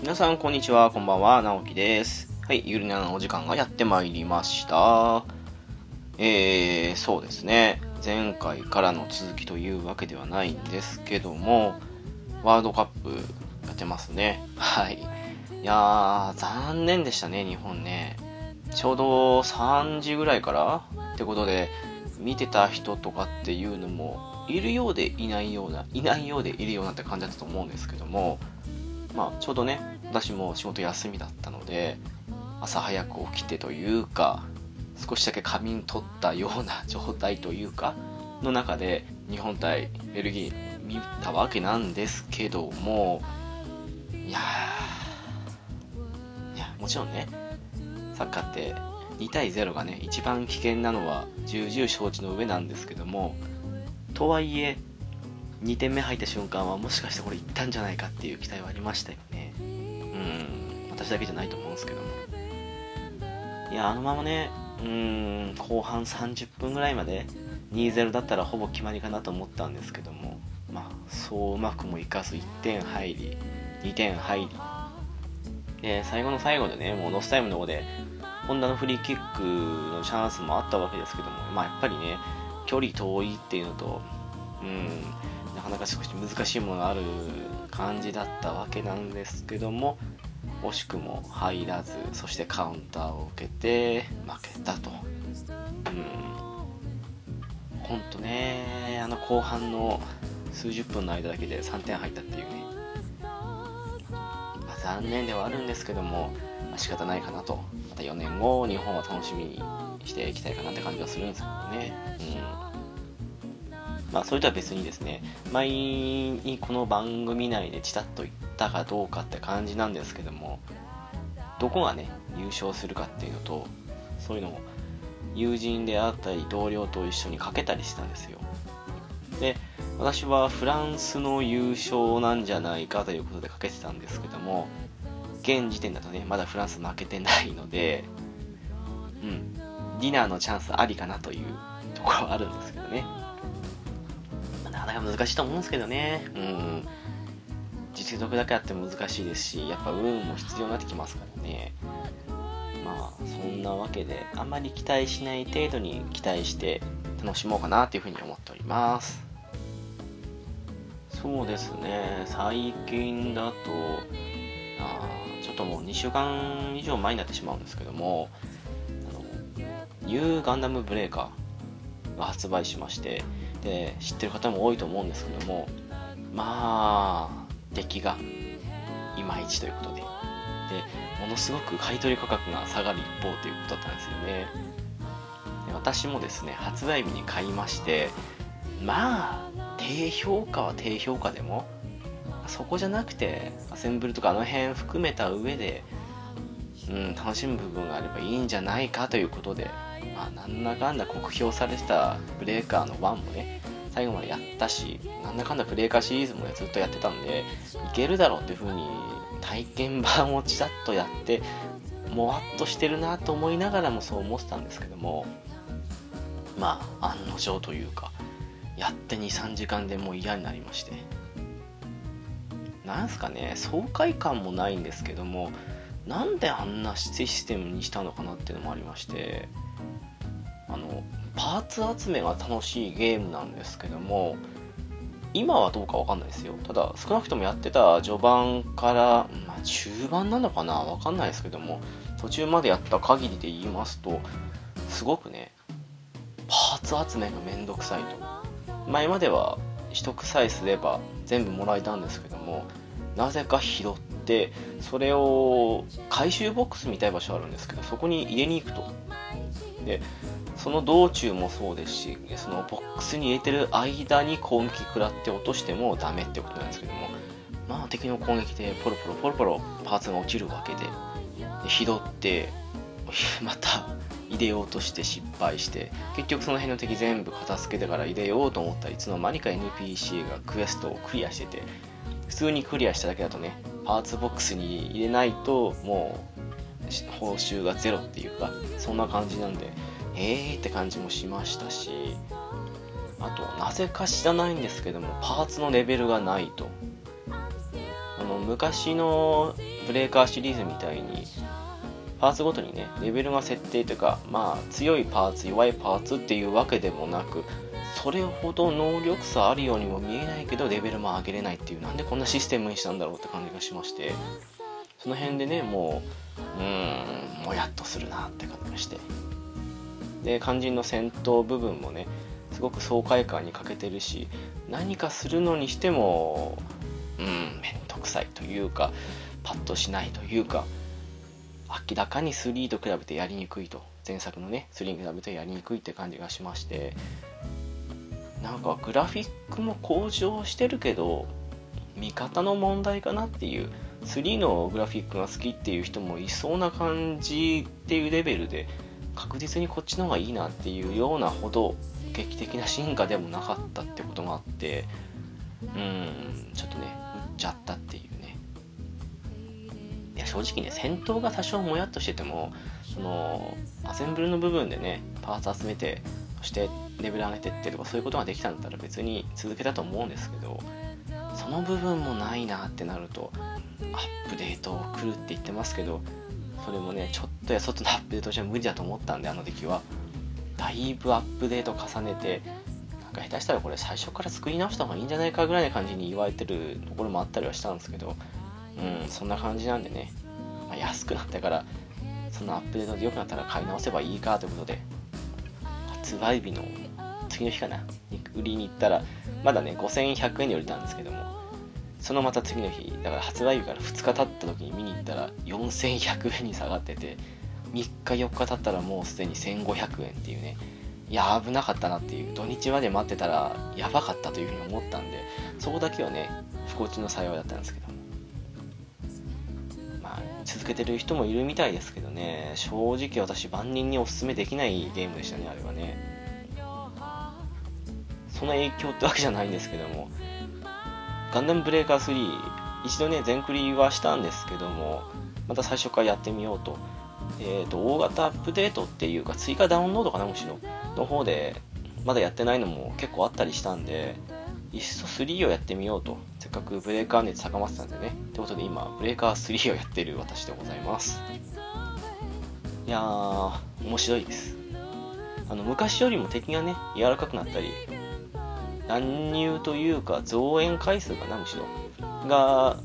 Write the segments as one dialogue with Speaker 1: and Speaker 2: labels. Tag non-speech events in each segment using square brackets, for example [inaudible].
Speaker 1: 皆さん、こんにちは。こんばんは。直樹です。はい。ゆりなのお時間がやってまいりました。えー、そうですね。前回からの続きというわけではないんですけども、ワールドカップやってますね。はい。いやー、残念でしたね、日本ね。ちょうど3時ぐらいからってことで、見てた人とかっていうのも、いるようでいないような、いないようでいるようなって感じだったと思うんですけども、まあ、ちょうどね、私も仕事休みだったので、朝早く起きてというか、少しだけ仮眠取ったような状態というか、の中で日本対ベルギー見たわけなんですけども、いやーいや、もちろんね、サッカーって2対0がね、一番危険なのは重々承知の上なんですけども、とはいえ、2点目入った瞬間はもしかしてこれいったんじゃないかっていう期待はありましたよねうん私だけじゃないと思うんですけどもいやあのままねうん後半30分ぐらいまで2-0だったらほぼ決まりかなと思ったんですけどもまあそううまくもいかず1点入り2点入りで最後の最後でねもうロスタイムの方で本田のフリーキックのチャンスもあったわけですけどもまあやっぱりね距離遠いっていうのとうん、なかなか少し難しいものがある感じだったわけなんですけども惜しくも入らずそしてカウンターを受けて負けたとうんほんとねあの後半の数十分の間だけで3点入ったっていうね、まあ残念ではあるんですけどもまあ仕方ないかなとまた4年後日本は楽しみにしていきたいかなって感じはするんですけどねうんまあ、それとは別にですね、前にこの番組内でチタッと言ったかどうかって感じなんですけども、どこがね、優勝するかっていうのと、そういうのを友人であったり同僚と一緒にかけたりしたんですよ。で、私はフランスの優勝なんじゃないかということでかけてたんですけども、現時点だとね、まだフランス負けてないので、うん、ディナーのチャンスありかなというところはあるんですけどね。まあなかなか難しいと思うんですけどね、うん、実力だけあっても難しいですし、やっぱ運も必要になってきますからね、まあそんなわけで、あんまり期待しない程度に期待して楽しもうかなというふうに思っております。そうですね、最近だと、あーちょっともう2週間以上前になってしまうんですけども、あのニューガンダムブレーカーが発売しまして、で知ってる方も多いと思うんですけどもまあ出来がいまいちということででものすごく買取価格が下がる一方ということだったんですよねで私もですね発売日に買いましてまあ低評価は低評価でもそこじゃなくてアセンブルとかあの辺含めた上で、うん、楽しむ部分があればいいんじゃないかということでまあ、なんだかんだ酷評されてたブレーカーの1もね最後までやったしなんだかんだブレーカーシリーズもねずっとやってたんでいけるだろうっていう風に体験版をちらっとやってもわっとしてるなと思いながらもそう思ってたんですけどもまあ案の定というかやって23時間でもう嫌になりましてなんすかね爽快感もないんですけどもなんであんなシステムにしたのかなっていうのもありましてあのパーツ集めが楽しいゲームなんですけども今はどうかわかんないですよただ少なくともやってた序盤から、まあ、中盤なのかなわかんないですけども途中までやった限りで言いますとすごくねパーツ集めがめんどくさいと前までは取得さえすれば全部もらえたんですけどもなぜか拾ってそれを回収ボックスみたいな場所あるんですけどそこに入れに行くとでその道中もそうですしそのボックスに入れてる間に攻撃食らって落としてもダメってことなんですけどもまあ敵の攻撃でポロポロポロポロパーツが落ちるわけでで拾って [laughs] また入れようとして失敗して結局その辺の敵全部片付けてから入れようと思ったらいつの間にか NPC がクエストをクリアしてて普通にクリアしただけだとねパーツボックスに入れないともうし報酬がゼロっていうかそんな感じなんでえーって感じもしましたしあとなぜか知らないんですけどもパーツのレベルがないとあの昔のブレーカーシリーズみたいにパーツごとにねレベルが設定というかまあ強いパーツ弱いパーツっていうわけでもなくそれほど能力差あるようにも見えないけどレベルも上げれないっていうなんでこんなシステムにしたんだろうって感じがしましてその辺でねもううーんもやっとするなって感じがしてで肝心の戦闘部分もねすごく爽快感に欠けてるし何かするのにしてもうん面倒くさいというかパッとしないというか明らかに3と比べてやりにくいと前作のね3に比べてやりにくいって感じがしましてなんかグラフィックも向上してるけど見方の問題かなっていう3のグラフィックが好きっていう人もいそうな感じっていうレベルで確実にこっちの方がいいなっていうようなほど劇的な進化でもなかったってことがあってうんちょっとね売っちゃったっていうねいや正直ね戦闘が多少もやっとしててもそのアセンブルの部分でねパーツ集めてそしてレベル上げてってとかそういうことができたんだったら別に続けたと思うんですけどその部分もないなってなるとアップデートを来るって言ってますけどそれもねちょっとや外のアップデートじゃ無理だと思ったんであの時はだいぶアップデート重ねてなんか下手したらこれ最初から作り直した方がいいんじゃないかぐらいな感じに言われてるところもあったりはしたんですけどうんそんな感じなんでね、まあ安くなったからそのアップデートで良くなったら買い直せばいいかということで発売日の次の日かなに売りに行ったらまだね5100円で売れたんですけどもそのまた次の日だから発売日から2日経った時に見に行ったら4100円に下がってて3日4日経ったらもうすでに1500円っていうねいや危なかったなっていう土日まで待ってたらやばかったというふうに思ったんでそこだけはね不幸中の幸いだったんですけどもまあ続けてる人もいるみたいですけどね正直私万人におすすめできないゲームでしたねあれはねその影響ってわけじゃないんですけどもガンダムブレーカー3一度ね全クリはしたんですけどもまた最初からやってみようと,、えー、と大型アップデートっていうか追加ダウンロードかなむしろの方でまだやってないのも結構あったりしたんでいっそ3をやってみようとせっかくブレーカー熱高まってたんでねということで今ブレーカー3をやってる私でございますいやー面白いですあの昔よりも敵がね柔らかくなったり乱入というか増援回数かなむしろが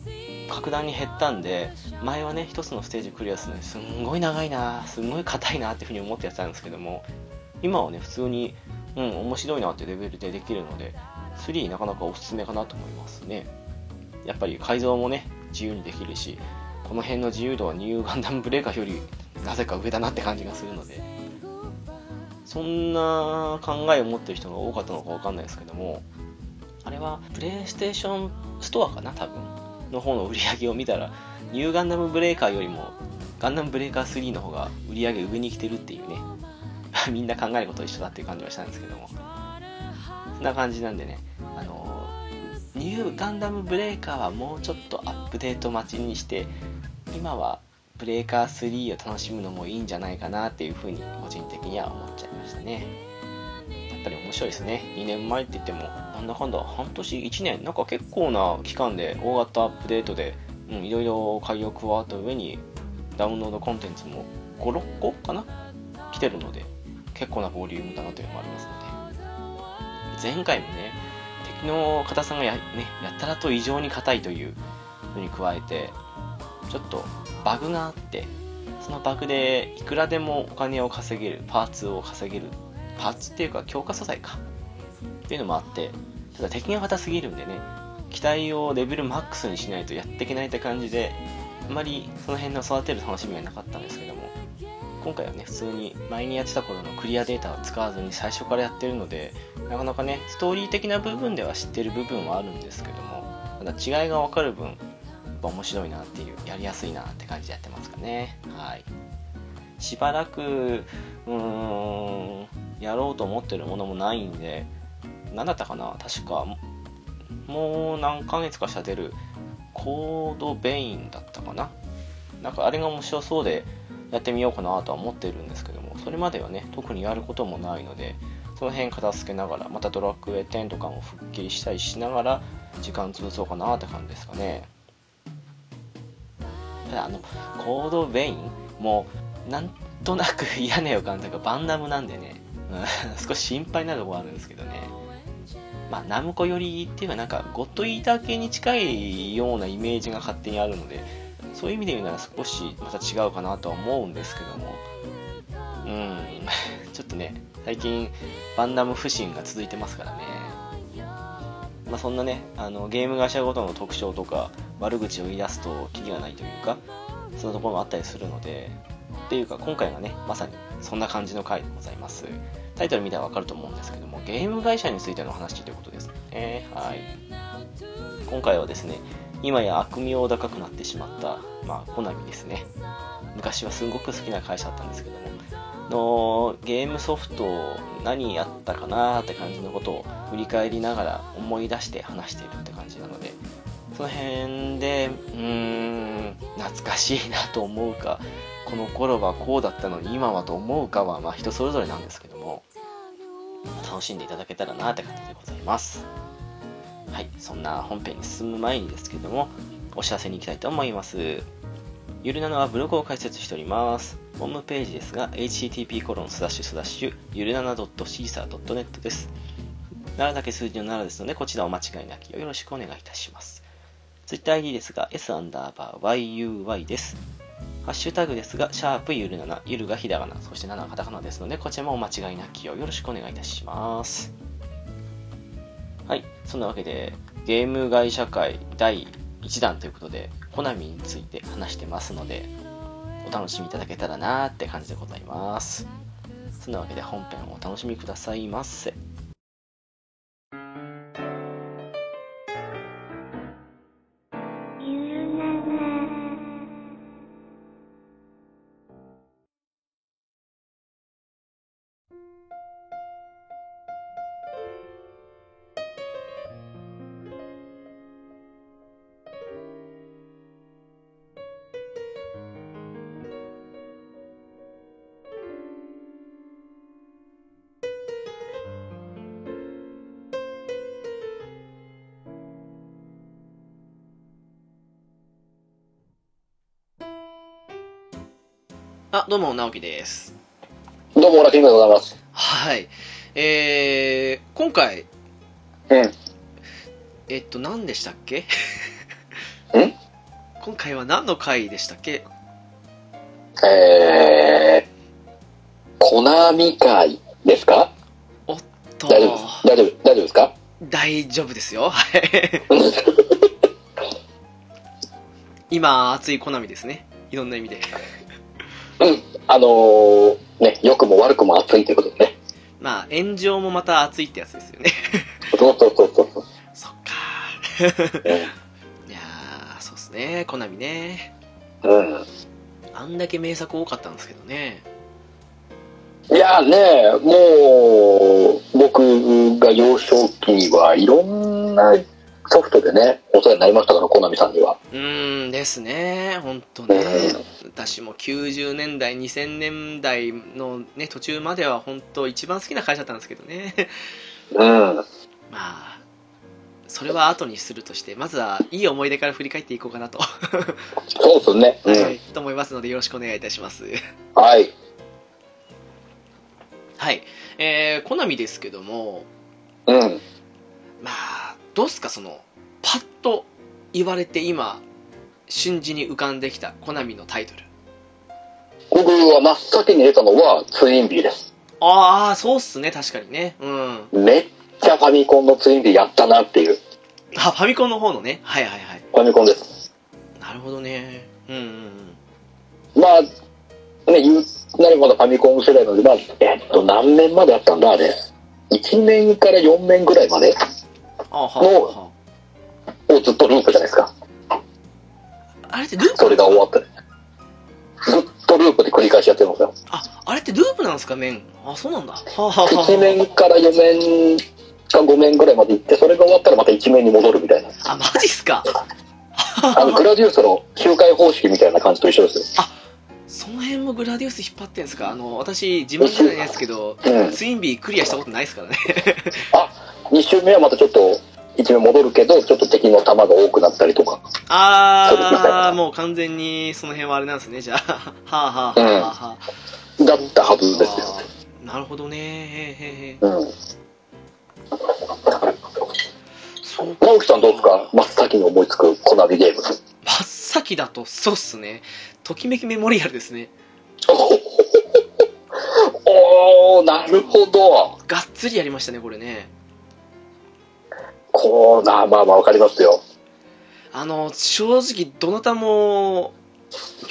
Speaker 1: 格段に減ったんで前はね一つのステージクリアするのにすんごい長いなすんごい硬いなっていうふうに思ってやってたんですけども今はね普通にうん面白いなってレベルでできるので3なかなかおすすめかなと思いますねやっぱり改造もね自由にできるしこの辺の自由度はニューガンダムブレーカーよりなぜか上だなって感じがするのでそんな考えを持ってる人が多かったのか分かんないですけどもあれはプレイステーションストアかな多分の方の売り上げを見たらニューガンダムブレーカーよりもガンダムブレーカー3の方が売り上げ上に来てるっていうね [laughs] みんな考えること一緒だっていう感じはしたんですけどもそんな感じなんでねあのニューガンダムブレーカーはもうちょっとアップデート待ちにして今はブレーカー3を楽しむのもいいんじゃないかなっていうふうに個人的には思っちゃいましたねやっぱり面白いですね2年前って言ってもなんだかんだ半年1年なんか結構な期間で大型アップデートで、うん、いろいろ改良加わった上にダウンロードコンテンツも56個かな来てるので結構なボリュームだなというのもありますので前回もね敵の硬さがや,、ね、やたらと異常に硬いというのに加えてちょっとバグがあってそのバグでいくらでもお金を稼げるパーツを稼げるパーツっていうか強化素材かっていうのもあってただ敵が硬すぎるんでね機体をレベルマックスにしないとやっていけないって感じであまりその辺の育てる楽しみがなかったんですけども今回はね普通に前にやってた頃のクリアデータを使わずに最初からやってるのでなかなかねストーリー的な部分では知ってる部分はあるんですけどもただ違いが分かる分やっぱ面白いなっていうやりやすいなって感じでやってますかねはいしばらくうーんやろうと思ってるものもないんで何だったかな確かもう何ヶ月かしたら出るコードベインだったかななんかあれが面白そうでやってみようかなとは思ってるんですけどもそれまではね特にやることもないのでその辺片付けながらまたドラクエ10とかも復帰したりしながら時間潰そうかなって感じですかねただあのコード・ベインもうなんとなく嫌な予感というかバンダムなんでねうん [laughs] 少し心配なところあるんですけどねまあナムコ寄りっていうかなんかゴッドイーター系に近いようなイメージが勝手にあるのでそういう意味で言うなら少しまた違うかなとは思うんですけどもうん [laughs] ちょっとね最近バンダム不振が続いてますからねまあ、そんなねあのゲーム会社ごとの特徴とか悪口を言い出すとキリがないというかそのところもあったりするのでっていうか今回がねまさにそんな感じの回でございますタイトル見たらわかると思うんですけどもゲーム会社についての話ということですねはい今回はですね今や悪名高くなってしまったまあコナミですね昔はすごく好きな会社だったんですけどものゲームソフト何やったかなーって感じのことを振り返りながら思い出して話しているって感じなのでその辺でうーん懐かしいなと思うかこの頃はこうだったのに今はと思うかはまあ人それぞれなんですけども楽しんでいただけたらなって感じでございますはいそんな本編に進む前にですけどもお知らせに行きたいと思いますゆるなのはブログを開設しております。ホームページですが、http コロンスダッシュスダッシュゆるなな .caesar.net です。7だけ数字の7ですので、こちらお間違いなきよろしくお願いいたします。TwitterID ですが、s アンダーバー yuy です。ハッシュタグですが、シャープゆるなな、ゆるがひらがな、そして7はカタカナですので、こちらもお間違いなきようよろしくお願いいたします。はい、そんなわけで、ゲーム会社会第1弾ということで、コナミについて話してますので、お楽しみいただけたらなーって感じでございます。そんなわけで本編をお楽しみくださいませ。あ、どうも、直樹です。
Speaker 2: どうも、オラキングでございます。
Speaker 1: はい。えー、今回、
Speaker 2: うん。
Speaker 1: えっと、何でしたっけ
Speaker 2: ん
Speaker 1: 今回は何の回でしたっけ
Speaker 2: えー、コナミ会ですか
Speaker 1: と
Speaker 2: 大丈夫です。大丈夫、大丈夫ですか
Speaker 1: 大丈夫です
Speaker 2: [laughs]
Speaker 1: よ。はい。今、熱いコナミですね。いろんな意味で。
Speaker 2: うん。あのー、ね、良くも悪くも熱いということでね。
Speaker 1: まあ、炎上もまた熱いってやつですよね。
Speaker 2: そうそうそうそうそう。
Speaker 1: そっか
Speaker 2: う
Speaker 1: いやー、そうっすね。コナミね。
Speaker 2: ん。う
Speaker 1: あんだけ名作多かったんですけどね。
Speaker 2: ん。いやーね、もう、僕が幼少期はいろんなソフトでね、お世話になりましたから、コナミさんには。
Speaker 1: うーんですね。ほんとね。私も90年代、2000年代のね、途中までは本当一番好きな会社だったんですけどね。 [laughs]
Speaker 2: うん。
Speaker 1: まあ、それは後にするとして、まずはいい思い出から振り返っていこうかなと。
Speaker 2: そうっすね。う
Speaker 1: は
Speaker 2: ん
Speaker 1: い。と思いますのでよろしくお願いいたします。
Speaker 2: はい。
Speaker 1: はい。えー、コナミですけども、
Speaker 2: うん。
Speaker 1: まあ、どうっすか、その、パッと言われて今、瞬時に浮かんできたコナミのタイトル。
Speaker 2: 僕は真っ先に出たのは、ツインビーです。
Speaker 1: ああ、そうっすね、確かにね。うん。
Speaker 2: めっちゃファミコンのツインビーやったなっていう。
Speaker 1: あ、ファミコンの方のね。はいはいはい。
Speaker 2: ファミコンです。
Speaker 1: なるほどね。うんうんうん。
Speaker 2: まあ、ね、言うなればまだファミコン世代なので、まあ、えっと、何年まであったんだ、あれ。1年から4年ぐらいまで
Speaker 1: あはあは
Speaker 2: をずっとループじゃないですか。
Speaker 1: あ。あれってループ
Speaker 2: それが終わったらずっとループで繰り返しやってるんですよ。
Speaker 1: あ、あれってループなんですか、面。あ、そうなんだ。はあはあはあ
Speaker 2: 1年から4年か5年ぐらいまで行って、それが終わったらまた1年に戻るみたいな。
Speaker 1: あ、マジっすか。
Speaker 2: あの、グラディウスの周回方式みたいな感じと一緒です
Speaker 1: その辺もグラディウス引っ張ってんすか。あの、私、自慢じゃないですけど、
Speaker 2: よ。うん。
Speaker 1: ツインビークリアしたことないですからね。
Speaker 2: 2周目はまたちょっと、一面戻るけど、ちょっと敵の弾が多くなったりとか。
Speaker 1: あー、もう完全にその辺はあれなんですね、じゃあ。 [laughs] はあはあはあはあ。
Speaker 2: だったはずですよ。
Speaker 1: あーなるほどね。へーへーへー
Speaker 2: うん。
Speaker 1: そうか
Speaker 2: 直樹さんどうですか真っ先に思いつくコナビゲーム。
Speaker 1: 真っ先だと、そうっすね。ときめきメモリアルですね。
Speaker 2: おー、なるほど。
Speaker 1: がっつりやりましたね、これね。
Speaker 2: こうな、まあまあわかりますよ。
Speaker 1: あの、正直、どなたも、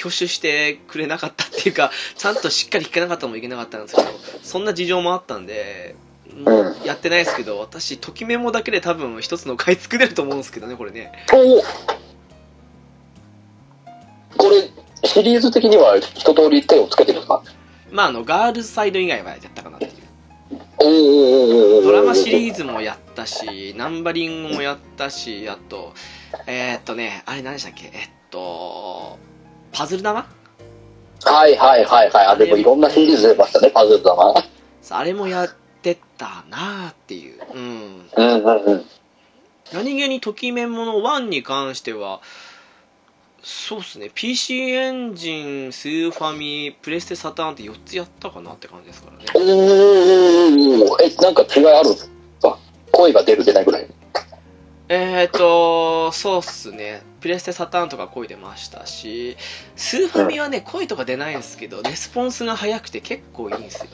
Speaker 1: 挙手してくれなかったっていうか、ちゃんとしっかり弾けなかったのもいけなかったんですけど、そんな事情もあったんで、もうやってないですけど、私、ときメモだけで多分一つの回作れると思うんですけどね、これね。
Speaker 2: おーこれ、シリーズ的には一通り手をつけてるんですか
Speaker 1: まあ、あの、ガールズサイド以外はやったかなっていう。
Speaker 2: おーおーおーおーおーおー
Speaker 1: ドラマシリーズもやったし、ナンバリングもやったし、あと、えーっとね、あれ何でしたっけ、えっと、パズル玉
Speaker 2: はいはいはいはい。あ、でもいろんなシリーズ出ましたね、パズルだな。
Speaker 1: さあれもやってたなーっていう。うん。
Speaker 2: うんうんうん。
Speaker 1: 何気にときめもの1に関しては、そうっすね、PC エンジン、スーファミ、プレステサターンって4つやったかなって感じですからね。
Speaker 2: おーおーおーおーえ、なんか違いあるんですか声が出る出ないぐらい。
Speaker 1: えーと、そうっすね。プレステサターンとか声出ましたし、スーファミはね、声とか出ないんですけど、レスポンスが早くて結構いいんですよね。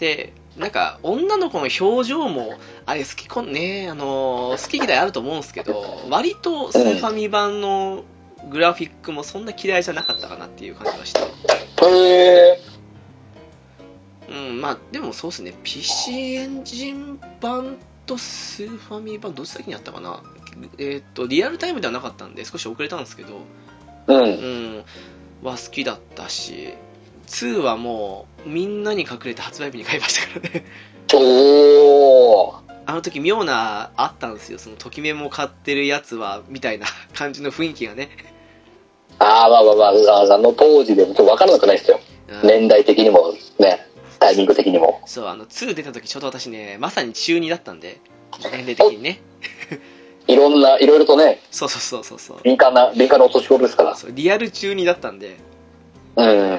Speaker 1: で、なんか、女の子の表情も、あれ好きこんね、あのー、好き嫌いあると思うんですけど、割とスーファミ版のグラフィックもそんな嫌いじゃなかったかなっていう感じはして。
Speaker 2: へえ。
Speaker 1: うん、まあ、でもそうっすね。PC エンジン版とスーファミ版、どっち先にやったかなえーっと、リアルタイムではなかったんで、少し遅れたんですけど、
Speaker 2: う。
Speaker 1: うんん、は好きだったし、2はもう、みんなに隠れて発売日に買いましたからね。 [laughs]
Speaker 2: おー。
Speaker 1: あの時妙な、あったんですよ。その、ときめも買ってるやつは、みたいな [laughs] 感じの雰囲気がね。
Speaker 2: あー、まあまあまあ、あの当時でもちょっとわからなくないですよ。
Speaker 1: うん
Speaker 2: 年代的にも、ね、タイミング的にも。
Speaker 1: そう、あの、2出た時ちょうど私ね、まさに中2だったんで、年齢的にね。
Speaker 2: いろんな、いろいろとね、
Speaker 1: そうそうそうそうそう。
Speaker 2: 敏感な、敏感なお年頃ですか
Speaker 1: そうリアル中2だったんで、
Speaker 2: ら。うん。
Speaker 1: まあ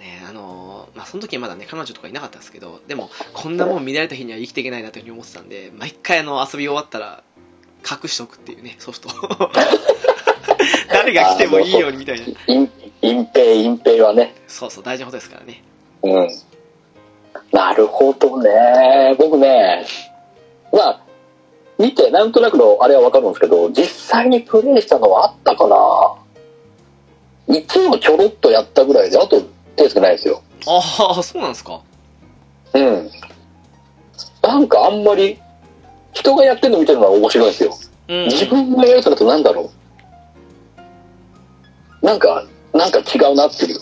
Speaker 1: ね、あのーまあその時はまだね、彼女とかいなかったんですけど、でも、こんなもん見られた日には生きていけないなというふうに思ってたんで、毎回あの、遊び終わったら、隠しとくっていうね、ソフトを
Speaker 2: [laughs]
Speaker 1: 誰が来てもいいようにみたいな。
Speaker 2: 隠隠蔽、隠蔽はね。
Speaker 1: そうそう、大事なことですからね。
Speaker 2: うん。なるほどね。僕ね、まあ、見て、なんとなくのあれはわかるんですけど、実際にプレイしたのはあったかな。いつもちょろっとやったぐらいで、あと手つけないですよ。
Speaker 1: ああ、そうなんですか。
Speaker 2: うん。なんかあんまり、人がやってるの見てるのは面白いんですよ。
Speaker 1: うん。
Speaker 2: 自分がやるとだとなんだろう。なんか、なんか違うなっていう。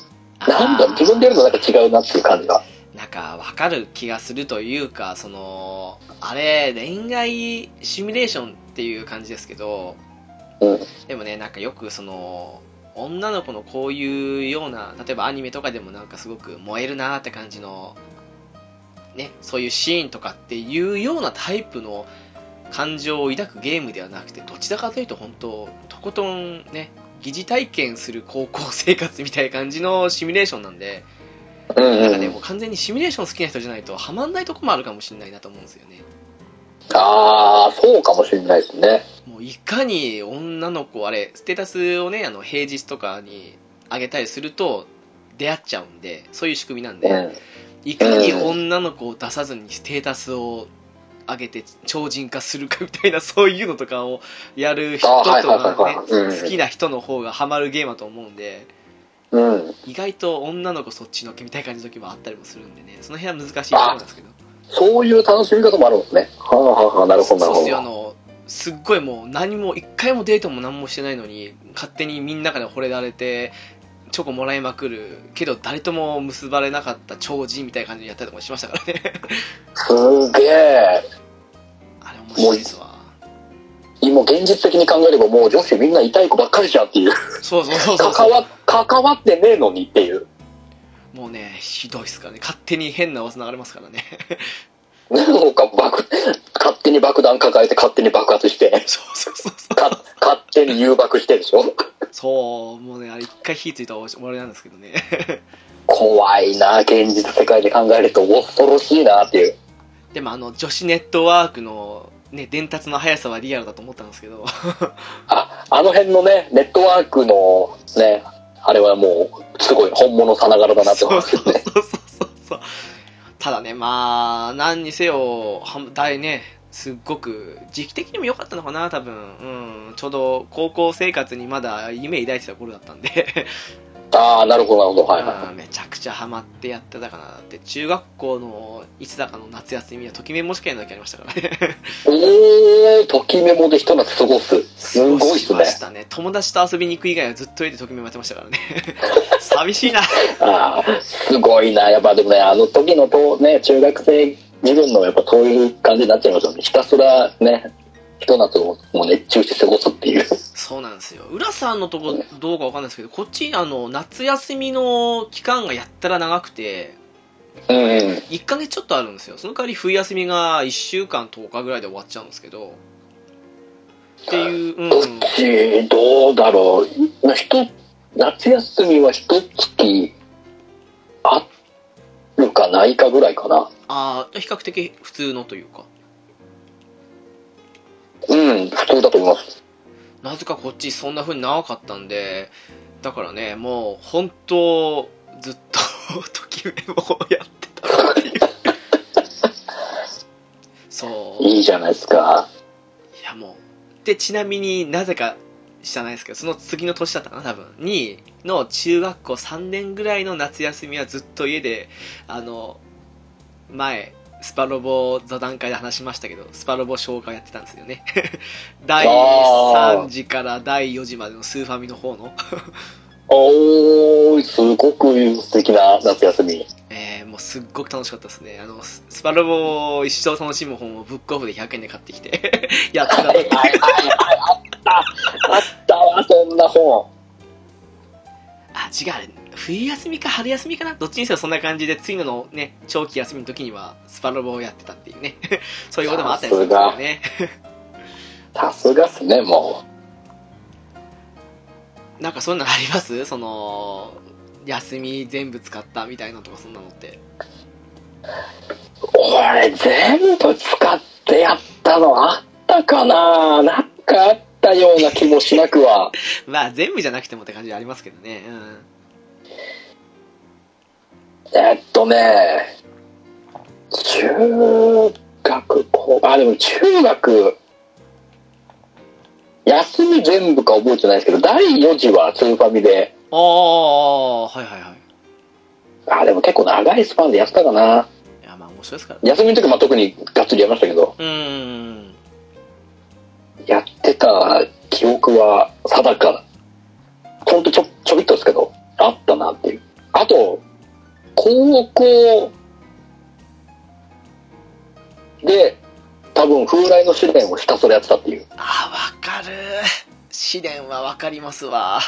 Speaker 2: なんだろう、自分でやるとなんか違うなっていう感じが。
Speaker 1: なんか、わかる気がするというか、その、あれ、恋愛シミュレーションっていう感じですけど、
Speaker 2: うん。
Speaker 1: でもね、なんかよくその、女の子のこういうような、例えばアニメとかでもなんかすごく燃えるなーって感じの、ね、そういうシーンとかっていうようなタイプの感情を抱くゲームではなくて、どちらかというと本当、とことんね、疑似体験する高校生活みたいな感じのシミュレーションなんで、
Speaker 2: うん
Speaker 1: なん
Speaker 2: う
Speaker 1: か
Speaker 2: ん
Speaker 1: ね、。もう完全にシミュレーション好きな人じゃないとハマんないとこもあるかもしれないなと思うんですよね。
Speaker 2: ああ、そうかもしれないですね。
Speaker 1: もういかに女の子、あれ、ステータスをね、あの平日とかに上げたりすると、出会っちゃうんで、そういう仕組みなん
Speaker 2: う
Speaker 1: で、
Speaker 2: ん。
Speaker 1: いかに女の子を出さずにステータスを上げて超人化するかみたいな、そういうのとかをやる人と
Speaker 2: あはいはい
Speaker 1: か
Speaker 2: はい
Speaker 1: ね
Speaker 2: はい、うん
Speaker 1: 好きな人の方がハマるゲームだと思うんで、
Speaker 2: うん。
Speaker 1: 意外と女の子そっちのけみたいな感じの時もあったりもするんでね、その辺は難しいところなんですけど。
Speaker 2: そういう楽しみ方もあるんですね。はあはあはあ、なるほどなる
Speaker 1: そうっ
Speaker 2: ほ
Speaker 1: すよあ
Speaker 2: ど。
Speaker 1: のすっごいもう何も一回もデートも何もしてないのに勝手にみんなから惚れられてチョコもらいまくるけど誰とも結ばれなかった超人みたいな感じでやったりとかしましたから
Speaker 2: [laughs]
Speaker 1: ね
Speaker 2: すげえ。
Speaker 1: あれ面白いですわ
Speaker 2: 今現実的に考えればもう女子みんな痛い子ばっかりじゃんっていう。
Speaker 1: そうそうそうそう
Speaker 2: 関わ、関わってねえのにっていう。
Speaker 1: もう
Speaker 2: [laughs]
Speaker 1: ねひどいっすからね勝手に変な噂流れますからね
Speaker 2: なんか爆、勝手に爆弾抱えて勝手に爆発して、
Speaker 1: そうそうそうそう
Speaker 2: か勝手に誘爆してでしょ
Speaker 1: そうもうねあれ一回火ついたら終わりなんですけどね
Speaker 2: 怖いな現実世界で考えると恐ろしいなっていう。
Speaker 1: でもあの女子ネットワークのね伝達の速さはリアルだと思ったんですけど
Speaker 2: あ、あの辺のね、ネットワークのね、あれはもう、すごい本物さながらだなって思い
Speaker 1: そうそ
Speaker 2: ます
Speaker 1: う
Speaker 2: よ
Speaker 1: そうそ
Speaker 2: ね。
Speaker 1: うそうそうただねまあ何にせよは大ねすっごく時期的にも良かったのかな多分、うん、ちょうど高校生活にまだ夢抱いてた頃だったんで、
Speaker 2: ああ、なるほど、なるほど。はいはい。
Speaker 1: うんめちゃくちゃハマってやってたかなって中学校のいつだかの夏休みはときめもしかやなきゃありましたからね
Speaker 2: えー、ときメモでひと夏過ごす。すごいっす
Speaker 1: 過ごしま
Speaker 2: ね。
Speaker 1: したね友達と遊びに行く以外はずっと家でときめもやってましたから
Speaker 2: [laughs]
Speaker 1: ね寂しいな
Speaker 2: ああ、すごいな。やっぱでもね、あの時のと、ね、中学生自分のやっぱそういう感じになっちゃいますよね。ひたすらね、ひと夏をもう熱中して過ごすっていう。
Speaker 1: そうなんですよ浦さんのとこどうかわかんないですけどこっちあの夏休みの期間がやったら長くて
Speaker 2: うんうん。
Speaker 1: 1ヶ月ちょっとあるんですよその代わり冬休みが1週間10日ぐらいで終わっちゃうんですけどっていう、うん
Speaker 2: どっち、どうだろう。まあ、ひと、夏休みはひと月あるかないかぐらいかな。
Speaker 1: ああ比較的普通のというか
Speaker 2: うん、普通だと思います。
Speaker 1: なぜかこっちそんな風に長かったんでだからねもう本当ずっとと [laughs] きめもをやってたっていうそう
Speaker 2: いいじゃないですか。
Speaker 1: いやもう。で、ちなみになぜか知らないですけど、その次の年だったかな、多分。に、の中学校3年ぐらいの夏休みはずっと家で、あの、前、スパロボ座談会で話しましたけど、スパロボ紹介やってたんですよね。 [laughs] 第
Speaker 2: あー
Speaker 1: 3時から第4時までのスーファミの方の。
Speaker 2: おー、すごく素敵な夏休み。
Speaker 1: えー、もうすっごく楽しかったですね。あの、ススパロボを一生楽しむ本をブックオフで100円で買ってきて、 [laughs] やってたの
Speaker 2: はいはいはいはい、あった、あったわ、そんな本。
Speaker 1: あ違うあれ冬休みか春休みかなどっちにせよそんな感じで次ののね長期休みの時にはスパロボをやってたっていうね [laughs] そういうこともあったりするんですよね
Speaker 2: さすがっすね、も
Speaker 1: なんかそういうのありますその休み全部使ったみたいなとかそんなのって
Speaker 2: う。俺、全部使ってやったのあったかななんかあったような気もしなくは。
Speaker 1: まあ全部じゃなくてもって感じありますけどねうん
Speaker 2: えっとね、中学、高あ、でも中学、休み全部か覚えてないですけど、第4次はスーファミで、
Speaker 1: ああはいはいはい
Speaker 2: あ、でも結構長いスパンでやってたかな。
Speaker 1: いやまあ面白いですからね
Speaker 2: 休みの時はまあ特にがっつりやりましたけど、
Speaker 1: うーん
Speaker 2: やってた記憶は定か、ほんとちょちょびっとですけど、あったなっていう。あと、高校で、多分風来の試練をひたすらやってたっていう。
Speaker 1: あーわかる試練はわかりますわ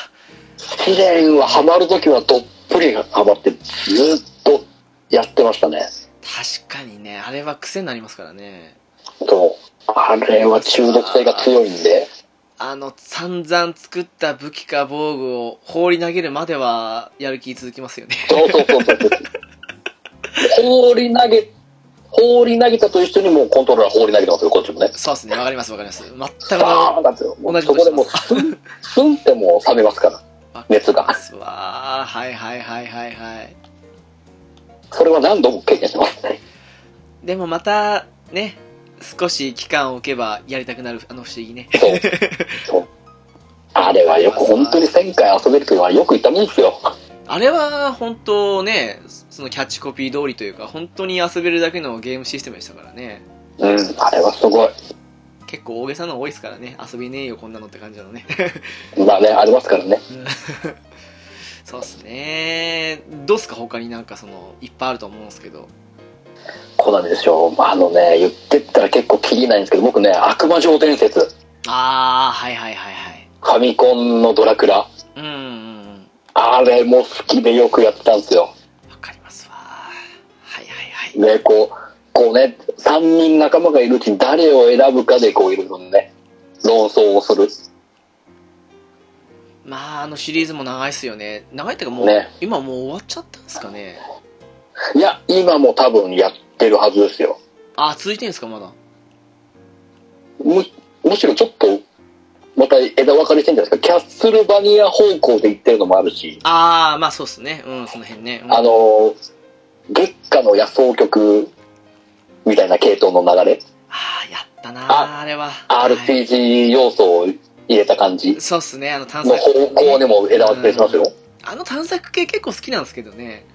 Speaker 2: 試練はハマる時はどっぷりハマって、ずっとやってましたね。
Speaker 1: 確かにねあれは癖になりますからね
Speaker 2: そう。あれは中毒性が強いんで。
Speaker 1: あの、散々作った武器か防具を放り投げるまでは、やる気続きますよね。
Speaker 2: そうそうそうそう。放り投げ、放り投げたと一緒にもうコントローラー放り投げてますよ、こっちもね。
Speaker 1: [laughs] そうですね、わかりますわかります。全く
Speaker 2: バ
Speaker 1: の、
Speaker 2: ーンなんですよ。も
Speaker 1: 同
Speaker 2: う
Speaker 1: じ
Speaker 2: そ
Speaker 1: こ
Speaker 2: ことでもうスン、スンってもう冷めますから、熱が。
Speaker 1: すわー、はいはいはいはいはい。
Speaker 2: それは何度も経験してますね。
Speaker 1: でもまた、ね、少し期間を置けばやりたくなる、あの不思議ね。
Speaker 2: そう。
Speaker 1: [laughs]
Speaker 2: そう。あれはよく、本当に1000回遊べるというのはよく言ったもんですよ。
Speaker 1: あれは、本当ね、そのキャッチコピー通りというか、本当に遊べるだけのゲームシステムでしたからね。
Speaker 2: うん、あれはすごい。
Speaker 1: 結構大げさなの多いですからね、遊びねえよ、こんなのって感じなのね。
Speaker 2: まあね、ありますからね。
Speaker 1: そうっすねどうっすか他になんかそのいっぱいあると思うんですけど
Speaker 2: コナミでしょ。あのね、言ってったら結構キリないんですけど、僕ね、悪魔城伝説、
Speaker 1: ああはいはいはいはい
Speaker 2: ファミコンのドラクラ、
Speaker 1: うんうんうん
Speaker 2: あれも好きでよくやってたんですよ。
Speaker 1: わかりますわはいはいはい
Speaker 2: ね、こう、こうね、3人仲間がいるうちに誰を選ぶかでこういろいろね、論争をする。
Speaker 1: まああのシリーズも長いっすよね長いっていうかもう、
Speaker 2: ね
Speaker 1: 今もう終わっちゃったんですかね
Speaker 2: いや、今も多分やってるはずですよ。
Speaker 1: あ続いてんですかまだ
Speaker 2: むむしろちょっと、また枝分かれしてんじゃないですか。キャッスルバニア方向で行ってるのもあるし、
Speaker 1: ああまあそうっすねうんその辺ね、うん
Speaker 2: あの、月下の野草曲みたいな系統の流れ、
Speaker 1: あーやったなーあ
Speaker 2: あ
Speaker 1: れははい
Speaker 2: RPG 要素を入れた感じ
Speaker 1: そうっすねあの探
Speaker 2: の
Speaker 1: 索
Speaker 2: 方向でも枝分かれしますよ。
Speaker 1: あの探索系結構好きなんですけどね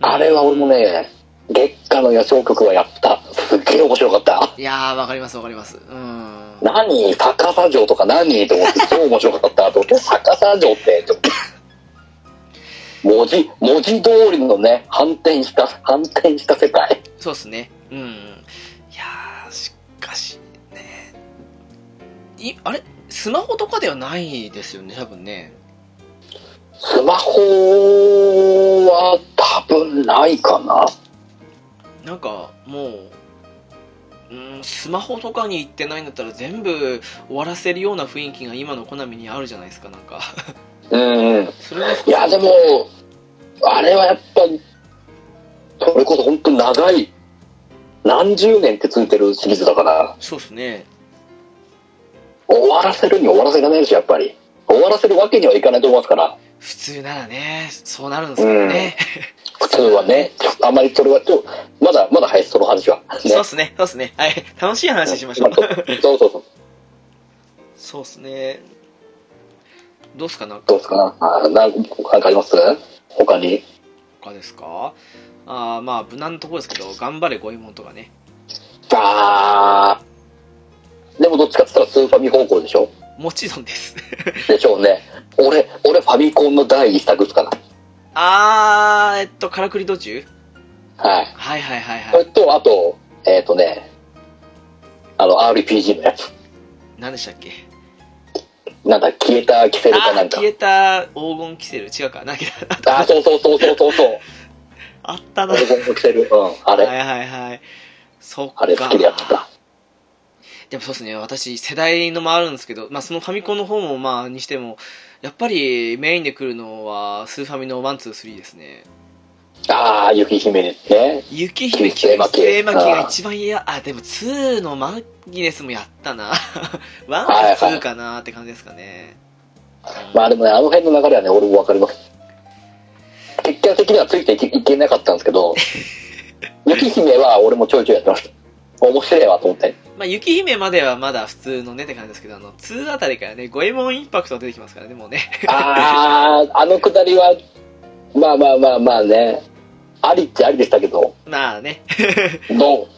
Speaker 2: あれは俺もね、月下の野草曲はやった。すっげえ面白かった。
Speaker 1: いやーわかりますわかりますうん
Speaker 2: 何逆さ城とか何と思って、超面白かった。と思って、逆さ城って、と思って。文字、文字通りのね、反転した、反転した世界。
Speaker 1: そうっすねうんいやーしかしねいあれスマホとかではないですよね多分ね
Speaker 2: スマホは多分ないかな。
Speaker 1: なんかもう、うん、スマホとかに行ってないんだったら全部終わらせるような雰囲気が今のコナミにあるじゃないですかなんか
Speaker 2: うんうん。
Speaker 1: それが
Speaker 2: いや、でも、あれはやっぱ、それこそ本当長い、何十年って続いてるシリーズだから。
Speaker 1: そうっすね
Speaker 2: 終わらせるに終わらせられないでしょやっぱり終わらせるわけにはいかないと思いますから
Speaker 1: 普通ならねそうなるんですけどね、
Speaker 2: 普通はねちょっとあまりそれはちょまだまだ林その話は
Speaker 1: そうっすねそうっすねはい楽しい話しまし [laughs] ょう
Speaker 2: そうそうそう
Speaker 1: そうっすねどうっすかなんか
Speaker 2: どうですかなあなんなんかあります他に
Speaker 1: 他ですかあーまあ無難なとこですけど頑張れ五右衛門とかね
Speaker 2: あーでもどっちかって言ったらスーファミ方向でしょ
Speaker 1: もちろんです [laughs]
Speaker 2: でしょうね俺俺ファミコンの第一作ですから
Speaker 1: あーえっとからくり途中
Speaker 2: はい
Speaker 1: はいはいはいは
Speaker 2: それ
Speaker 1: い
Speaker 2: とあとえっ、とねあの RPG のやつ
Speaker 1: 何でしたっけ
Speaker 2: なんだ消えたキセルか
Speaker 1: あ
Speaker 2: な
Speaker 1: ー
Speaker 2: んか
Speaker 1: 消えた黄金キセル違うかなんか
Speaker 2: [laughs] ああそうそうそうそうそうそう
Speaker 1: あったな
Speaker 2: 俺
Speaker 1: は
Speaker 2: も着てる。うん、あ
Speaker 1: い
Speaker 2: れ、
Speaker 1: はいはいそっか
Speaker 2: あれ好きでやってた。
Speaker 1: でもそうですね私世代のもあるんですけど、まあ、そのファミコンの方もまあにしてもやっぱりメインで来るのはスーファミの123ですね
Speaker 2: ああ、雪姫ですね。
Speaker 1: 雪姫
Speaker 2: 旧正
Speaker 1: 旧
Speaker 2: 巻
Speaker 1: 正巻が一番嫌あでも2のマギネスもやったな [laughs] 1か2かなって感じですかね、
Speaker 2: まあでもね、あの辺の流れはね、俺もわかります。結果的にはついていけいけなかったんですけ
Speaker 1: [laughs]
Speaker 2: ど、雪姫は俺もちょいちょいやってました。面白いわと思って。
Speaker 1: まあ、雪姫まではまだ普通のねって感じですけど、あの、2あたりからね、五右衛門インパクトが出てきますからね、もうね。 [laughs]
Speaker 2: ああ、あのくだりは、まあまあまあまあね、ありっちゃありでしたけど、
Speaker 1: まあね。
Speaker 2: どう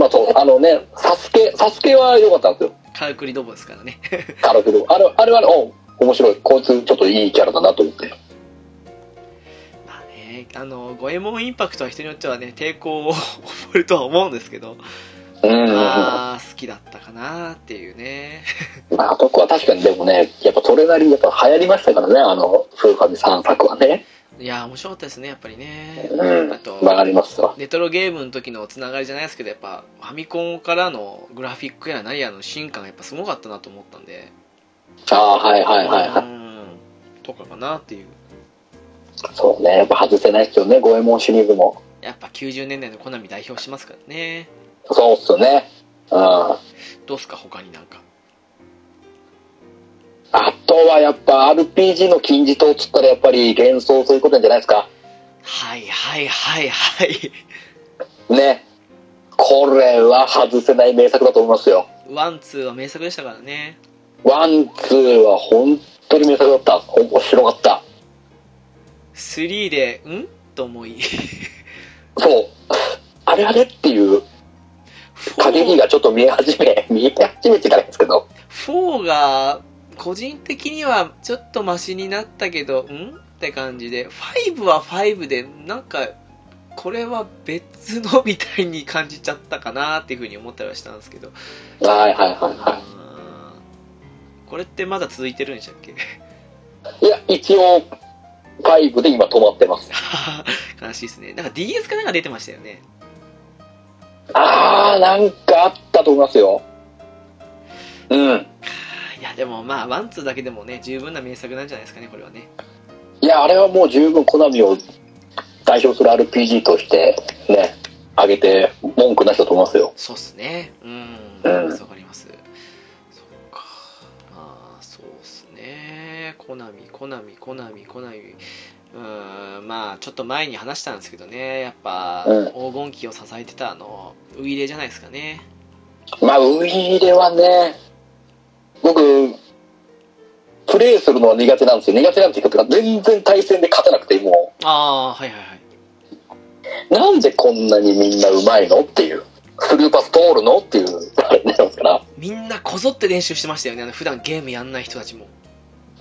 Speaker 2: まあそう、あのね、サスケ、サスケは良かったんですよ。
Speaker 1: カラクリドボですからね。 [laughs]
Speaker 2: カラフル。あれ、あれはね、お面白い。こいつちょっといいキャラだなと思って。
Speaker 1: まあね、あの、五右衛門インパクトは人によってはね、抵抗を覚えるとは思うんですけど、
Speaker 2: うんうんうん。
Speaker 1: まあ、好きだったかなっていうね。
Speaker 2: まあ、あとこは確かにでもね、やっぱそれなりにやっぱ流行りましたからね、あの、スーファミ3作はね。
Speaker 1: いやー、面白かったですね、やっぱりね。
Speaker 2: うん
Speaker 1: あと、
Speaker 2: わかりますわ。
Speaker 1: レトロゲームの時のつながりじゃないですけど、やっぱ、ファミコンからのグラフィックや何やの進化がやっぱすごかったなと思ったんで、
Speaker 2: ああ、はいはいはいは
Speaker 1: う
Speaker 2: い。
Speaker 1: ん、とかかなっていう。
Speaker 2: そうね、やっぱ外せないですよね、五右衛門シリーズも。
Speaker 1: やっぱ90年代のコナミ代表しますからね。
Speaker 2: そうっすね。うん。あ
Speaker 1: どうっすか、他になんか。
Speaker 2: とはやっぱ RPG の金字塔っつったらやっぱり幻想そういうことなんじゃないですか。
Speaker 1: はいはいはいはい。
Speaker 2: ね。これは外せない名作だと思いますよ。
Speaker 1: ワン、ツーは名作でしたからね。
Speaker 2: ワン、ツーは本当に名作だった。面白かった。
Speaker 1: スリーで、んと思い。
Speaker 2: そう。あれあれっていう
Speaker 1: フォ
Speaker 2: 限り
Speaker 1: ー
Speaker 2: がちょっと見え始 [laughs] め、見え始めてからですけど、
Speaker 1: フォーが、個人的にはちょっとマシになったけど、んって感じで、ファイブはファイブで、なんか、これは別のみたいに感じちゃったかなっていうふうに思ったりはしたんですけど。
Speaker 2: はいはいはいは
Speaker 1: あーこれってまだ続いてるんでしたっけ [laughs]
Speaker 2: い。いや、一応、5で今止まってます。
Speaker 1: 悲しいですねなんか DS かなんか出てましたよね
Speaker 2: ああ、なんかあったと思いますよ。うん。
Speaker 1: いやでもまあワンツーだけでもね十分な名作なんじゃないですかねこれはね
Speaker 2: いや、あれはもう十分コナミを代表する RPG として、ね、上げて文句なしだと思いますよ。
Speaker 1: そうっすねうん
Speaker 2: うん
Speaker 1: わかりますそっかまあそうっすねコナミコナミコナミコナミうーんまあちょっと前に話したんですけどねやっぱ、
Speaker 2: うん
Speaker 1: 黄金期を支えてたあのウイイレじゃないですかね
Speaker 2: まあ、ウイイレはね、僕、プレイするのは苦手なんですよ。苦手なんていうか、全然対戦で勝てなくて、も、
Speaker 1: ああーはいはいはいう
Speaker 2: なんでこんなにみんなうまいのっていう。スルーパス通るのっていう、あれになりますから。
Speaker 1: みんなこぞって練習してましたよねあの普段ゲームやんない人たちも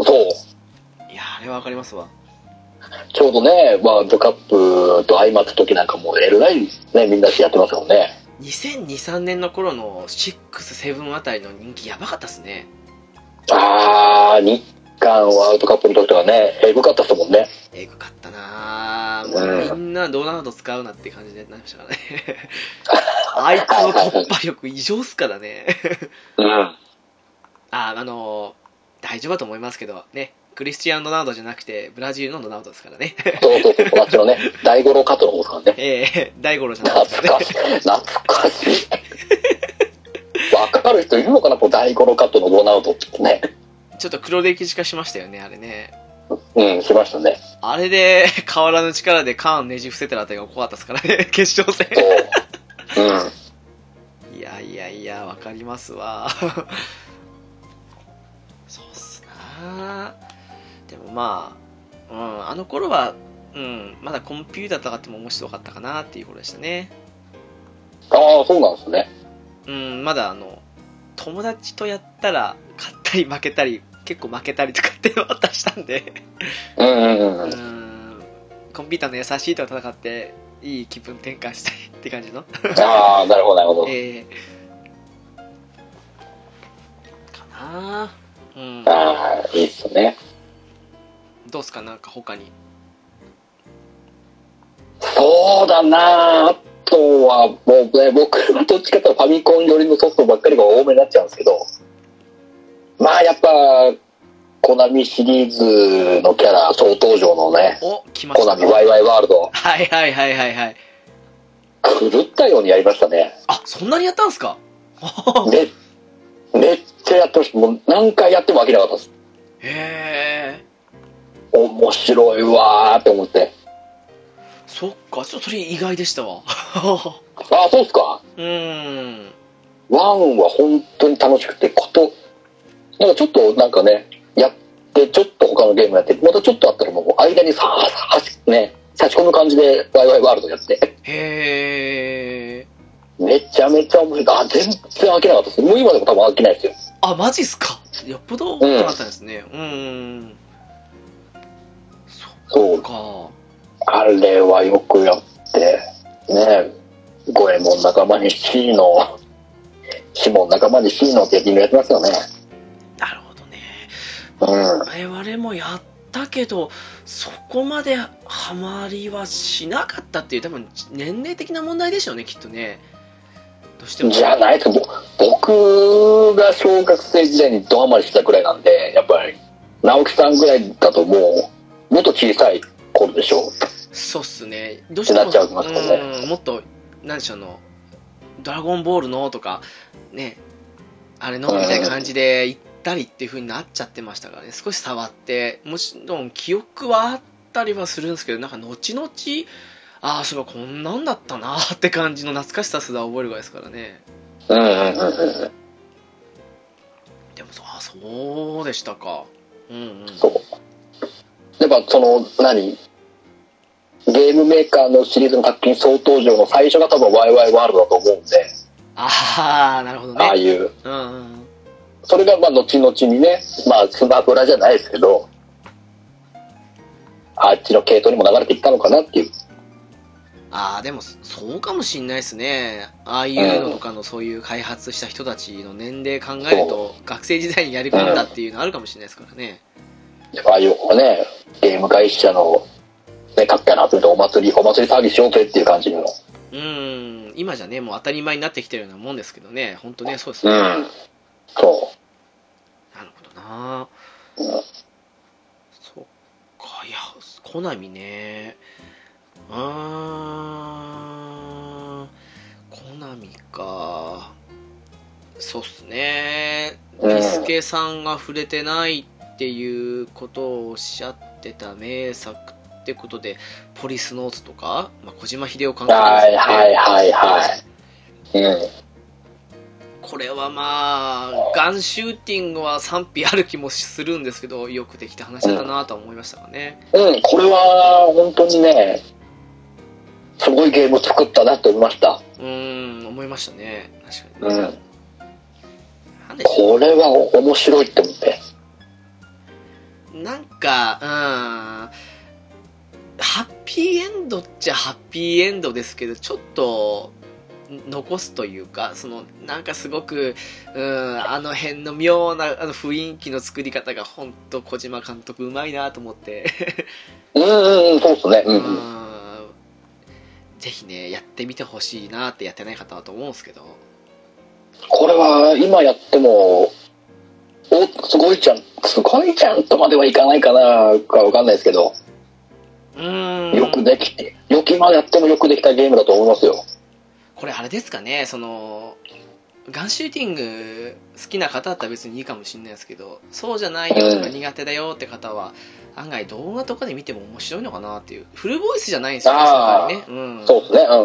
Speaker 2: そう。
Speaker 1: いやあれはわかりますわ
Speaker 2: ちょうどね、ワールドカップと相まった時なんかもう、えらいね、みんなしてやってますもんね。
Speaker 1: 2002,3年の頃の67あたりの人気やばかったっすね
Speaker 2: あー、日韓ワールドカップの時とかね、エグかったっすもんね。
Speaker 1: えぐかったなあもうみんなドナルド使うなって感じになりましたからね [laughs] あいつの突破力異常っすからね [laughs]
Speaker 2: うん。
Speaker 1: ああの大丈夫だと思いますけどねクリスチアン・ロナウドじゃなくてブラジルのロナウドですからね [laughs]
Speaker 2: そうそうそう、私のね、 [laughs] 大五郎加藤の方ですからね。
Speaker 1: ええ大五郎じゃないですか
Speaker 2: 懐
Speaker 1: ら
Speaker 2: か
Speaker 1: ね
Speaker 2: しい。懐かしい。わかる人いるのかな、この大五郎加藤のロナウドってね。
Speaker 1: ちょっと黒歴史化しましたよねあれね
Speaker 2: うん、しましたね。
Speaker 1: あれで変わらぬ力でカーンねじ伏せてるあたりが怖かったですからね [laughs] 決勝戦
Speaker 2: そう。うん。
Speaker 1: いやいやいや、わかりますわ。 [laughs] そうっすなでもまあ、うん、あの頃は、うん、まだコンピューターとかっても面白かったかなっていう頃でしたね。
Speaker 2: ああ、そうなんですね。
Speaker 1: うん、まだあの、友達とやったら、勝ったり負けたり、結構負けたりとかっていうのはあったりしたんで、
Speaker 2: うんうんう
Speaker 1: うん
Speaker 2: うん。
Speaker 1: ん、コンピューターの優しいと戦って、いい気分転換したいって感じの。
Speaker 2: ああ、なるほど、なるほど。
Speaker 1: えー、かなぁうん
Speaker 2: ああ、いいっすね。
Speaker 1: どうっすかなんか他に
Speaker 2: そうだなあとは、もうね、僕はどっちかというとファミコン寄りのソフトばっかりが多めになっちゃうんですけど、まあやっぱ、コナミシリーズのキャラ、総登場のね、
Speaker 1: お来ま
Speaker 2: コ
Speaker 1: し
Speaker 2: ナ
Speaker 1: た
Speaker 2: ミワイワイワールド、
Speaker 1: はいはいはいはいはい
Speaker 2: 狂ったようにやりましたね。
Speaker 1: あそんなにやったんすか
Speaker 2: めめっちゃやってました。もう何回やっても飽きなかったです。
Speaker 1: へえ
Speaker 2: 面白いわーって思って。
Speaker 1: そっかちょっとそれ意外でしたわ [laughs]
Speaker 2: ああ、そうっすか
Speaker 1: うーん
Speaker 2: ワンは本当に楽しくてことなんかちょっとなんかねやってちょっと他のゲームやってまたちょっとあったらもう間にさははしね差し込む感じでワイワイワールドやって
Speaker 1: へえ
Speaker 2: めちゃめちゃ面白いあ全然飽きなかったですもう今でも多分飽きないですよ
Speaker 1: あマジっすかよっぽど多かったんですねうーんそ
Speaker 2: そ
Speaker 1: っ
Speaker 2: う
Speaker 1: か
Speaker 2: あれはよくやってね五右衛門仲間に C のシモン仲間に C のってやってやってますよね
Speaker 1: なるほどね
Speaker 2: うん
Speaker 1: 我々もやったけどそこまでハマりはしなかったっていう多分年齢的な問題でしょうねきっとねどうしても
Speaker 2: じゃないですぼ僕が小学生時代にドハマりしたくらいなんでやっぱり直樹さんぐらいだともうもっと小さい頃でしょ
Speaker 1: そうっすねどうして
Speaker 2: な
Speaker 1: も
Speaker 2: っちゃいますもんね
Speaker 1: うんもっとなんでしょうあの「ドラゴンボールの」とかねあれのみたいな感じで行ったりっていう風になっちゃってましたからね少し触ってもちろん記憶はあったりはするんですけどなんか後々ああそういえばこんなんだったなーって感じの懐かしさすら覚えるぐらいですからね
Speaker 2: うんうんうんうん
Speaker 1: でもそうあそうでしたかうんうん
Speaker 2: そうやっぱその何ゲームメーカーのシリーズの作品総登場の最初が多分ワイワイワールドだと思うんで、
Speaker 1: ああなるほど
Speaker 2: ああ
Speaker 1: ね
Speaker 2: いう
Speaker 1: うんうんうん
Speaker 2: それがまあ後々にねまあスマブラじゃないですけどあっちの系統にも流れていったのかなっていう
Speaker 1: ああでもそそうかもしんないですねああいうのとかのそういう開発した人たちの年齢考えると学生時代にやり込んだっていうのあるかもしれないですからね
Speaker 2: ああいうね、ゲーム会社の、ね、各家の集めてお祭り、お祭り騒ぎしようぜっていう感じの
Speaker 1: うーん今じゃねもう当たり前になってきてるようなもんですけどね本当ねそうです
Speaker 2: う。
Speaker 1: ね、なん
Speaker 2: そ
Speaker 1: るほどな
Speaker 2: う。うん
Speaker 1: そっかいやコナミねうーんコナミかそうっすね
Speaker 2: うん
Speaker 1: ビスケさんが触れてないっていうことをおっしゃってた名作ってことで「ポリスノーツ」とか、まあ、小島秀夫監督
Speaker 2: は
Speaker 1: です
Speaker 2: い
Speaker 1: よね
Speaker 2: はいはいはい。うん。
Speaker 1: これはまあガンシューティングは賛否ある気もするんですけどよくできた話だなとは思いましたがね、
Speaker 2: うん、これは本当にね、すごいゲーム作ったなって思いました。
Speaker 1: うーん、思いましたね。確か
Speaker 2: う
Speaker 1: に。
Speaker 2: ん。
Speaker 1: なんでしょ
Speaker 2: これは面白いって思って。
Speaker 1: うなんか、うーん、ハッピーエンドっちゃハッピーエンドですけど、ちょっと、ん残すというか、その、なんかすごく、うーん、あの辺の妙なあの雰囲気の作り方が、ほんと小島監督うまいなと思って、
Speaker 2: うんうんうん、そうっすね。う
Speaker 1: うん
Speaker 2: う
Speaker 1: ー
Speaker 2: ん。
Speaker 1: ん、ぜひね、やってみてほしいなってやってない方はと思うんですけど、
Speaker 2: これは今やっても、お、すごいじゃん、すごいじゃんとまではいかないかなかわかんないですけど、
Speaker 1: うーん。
Speaker 2: よくできて、よきまでやってもよくできたゲームだと思いますよ。
Speaker 1: これあれですかねそのガンシューティング好きな方だったら別にいいかもしれないですけどそうじゃないよとか
Speaker 2: うん
Speaker 1: 苦手だよって方は案外動画とかで見ても面白いのかなっていうフルボイスじゃないんですよね
Speaker 2: あ
Speaker 1: さ
Speaker 2: ー
Speaker 1: すがにね、うん、
Speaker 2: そうですね。うんう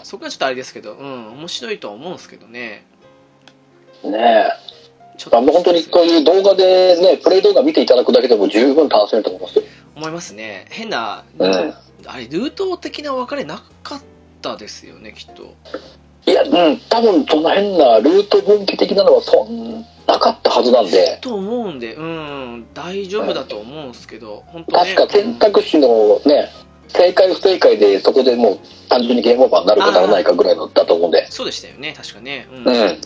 Speaker 2: ん
Speaker 1: そこはちょっとあれですけどうん面白いとは思うんですけどね
Speaker 2: うん。ねえ。
Speaker 1: ちょっ
Speaker 2: あもう本当にこ
Speaker 1: と
Speaker 2: ういう動画でね、プレイ動画見ていただくだけでも十分楽しめると思いますよ。
Speaker 1: 思いますね変な、
Speaker 2: うん
Speaker 1: あれルート的な別れなかったですよねきっと
Speaker 2: いや、うん、多分その変なルート分岐的なのはそんなかったはずなんで、
Speaker 1: と思うんでうん大丈夫だと思うんですけど本当ね
Speaker 2: 確か選択肢のね、正解不正解でそこでもう単純にゲームオーバーになるかならないかぐらいのだと思うんで、
Speaker 1: そうでしたよね確かねうん
Speaker 2: うん。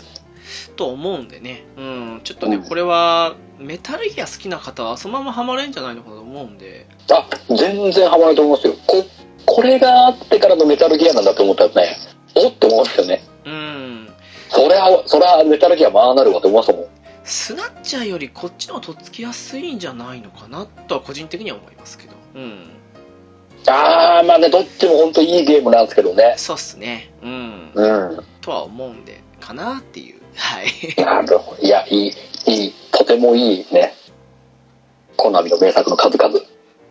Speaker 1: と思うんでね、うん、ちょっとね、
Speaker 2: うん
Speaker 1: これはメタルギア好きな方はそのままハマれんじゃないのかなと思うんで、
Speaker 2: あ、全然ハマると思いますよ。こ、これがあってからのメタルギアなんだと思ったらね、おって思いますよね。
Speaker 1: うん、
Speaker 2: そりゃ、そりゃメタルギアもああなるわと思いますもん。
Speaker 1: スナッチャーよりこっちの方がとっつきやすいんじゃないのかなとは個人的には思いますけど、うん、
Speaker 2: あー、まあね、どっちも本当いいゲームなんですけどね。
Speaker 1: そうっすね、うん、
Speaker 2: うん。
Speaker 1: とは思うんで、かなっていう、 [laughs] はい。
Speaker 2: なるほど。いや、いい、いい、とてもいいね。コナミの名作の数々。
Speaker 1: ちょ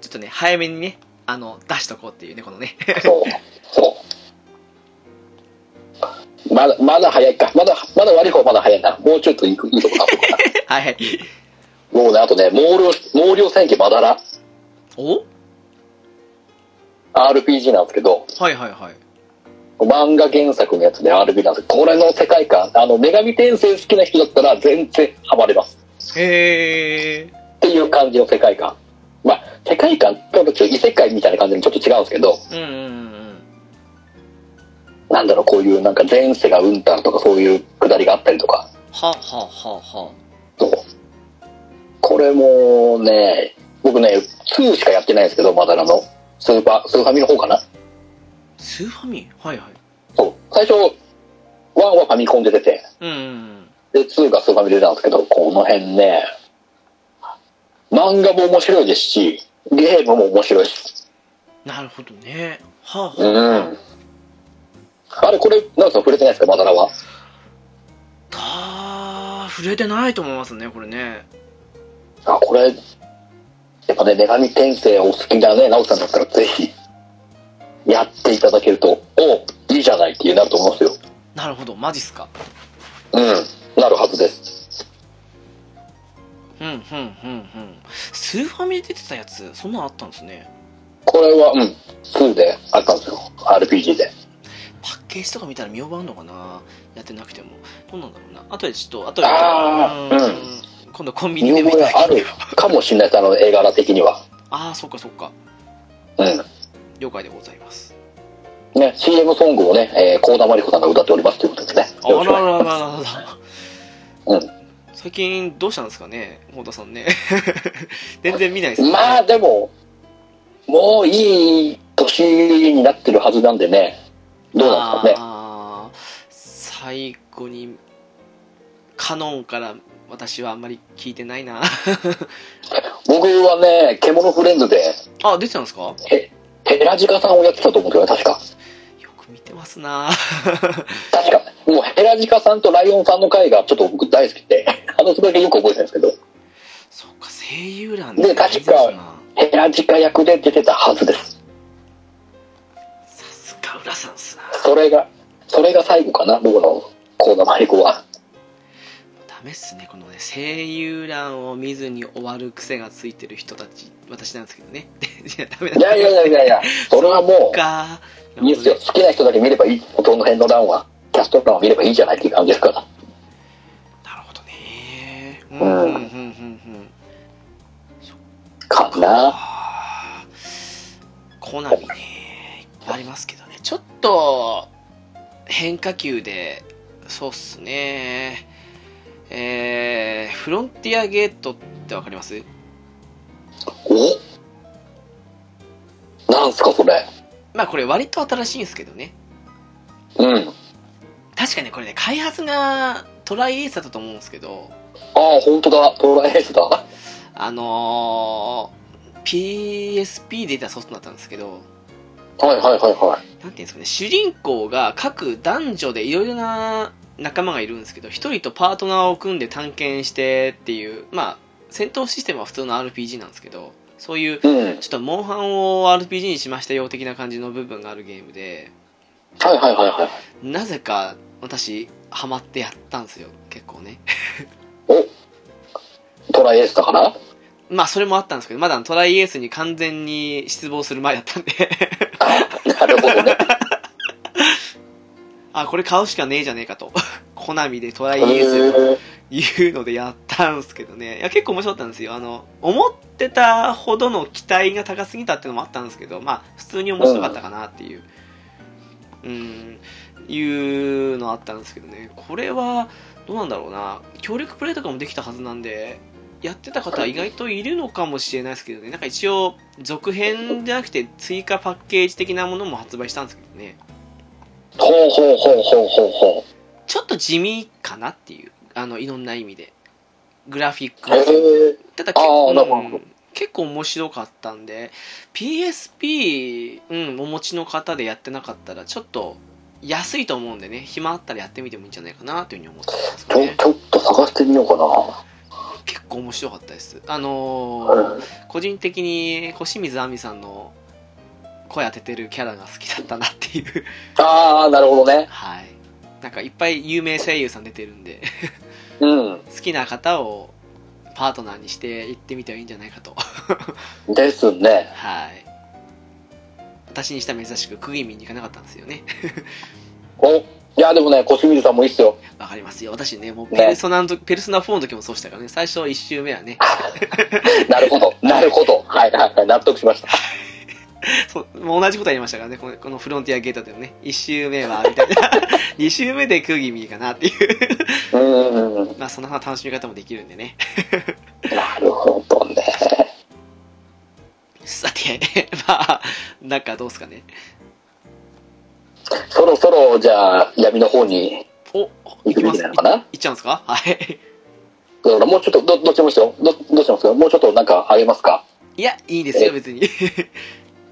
Speaker 1: っとね、早めにね、あの、出しとこうっていうね、このね。 [laughs]
Speaker 2: そう、そう。まだ、まだ早いか。まだ、まだ悪い方まだ早いな。もうちょっといく、いいとこだとか。
Speaker 1: はいはい。
Speaker 2: もうね、あとね、毛量、毛量戦記まだら、
Speaker 1: お
Speaker 2: RPG なんですけど、
Speaker 1: はいはいはい。
Speaker 2: 漫画原作のやつで RPG なんですけど、これの世界観、あの、女神転生好きな人だったら全然ハマれます。
Speaker 1: へー。
Speaker 2: っていう感じの世界観。まあ、世界観とちょっと異世界みたいな感じのちょっと違うんですけど、
Speaker 1: うんうんうん
Speaker 2: なんだろう、こういうなんか前世がうんたらとかそういうくだりがあったりとか、
Speaker 1: はははは
Speaker 2: そう。これもね、僕ね、2しかやってないんですけど、まだらの。スーパー、スーファミの方かな。
Speaker 1: スーファミはいはい。
Speaker 2: そう。最初、1はファミコンで出て、
Speaker 1: うんうん
Speaker 2: で、2がスーファミで出たんですけど、この辺ね、漫画も面白いですし、ゲームも面白いし。
Speaker 1: うん。なるほどね。はあはあ
Speaker 2: うん。あれ、これ、なんか触れてないですか、まだらは。
Speaker 1: たー触れてないと思いますねこれね
Speaker 2: あ、これ、やっぱね、女神転生お好きなね、ナオさんだったら、ぜひ、やっていただけると、おいいじゃないっていうなると思いますよ。
Speaker 1: なるほどマジっすか
Speaker 2: うん、なるはずです。
Speaker 1: うんうんうんうんスーファミで出てたやつそんなのあったんですね
Speaker 2: これは、うん、2であったんですよ。RPG で。
Speaker 1: パッケージとか見たら見覚えあるのかなやってなくてもどうなんだろうなあとでちょっとあとで
Speaker 2: あー
Speaker 1: うん今度コンビ
Speaker 2: 見
Speaker 1: ニで見
Speaker 2: 覚
Speaker 1: た
Speaker 2: え
Speaker 1: だけ
Speaker 2: あるかもしれないです、あの、絵柄的には。
Speaker 1: ああそっかそっか
Speaker 2: うん。
Speaker 1: 了解でございます
Speaker 2: ね、CM ソングをね、えー、幸田真理子さんが歌っておりますということでね。
Speaker 1: あらら
Speaker 2: よ
Speaker 1: らら
Speaker 2: ろしくお願いしま
Speaker 1: らら
Speaker 2: うん
Speaker 1: 最近どうしたんですかね本田さんね [laughs] 全然見ないです
Speaker 2: す
Speaker 1: ね
Speaker 2: まあ、でも、もういい年になってるはずなんでね、どうなんですかね
Speaker 1: あー最後にカノンから私はあんまり聞いてない
Speaker 2: [laughs]
Speaker 1: な
Speaker 2: 僕はね獣フレンズで
Speaker 1: あ出てたんですか
Speaker 2: ヘラジカさんをやってたと思うけどね確か
Speaker 1: よく見てますな [laughs]
Speaker 2: 確かもうヘラジカさんとライオンさんの回がちょっと僕大好きであのそれだけよく覚えてるんですけど
Speaker 1: そっか声優欄
Speaker 2: ね確か
Speaker 1: 見てたな
Speaker 2: ヘラジカ役で出てたはずです
Speaker 1: さすが浦さんっすな
Speaker 2: それがそれが最後かな僕のコーナーマリコは
Speaker 1: ダメっすねこのね声優欄を見ずに終わる癖がついてる人たち私なんですけどね [laughs] いやダメだ
Speaker 2: いやいやいやいやいやそれはもう
Speaker 1: か
Speaker 2: いいですよ。好きな人だけ見ればいい。その辺の欄は、キャスト欄を見ればいいじゃないっていう感じですから。
Speaker 1: なるほどねうん
Speaker 2: ん
Speaker 1: うんうんうんうん
Speaker 2: かな。
Speaker 1: あーコナミねいっぱいありますけどねちょっと変化球でそうっすねえー、フロンティアゲートってわかります
Speaker 2: おなんすか、それ。
Speaker 1: まあこれ割と新しいんですけどね
Speaker 2: うん。
Speaker 1: 確かにねこれね開発がトライエースだったと思うんですけど
Speaker 2: ああ、本当だ。トライエースだ。
Speaker 1: あのー PSP で出たソフトだったんですけど
Speaker 2: はいはいはいは
Speaker 1: なんていうんですかね、主人公が各男女でいろいろな仲間がいるんですけど、一人とパートナーを組んで探検してっていう、まあ、戦闘システムは普通の RPG なんですけど、そういう、
Speaker 2: い。うん。はい
Speaker 1: ちょっとモンハンを RPG にしましたよ的な感じの部分があるゲームで、
Speaker 2: はいはいはい。
Speaker 1: なぜか私、ハマってやったんですよ、結構ね。
Speaker 2: トライエースだから
Speaker 1: まあ、それもあったんですけど、まだトライエースに完全に失望する前だったんで、 [laughs]
Speaker 2: あ [laughs] なるほどね。
Speaker 1: あ、これ買うしかねえじゃねえかと。 [laughs] コナミでトラ
Speaker 2: へ
Speaker 1: イエースを
Speaker 2: ー
Speaker 1: いうのでやったんすけどね。いや、結構面白かったんですよ。あの、思ってたほどの期待が高すぎたっていうのもあったんですけど、まあ、普通に面白かったかなっていう、うん、いうのあったんですけどね。これは、どうなんだろうな。協力プレイとかもできたはずなんで、やってた方は意外といるのかもしれないですけどね。なんか一応、続編じゃなくて追加パッケージ的なものも発売したんですけどね。
Speaker 2: ほうほうほうほうほうほ
Speaker 1: ちょっと地味かなっていう、あの、いろんな意味で。グラフィック
Speaker 2: う。へ
Speaker 1: もそうた
Speaker 2: え。
Speaker 1: だ結
Speaker 2: あ
Speaker 1: 構
Speaker 2: ーなるほど
Speaker 1: うん結構面白かったんで PSP、うん、お持ちの方でやってなかったらちょっと安いと思うんでね暇あったらやってみてもいいんじゃないかなというふうに思ってます
Speaker 2: ちょ、
Speaker 1: ね
Speaker 2: ちょっと探してみようかな。
Speaker 1: 結構面白かったですあのー
Speaker 2: うん
Speaker 1: 個人的に小清水亜美さんの声当ててるキャラが好きだったなっていう [laughs]
Speaker 2: ああ、なるほどね。
Speaker 1: はいなんかいっぱい有名声優さん出てるんで
Speaker 2: うん。
Speaker 1: 好きな方をパートナーにして行ってみてはいいんじゃないかと
Speaker 2: ですね。
Speaker 1: はい。私にしたら珍しく、クギミンに行かなかったんですよね。 [laughs]
Speaker 2: おいや、でもね、小清水さんもいいっすよ。
Speaker 1: わかりますよ。私ね、もう
Speaker 2: ね
Speaker 1: ペルソナの時、ペルソナ4の時もそうしたからね、最初1周目は
Speaker 2: [laughs]
Speaker 1: ね、
Speaker 2: なるほど。なるほど。はいはいはい。納得しました。
Speaker 1: そうもう同じことやりましたからね、このこのフロンティアゲートでもね、1周目は、みたいな。2周 [laughs] 目でクギミンかなっていう。
Speaker 2: うん。
Speaker 1: まあ、そんな楽しみ方もできるんでね。 [laughs]
Speaker 2: なるほどね。
Speaker 1: さて、 [laughs] まあ、なんかどうですかね。
Speaker 2: そろそろ、じゃあ、闇の方に
Speaker 1: お、
Speaker 2: 行
Speaker 1: 行
Speaker 2: く
Speaker 1: き
Speaker 2: べ
Speaker 1: ま
Speaker 2: き
Speaker 1: す。
Speaker 2: ないのかな
Speaker 1: 行っちゃうんですかはい。 [laughs]
Speaker 2: だからもうちょっと、ど、どっちもいいですよ。ど、どっちもいいですよ。もうちょっとなんかあげますか
Speaker 1: いや、いいですよ、別に。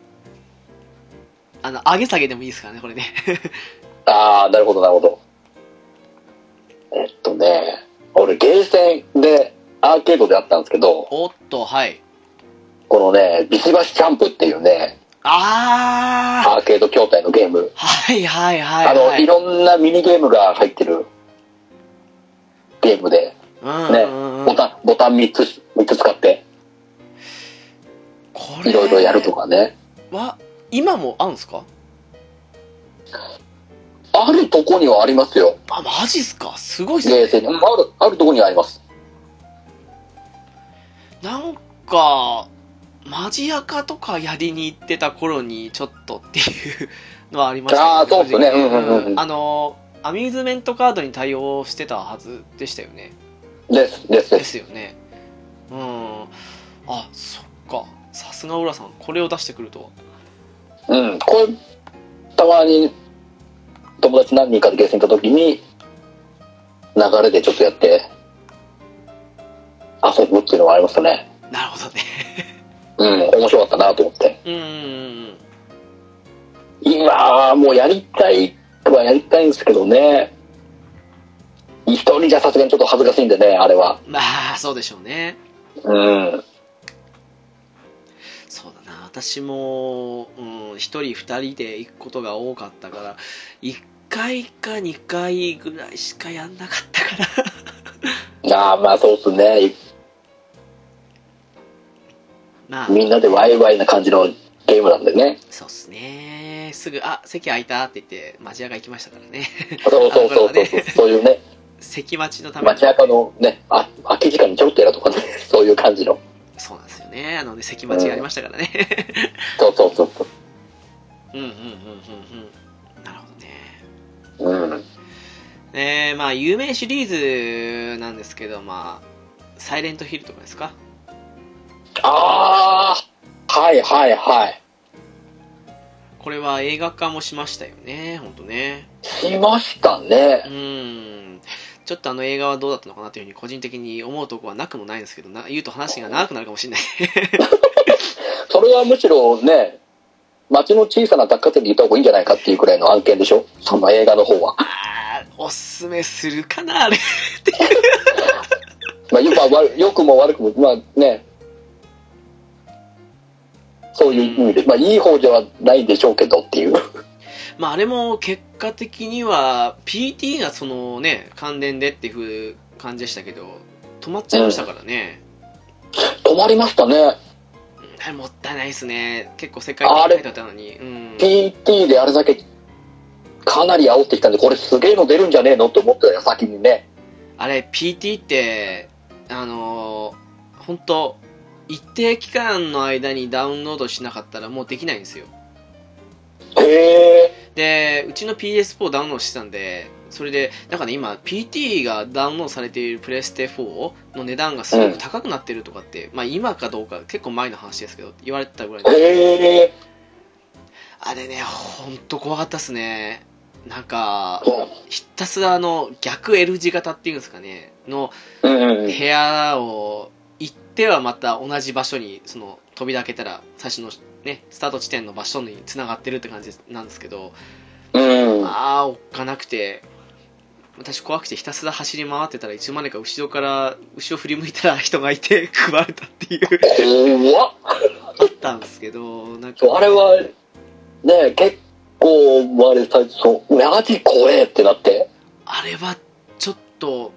Speaker 1: [laughs] あの、上げ下げでもいいですからね、これ [laughs] ね。
Speaker 2: ああ、なるほど、なるほど。えっとね、俺、ゲーセンでアーケードであったんですけど、
Speaker 1: おっと、はい。
Speaker 2: このね、ビシバシキャンプっていうね、
Speaker 1: ああ
Speaker 2: アーケード筐体のゲーム。
Speaker 1: はいはいはい
Speaker 2: あ
Speaker 1: は
Speaker 2: の、
Speaker 1: い
Speaker 2: いろんなミニゲームが入ってるゲームで、
Speaker 1: うん
Speaker 2: ね
Speaker 1: うんうん
Speaker 2: ボタン、ボタン3つ、3つ使って、
Speaker 1: こ
Speaker 2: いろいろやるとかね。
Speaker 1: は今もあるんですか
Speaker 2: あるとこにはありますよ。
Speaker 1: あマジっすかすごいっす
Speaker 2: ゲーセン
Speaker 1: ね
Speaker 2: にうんある、あるとこにはあります。
Speaker 1: なんかマジアカとかやりに行ってた頃にちょっとっていうのはありました
Speaker 2: あーそうっすね
Speaker 1: 個人的に
Speaker 2: うんうんうんうん
Speaker 1: あのアミューズメントカードに対応してたはずでしたよね
Speaker 2: です、です、で。
Speaker 1: ですすよねうんあそっかさすが浦さんこれを出してくるとは
Speaker 2: うん。これ、たまに友達何人かでゲーセン行った時に流れでちょっとやって遊ぶっていうのはありましたね
Speaker 1: なるほどね [laughs]
Speaker 2: うん面白かったなと思って
Speaker 1: うんうんうん
Speaker 2: 今はもうやりたいはやりたいんですけどね一人じゃさすがにちょっと恥ずかしいんでねあれは
Speaker 1: まあそうでしょうね
Speaker 2: うん
Speaker 1: そうだな私も、うん、1人2人で行くことが多かったから1回か2回ぐらいしかやんなかったから [laughs]
Speaker 2: ああまあそうっすね
Speaker 1: まあ
Speaker 2: みんなでワイワイな感じのゲームなんで [laughs] ね
Speaker 1: そうっすねすぐ「あ席空いた」って言って町屋が行きましたからね [laughs]
Speaker 2: そうそうそうそうそうそういうね
Speaker 1: 席待ちのために
Speaker 2: 街中のねあ空き時間にちょろっとやる [laughs] とかねそういう感じの
Speaker 1: そうなんですよねあのね席待ちがありましたからね [laughs]
Speaker 2: そうそうそうそう
Speaker 1: うんうんうんうんうんなるほどね
Speaker 2: うん
Speaker 1: えー、まあ有名シリーズなんですけどまあ「サイレントヒル」とかですか
Speaker 2: ああはいはいはい
Speaker 1: これは映画化もしましたよね本当ね
Speaker 2: しました
Speaker 1: う
Speaker 2: ね
Speaker 1: ーんちょっとあの映画はどうだったのかなというふうに個人的に思うとこはなくもないんですけどな言うと話が長くなるかもしれない
Speaker 2: それはむしろね街の小さな雑貨店に行った方がいいんじゃないかっていうくらいの案件でしょその映画の方は、
Speaker 1: あーおすすめするかなあれ
Speaker 2: まあ、よまあ悪良くも悪くもまあねそういう意味で、まあいい方ではないでしょうけどっていう
Speaker 1: まああれも結果的には PT がそのね関連でっていう感じでしたけど止まっちゃいましたからね、
Speaker 2: 止まりましたね
Speaker 1: うんあれもったいないですね結構世界的に書いてあったのにうん
Speaker 2: PT であれだけかなり煽ってきたんでこれすげえの出るんじゃねえのって思ってたよ先にね
Speaker 1: あれ PT ってあのー、本当一定期間の間にダウンロードしなかったらもうできないんですよ
Speaker 2: へえ
Speaker 1: でうちの PS4 ダウンロードしてたんでそれでなんかね今 PT がダウンロードされているプレステ4の値段がすごく高くなってるとかって、まあ今かどうか結構前の話ですけど言われてたぐらいで
Speaker 2: へえ
Speaker 1: あれねほんと怖かったっすねなんかひたすらあの逆 L 字型っていうんですかねの
Speaker 2: うんうんうん
Speaker 1: 部屋を行ってはまた同じ場所にその扉開けたら最初のねスタート地点の場所に繋がってるって感じなんですけど
Speaker 2: うん
Speaker 1: ああおっかなくて私怖くてひたすら走り回ってたらいつの間にか後ろから後ろ振り向いたら人がいて [laughs] 食われたっていう
Speaker 2: 怖っ
Speaker 1: あったんですけどなんか
Speaker 2: あれはね結構あれ最初そうマジ怖えってなって
Speaker 1: あれはちょっと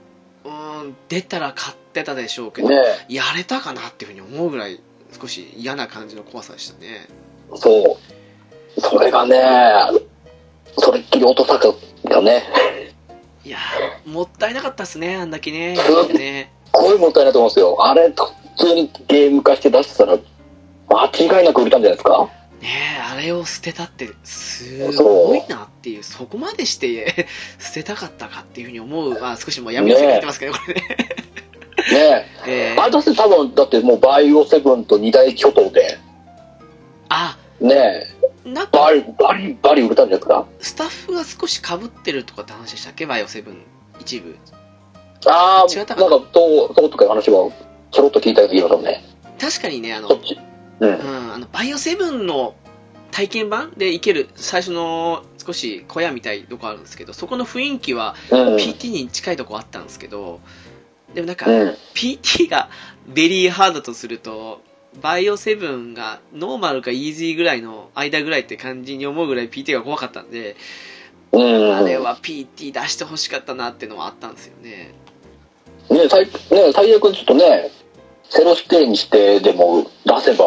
Speaker 1: うーん出たら買ってたでしょうけど、
Speaker 2: ね
Speaker 1: やれたかなっていうふうに思うぐらい少し嫌な感じの怖さでしたね
Speaker 2: そうそれがねそれっきり落とさかったね
Speaker 1: いやーもったいなかったっすね、あんだけね。ね
Speaker 2: すっごいもったいないと思うんですよあれ普通にゲーム化して出してたら間違いなく売れたんじゃないですか
Speaker 1: ねえあれを捨てたって、すごいなっていう、そこまでして [laughs] 捨てたかったかっていうふうに思う、まあ少しもう闇の世界言ってますけど、これね。
Speaker 2: ね
Speaker 1: え
Speaker 2: あれ
Speaker 1: ー
Speaker 2: だって多分だってもうバイオセブンと二大巨頭で
Speaker 1: あ、
Speaker 2: ね
Speaker 1: なんか
Speaker 2: バリバリバリ売れたんじゃないですか
Speaker 1: スタッフが少し被ってるとかって話でしたっけ、バイオセブン一部。
Speaker 2: ああ
Speaker 1: 違っ
Speaker 2: なん
Speaker 1: た
Speaker 2: か
Speaker 1: かな
Speaker 2: そうそうとかいう話はちょろっと聞いたような気がするね
Speaker 1: 確かにね、あの、
Speaker 2: そっちう
Speaker 1: う
Speaker 2: ん
Speaker 1: ん、あのバイオセブンの体験版で行ける最初の少し小屋みたいとこあるんですけど、そこの雰囲気は
Speaker 2: うん
Speaker 1: PT に近いとこあったんですけど、でもなんか、
Speaker 2: うん
Speaker 1: PT がベリーハードとするとバイオセブンがノーマルかイージーぐらいの間ぐらいって感じに思うぐらい PT が怖かったんで、
Speaker 2: うん
Speaker 1: あれは PT 出してほしかったなってのはあったんですよね
Speaker 2: ね最ね最悪ちょっとねセロステイにしてでも出せば、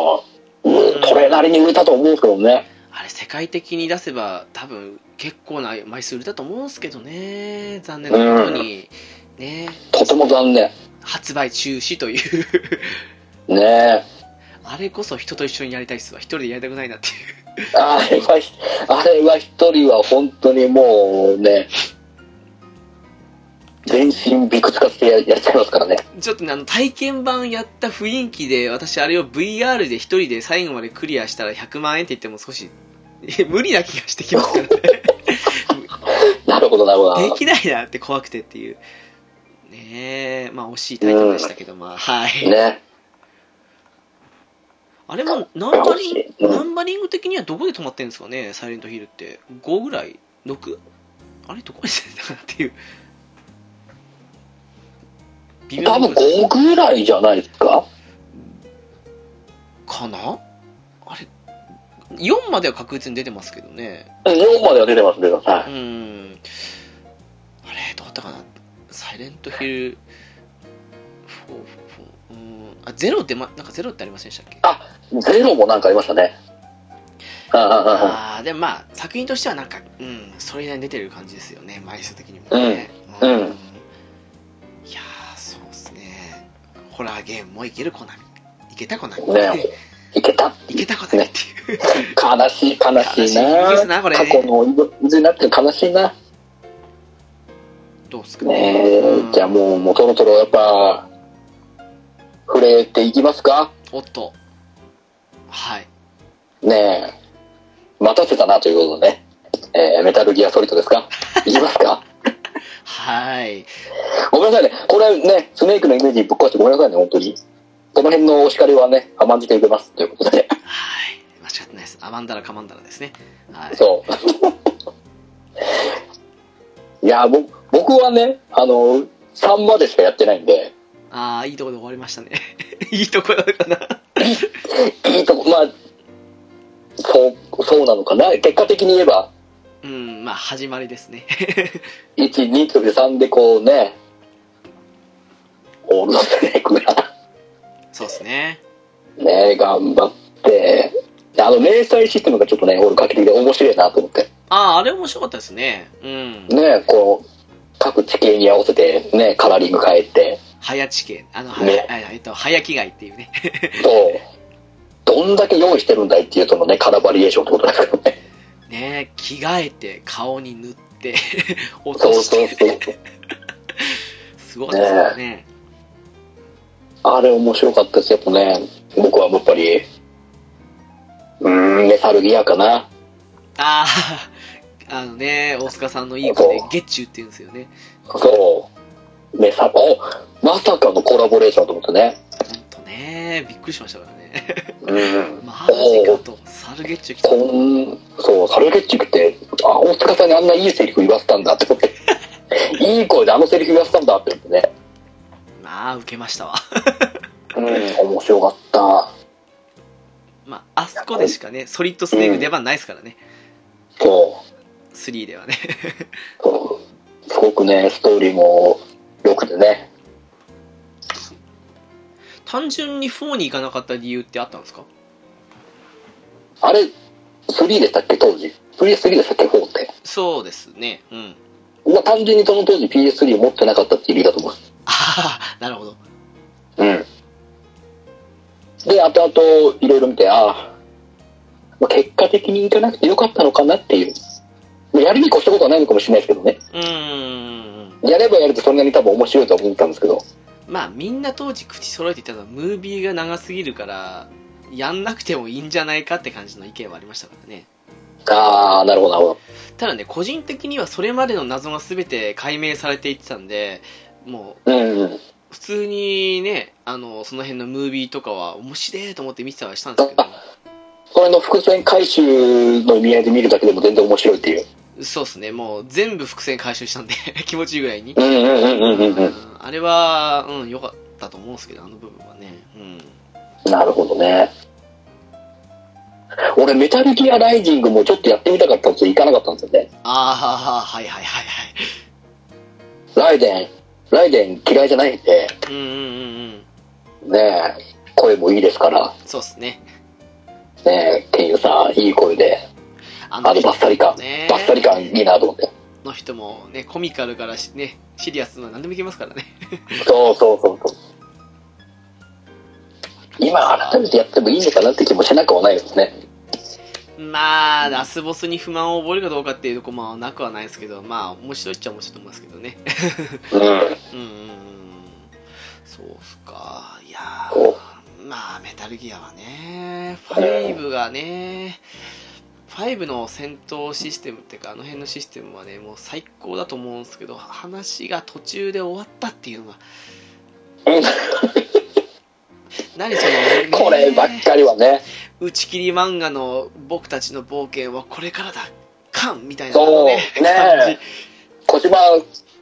Speaker 2: うん、それなりに売れたと思うんですけどね
Speaker 1: あれ世界的に出せば多分結構な枚数売れたと思うんですけどね残念なことに、ね
Speaker 2: とても残念
Speaker 1: 発売中止という [laughs]
Speaker 2: ね
Speaker 1: あれこそ人と一緒にやりたいっすわ一人でやりたくないなっていう
Speaker 2: あれはあれは一人は本当にもうね全身びくつかせてややっちゃいますからね
Speaker 1: ちょっとね、あの、体験版やった雰囲気で、私あれを VR で一人で最後までクリアしたら100万円って言っても少し、え無理な気がしてきますからね。
Speaker 2: ったことないわ
Speaker 1: で。きないなって怖くてっていう。ねえ、まあ惜しいタイトルでしたけど、まあ、はい。
Speaker 2: ね。
Speaker 1: あれもナンバリン
Speaker 2: う
Speaker 1: グ、
Speaker 2: ん
Speaker 1: ナンバリング的にはどこで止まってるんですかね、サイレントヒルって。5ぐらい ?6? あれどこまで出てたかなっていう。微妙な
Speaker 2: 多分
Speaker 1: とこです
Speaker 2: 5ぐらいじゃないですか
Speaker 1: かなあれ ?4 までは確実に出てますけどね。
Speaker 2: ?4 までは出てますけど、は
Speaker 1: う
Speaker 2: い。
Speaker 1: ーんあれどうだったかなサイレントヒル4 4うーんあゼロってまなんかゼロってありませんでしたっけ
Speaker 2: あ0もなんかありましたね。あああ
Speaker 1: あーでもまあ作品としてはなんかうんそれなりに出てる感じですよね枚数的にもね
Speaker 2: うん
Speaker 1: い
Speaker 2: うん
Speaker 1: やーそうですねホラーゲームもいけるコナミいけたコナミ、
Speaker 2: ねいけた。
Speaker 1: [laughs] いけたコナミっていう
Speaker 2: 悲しい、悲しい
Speaker 1: 悲しいです
Speaker 2: な。
Speaker 1: なこれ
Speaker 2: 過去の水になって悲しいな。
Speaker 1: どうですか
Speaker 2: ね
Speaker 1: うん
Speaker 2: え、じゃあもう、もうそろそろやっぱ、触れていきますか
Speaker 1: おっとはい
Speaker 2: ねえ、待たせたなということでね、えーメタルギアソリッドですかいきますか
Speaker 1: はい
Speaker 2: ごめんなさいね、これね、スネークのイメージぶっ壊してごめんなさいね、本当に。この辺のお叱りはね、甘んじていけますということで、
Speaker 1: はい。間違ってないです。アマンダラカマンダラですね。はい。
Speaker 2: そう。 [laughs] いや、僕僕はね、あの、3までしかやってないんで、 [clears throat]
Speaker 1: ああ、いいとこで終わりましたね。 [laughs] いいとこだったかな。
Speaker 2: いいとこ、まあ、そう、そうなのかな。結果的に言えば、
Speaker 1: うん、まあ、始まりですね。 [laughs]
Speaker 2: 1、2と3でこうね、オールド [laughs] スネークが。
Speaker 1: そうですね。
Speaker 2: ね頑張って。あの、明細システムがちょっとね、俺画期的で面白いなと思って。
Speaker 1: ああ、あれ面白かったですね。うん。
Speaker 2: ねこう、各地形に合わせて、ね、カラーリング変えて、
Speaker 1: 早地形。あの、は
Speaker 2: ね
Speaker 1: や、あえっと、早着替えっていうね。
Speaker 2: と、どんだけ用意してるんだいっていうとのね、カラーバリエーションってことですけどね。
Speaker 1: ねえ着替えて、顔に塗って、 [laughs] 落
Speaker 2: そ
Speaker 1: と
Speaker 2: う
Speaker 1: し
Speaker 2: そう
Speaker 1: て、
Speaker 2: そう。
Speaker 1: すごかったですよね。
Speaker 2: あれ面白かったです。やっぱね、僕はやっぱり、うーん、メタルギアかな。
Speaker 1: ああ、あのね、大塚さんのいい子で
Speaker 2: そう、
Speaker 1: ゲッチュって言うんですよね。
Speaker 2: そう。メサ、お、まさかのコラボレーションと思ってね。
Speaker 1: ほんとね、びっくりしましたからね。
Speaker 2: うん。
Speaker 1: マジかと、サルゲッチュ来た
Speaker 2: こ。ん、そう、サルゲッチュって、あ、大塚さんにあんないいセリフ言わせたんだって思 [laughs] って、いい声であのセリフ言わせたんだって思ってね、
Speaker 1: まあ、受けましたわ。
Speaker 2: うん、面白かった。
Speaker 1: まあ、あそこでしかね、ソリッドスネーク出番ないですからね、
Speaker 2: そう
Speaker 1: 3ではね。
Speaker 2: そう、すごくね、ストーリーも良くてね、
Speaker 1: 単純に4に行かなかった理由ってあったんですか
Speaker 2: あれ、3でしたっけ、当時。3、3でしたっけ、4って。
Speaker 1: そうですね。うん。
Speaker 2: まあ、単純にその当時 PS3 持ってなかったっていう理由だと思う。
Speaker 1: ああ、なるほど。
Speaker 2: うん。で、後々いろいろ見て、ああ、まあ、結果的にいかなくてよかったのかなっていう。まあやりに越したことはないのかもしれないですけどね。
Speaker 1: うーん。
Speaker 2: やればやるとそんなに多分面白いとは思ったんですけど。
Speaker 1: まあ、みんな当時口揃えていたのは、ムービーが長すぎるから、やんなくてもいいんじゃないかって感じの意見はありましたからね。
Speaker 2: ああ、なるほど、なるほ
Speaker 1: ただね、個人的にはそれまでの謎が全て解明されていってたんで、もう、
Speaker 2: ど。うんうん。
Speaker 1: 普通にね、あの、その辺のムービーとかは面白いと思って見てたりはしたんですけど、
Speaker 2: それの伏線回収の意味合いで見るだけでも全然面白いっていう。
Speaker 1: そうですね、もう全部伏線回収したんで、 [laughs] 気持ちいいぐらいに。
Speaker 2: うんうんうんうんうんう
Speaker 1: うんあれは、うん、良かったと思うんですけど、あの部分はね。うん。
Speaker 2: ん。なるほどね。俺、メタルギアライジングもちょっとやってみたかったんですよ。行かなかったんですよね。
Speaker 1: ああ、はいはいはいはい。
Speaker 2: ライデン、ライデン嫌いじゃないんで、
Speaker 1: うんうんうんうん。
Speaker 2: ねえ、声もいいですから、
Speaker 1: そうですね。
Speaker 2: ねえ、っていうさ、いい声で、
Speaker 1: あ
Speaker 2: あのバッサリ感、
Speaker 1: ね
Speaker 2: バッサリ感いいなと思って。
Speaker 1: の人もね、コミカルからしね、シリアスな何でもいけますからね。
Speaker 2: そうそうそうそう。今改めてやってもいいのかなって気もしなくもないですね。
Speaker 1: まあ、ラスボスに不満を覚えるかどうかっていうとこもなくはないですけど、まあ、面白いっちゃ面白いと思いますけどね。
Speaker 2: うん。
Speaker 1: うんうんうんうんそうっすかいやー
Speaker 2: お
Speaker 1: まあメタルギアはね5がね5の戦闘システムっていうかあの辺のシステムはねもう最高だと思うんですけど話が途中で終わったっていうのが
Speaker 2: うん
Speaker 1: 何その
Speaker 2: [laughs] こればっかりはね、
Speaker 1: 打ち切り漫画の僕たちの冒険はこれからだカンみたいなあ
Speaker 2: そ
Speaker 1: の
Speaker 2: う、
Speaker 1: ね
Speaker 2: ね
Speaker 1: 感じ
Speaker 2: 小島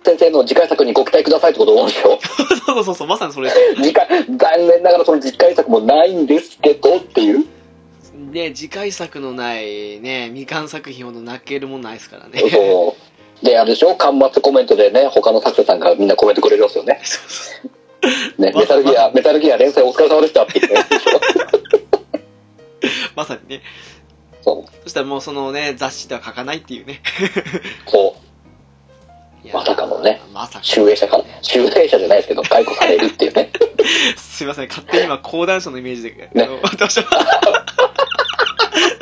Speaker 2: 先生の次回作にご期待くださいってことなんですよ。
Speaker 1: そうそうそうまさにそれ
Speaker 2: 次回、残念ながらその次回作もないんですけどっていう。
Speaker 1: で次回作のないね未完作品ほど泣けるもんないですからねそう
Speaker 2: そう。で、あれでしょ端末コメントでね、他の作者さんがみんなコメントくれるんですよね。
Speaker 1: そう
Speaker 2: ね、
Speaker 1: ま
Speaker 2: メタルギア、メタルギア連載お疲れ様でしたって言って。
Speaker 1: まさにね
Speaker 2: そ
Speaker 1: そしたらもうそのね雑誌では書かないっていうね
Speaker 2: う。そう。
Speaker 1: いや
Speaker 2: [laughs] まさかのね
Speaker 1: まさか
Speaker 2: 集英者から、集英者じゃないですけど、解雇されるっていうね。
Speaker 1: すいません勝手
Speaker 2: [laughs]
Speaker 1: に今講談社のイメージで、
Speaker 2: ね
Speaker 1: あの私は [laughs]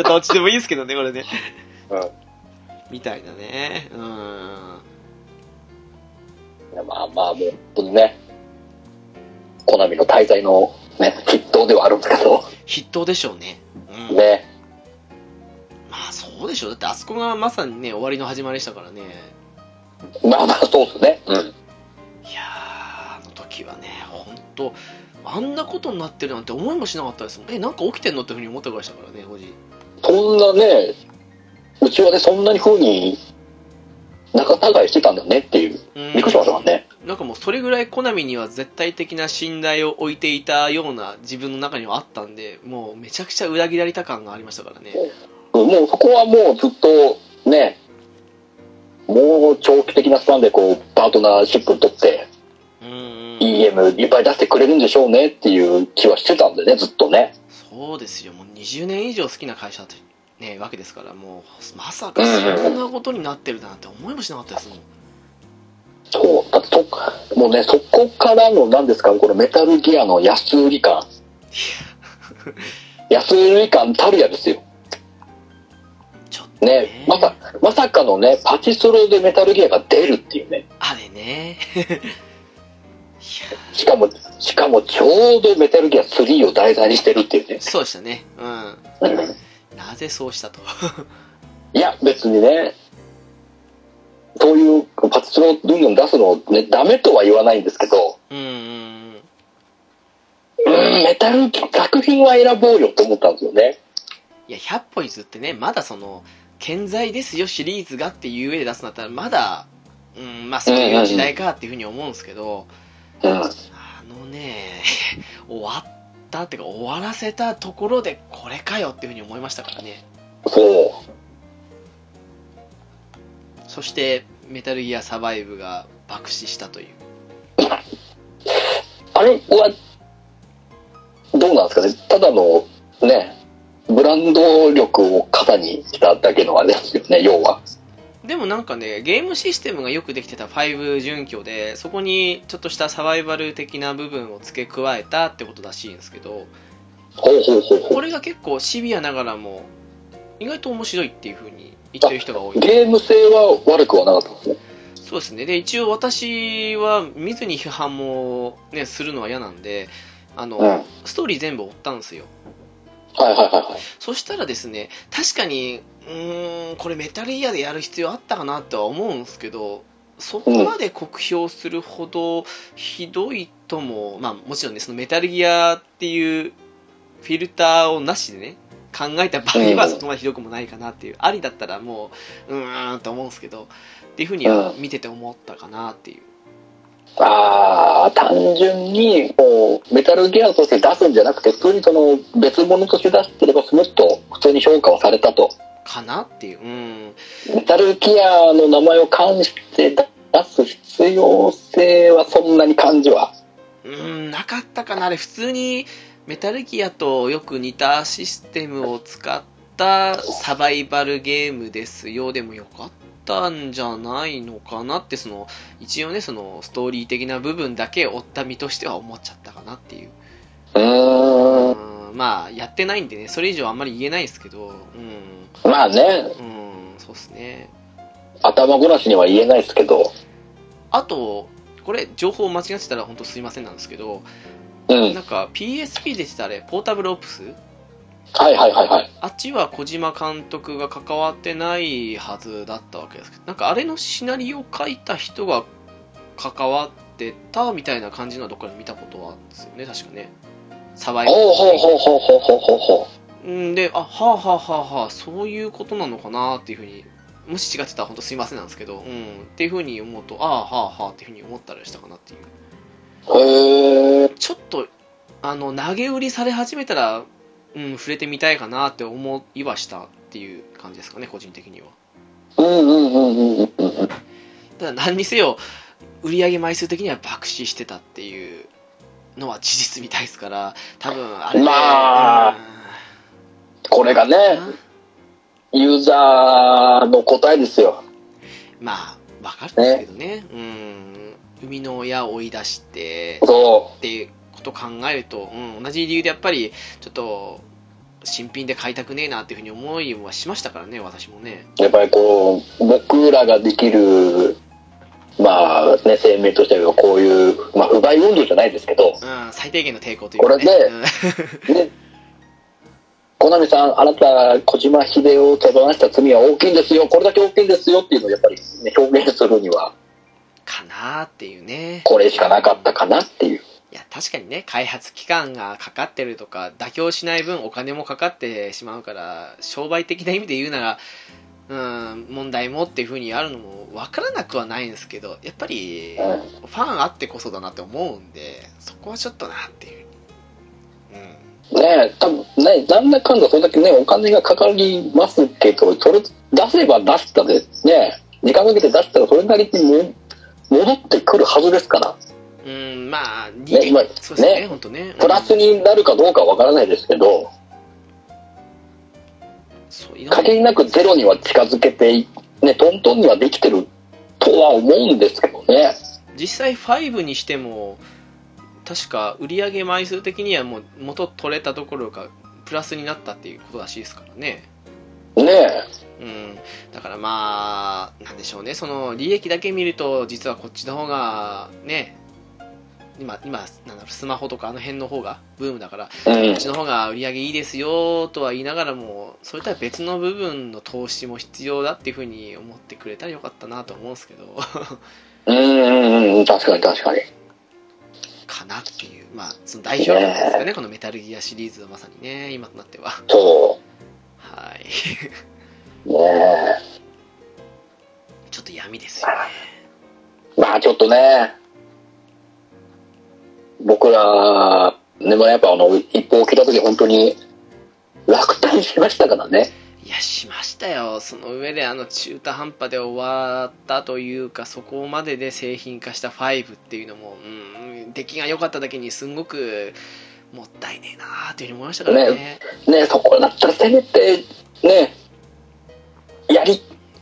Speaker 1: どっちでもいいですけどねこれね
Speaker 2: うん。
Speaker 1: みたいなねうん
Speaker 2: いやまあまあ、もう本当にね、コナミの滞在のね、筆頭ではあるんですけど、
Speaker 1: 筆頭でしょうねうん
Speaker 2: ね。
Speaker 1: まあそうでしょうだってあそこがまさにね終わりの始まりでしたからね
Speaker 2: まあまあ、そうですね。うん。
Speaker 1: いやーあの時はね本当あんなことになってるなんて思いもしなかったですもんえなんか起きてんのってふうに思ってましたからねおじ
Speaker 2: そんなね、うちはね、そんなに風に仲違いしてたんだねっていう、
Speaker 1: うん
Speaker 2: びっくりしましたもんね。
Speaker 1: なんかもうそれぐらいコナミには絶対的な信頼を置いていたような自分の中にはあったんでもうめちゃくちゃ裏切られた感がありましたからね
Speaker 2: うんもうそこはもうずっとね、もう長期的なスパンでこう、パートナーシップ取って、
Speaker 1: うんうん
Speaker 2: EM いっぱい出してくれるんでしょうねっていう気はしてたんでね、ずっとね。
Speaker 1: そうですよもう20年以上好きな会社ってねわけですからもうまさかそんなことになってるだなんて思いもしなかったですもん
Speaker 2: そう。だってそ、もうね、そこからの何ですか、このメタルギアの安売
Speaker 1: [laughs]
Speaker 2: り感。安売り感たるやですよ。
Speaker 1: ちょっと
Speaker 2: ね、まさ、まさかのね、パチスロでメタルギアが出るっていうね。
Speaker 1: あれね [laughs] いや
Speaker 2: しかも、しかもちょうどメタルギア3を題材にしてるっていうね。
Speaker 1: そうでしたねうん
Speaker 2: うん
Speaker 1: なぜそうしたと
Speaker 2: いや、別にね、そういうパチスロどんどん出すのね、ダメとは言わないんですけど、
Speaker 1: うんうんうん
Speaker 2: うん、メタルギア、作品は選ぼうよと思ったんですよね。
Speaker 1: いや100歩譲ってねまだその健在ですよシリーズがっていう上で出すんだったらまだうんまあそういう時代かっていうふうに思うんですけど、
Speaker 2: うん。
Speaker 1: あのね [laughs] 終わったっていうか終わらせたところでこれかよっていうふうに思いましたからね
Speaker 2: そう。
Speaker 1: そしてメタルギアサバイブが爆死したという
Speaker 2: あれは、どうなんですかね。ただの、ね、ブランド力を肩にしただけのあれですよね、要は。
Speaker 1: でもなんかね、ゲームシステムがよくできてた5準拠で、そこにちょっとしたサバイバル的な部分を付け加えたってことらしいんですけど、
Speaker 2: ほうほうほうほ
Speaker 1: これが結構シビアながらも、意外と面白いっていう風に言ってる人が多
Speaker 2: う。
Speaker 1: い。
Speaker 2: ゲーム性は悪くはなかったんですね。
Speaker 1: そうですね。で、一応私は見ずに批判もね、するのは嫌なんで、あの、
Speaker 2: うん。はい
Speaker 1: ストーリー全部追ったんですよ。
Speaker 2: はいはいはい。
Speaker 1: そしたらですね、確かに、うーん、これメタルギアでやる必要あったかなとは思うんですけど、そこまで酷評するほどひどいとも、まあもちろんね、そのメタルギアっていうフィルターをなしでね、考えた場合は
Speaker 2: うん
Speaker 1: そこまでひどくもないかなっていう、ありだったらもう、うーんと思うんですけど、っていうふうには
Speaker 2: う
Speaker 1: 見てて思ったかなっていう。
Speaker 2: ああ、単純に、こう、メタルギアとして出すんじゃなくて、普通にその、別物として出してれば、もっと普通に評価をされたと。
Speaker 1: かなっていう。うん。
Speaker 2: メタルギアの名前を冠して出す必要性はそんなに感じは
Speaker 1: うーんなかったかなあれ普通にメタルギアとよく似たシステムを使ったサバイバルゲームですよでもよかったんじゃないのかなってその一応ねそのストーリー的な部分だけ追った身としては思っちゃったかなっていう
Speaker 2: うーん
Speaker 1: うんまあやってないんでねそれ以上あんまり言えないですけどう
Speaker 2: まあね、
Speaker 1: んうんそうっすね
Speaker 2: 頭ごなしには言えないですけど、
Speaker 1: あとこれ情報間違ってたら本当すいませんなんですけど
Speaker 2: うん、
Speaker 1: なんか PSP でしたあれポータブルオプス
Speaker 2: はいはいはいはい。
Speaker 1: あっちは小島監督が関わってないはずだったわけですけどなんかあれのシナリオを書いた人が関わってたみたいな感じのはどっかで見たことはあるんですよね確かね沢井
Speaker 2: ほうほうほうほうほうほうほうほ
Speaker 1: うんであはあはあはあはあそういうことなのかなっていうふうにもし違ってたら本当すいませんなんですけど、うん、っていうふうに思うとああはあはあっていうふうに思ったりしたかなっていう
Speaker 2: う。へえ。
Speaker 1: ちょっとあの投げ売りされ始めたら、うん、触れてみたいかなって思いはしたっていう感じですかね個人的には
Speaker 2: うんうんうんうんうんうんうん。
Speaker 1: ただ何にせよ売り上げ枚数的には爆死してたっていうのは事実みたいですから多分あれね
Speaker 2: まあこれが
Speaker 1: う
Speaker 2: ね、
Speaker 1: ん
Speaker 2: ユーザーの答えですよ。
Speaker 1: まあわかるんですけどねうん生みの親を追い出して
Speaker 2: そ
Speaker 1: っていうことを考えると、うん、同じ理由でやっぱりちょっと新品で買いたくねえなっていうふうに思いはしましたからね私もね
Speaker 2: う。やっぱりこう、僕らができる、まあね、生命としてはこういう、まあ、不買運動じゃないですけど、
Speaker 1: うん、最低限の抵抗というかね。
Speaker 2: これで
Speaker 1: うん
Speaker 2: ね。コナミさん、あなた、小島秀夫を手放した罪は大きいんですよ。これだけ大きいんですよっていうのをやっぱり、ね、表現するには、
Speaker 1: かなーっていうね。
Speaker 2: これしかなかったかなっていう。
Speaker 1: いや、確かにね、開発期間がかかってるとか、妥協しない分お金もかかってしまうから、商売的な意味で言うなら、うん、問題もっていう風にあるのも分からなくはないんですけど、やっぱり、
Speaker 2: うん
Speaker 1: ファンあってこそだなって思うんで、そこはちょっとなっていう。うん。
Speaker 2: ねえ、多分ね、なんだかんだそれだけね、お金がかかりますけど、それ出せば出したで、ね、時間かけて出したらそれなりにも戻ってくるはずですから、
Speaker 1: うん、まあ、に
Speaker 2: ね今
Speaker 1: そうですね、
Speaker 2: ね
Speaker 1: ほんとね。
Speaker 2: プラスになるかどうかはわからないですけど、
Speaker 1: そういろんな
Speaker 2: 限りなくゼロには近づけてい、ね、トントンにはできてるとは思うんですけどね。
Speaker 1: 実際5にしても確か売上枚数的にはもう元取れたどころかプラスになったっていうことらしいですからね
Speaker 2: ねえ、
Speaker 1: うんだからまあなんでしょうねその利益だけ見ると実はこっちの方がね今今なんだろうスマホとかあの辺の方がブームだから
Speaker 2: うん
Speaker 1: こっちの方が売り上げいいですよとは言いながらもそれとは別の部分の投資も必要だっていうふうに思ってくれたらよかったなと思うんですけど
Speaker 2: うんうんうん、確かに確かに。
Speaker 1: かなっていう、まあ、その代表なんですよね、このメタルギアシリーズはまさにね、今となっては。
Speaker 2: そ
Speaker 1: はい。 [laughs]
Speaker 2: う。ねえ。
Speaker 1: ちょっと闇ですよね。
Speaker 2: まあちょっとね、僕ら、でもやっぱあの、一報を聞いた時本当に落胆しましたからね。
Speaker 1: いや、しましたよ。その上で、あの、中途半端で終わったというか、そこまでで製品化した5っていうのも、うん、出来が良かっただけに、すんごく、もったいねえなーっていうふうに思いましたからね。
Speaker 2: ね、そこだったらせめて、ね、やり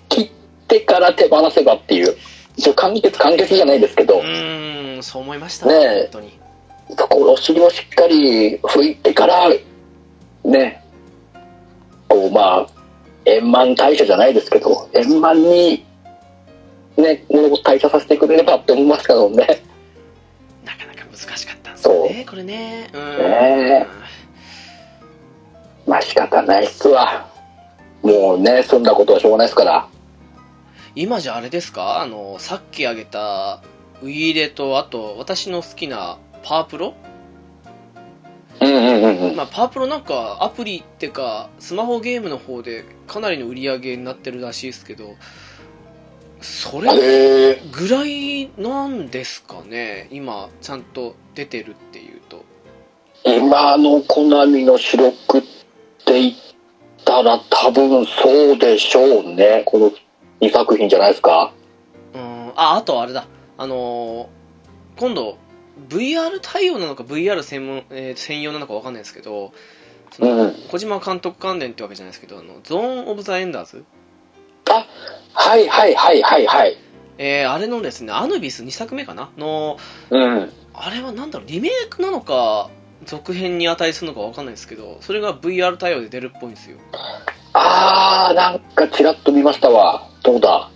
Speaker 2: きってから手放せばっていう、一応完結完結じゃないですけ
Speaker 1: う
Speaker 2: ど、
Speaker 1: ーん、そう思いました、
Speaker 2: ねえ
Speaker 1: 本当に。
Speaker 2: そこのお尻もしっかり拭いてから、ね、こうまあ、円満退社じゃないですけど、円満に、ね、物事退社させてくれればって思いますけどね。
Speaker 1: なかなか難しかったんですよ
Speaker 2: そ
Speaker 1: ね、これね。うん。
Speaker 2: ねまあ仕方ないっすわ。もうね、そんなことはしょうがないですから。
Speaker 1: 今じゃあれですかあのさっきあげたウイイレとあと私の好きなパワープロ、
Speaker 2: うんうんうんうん。
Speaker 1: まあ、パワープロなんかアプリっていうかスマホゲームの方でかなりの売り上げになってるらしいですけどそれ
Speaker 2: へえ。
Speaker 1: ぐらいなんですかね今ちゃんと出てるっていうと
Speaker 2: 今のコナミの主力って言ったら多分そうでしょうね。この2作品じゃないですか。
Speaker 1: うんああとあれだあのー今度 VR 対応なのか VR 専門、えー専用なのかわかんないですけどその
Speaker 2: うん。あ、
Speaker 1: 小島監督関連ってわけじゃないですけど、あのゾーン・オブ・ザ・エンダーズ、
Speaker 2: はいはいはいはいはい。
Speaker 1: えーあれのですね、アヌビス2作目かなの、
Speaker 2: うん。
Speaker 1: あれはなんだろう、リメイクなのか、続編に値するのかわかんないですけど、それが VR 対応で出るっぽいんですよ。
Speaker 2: あー、なんかちらっと見ましたわ。どうだ。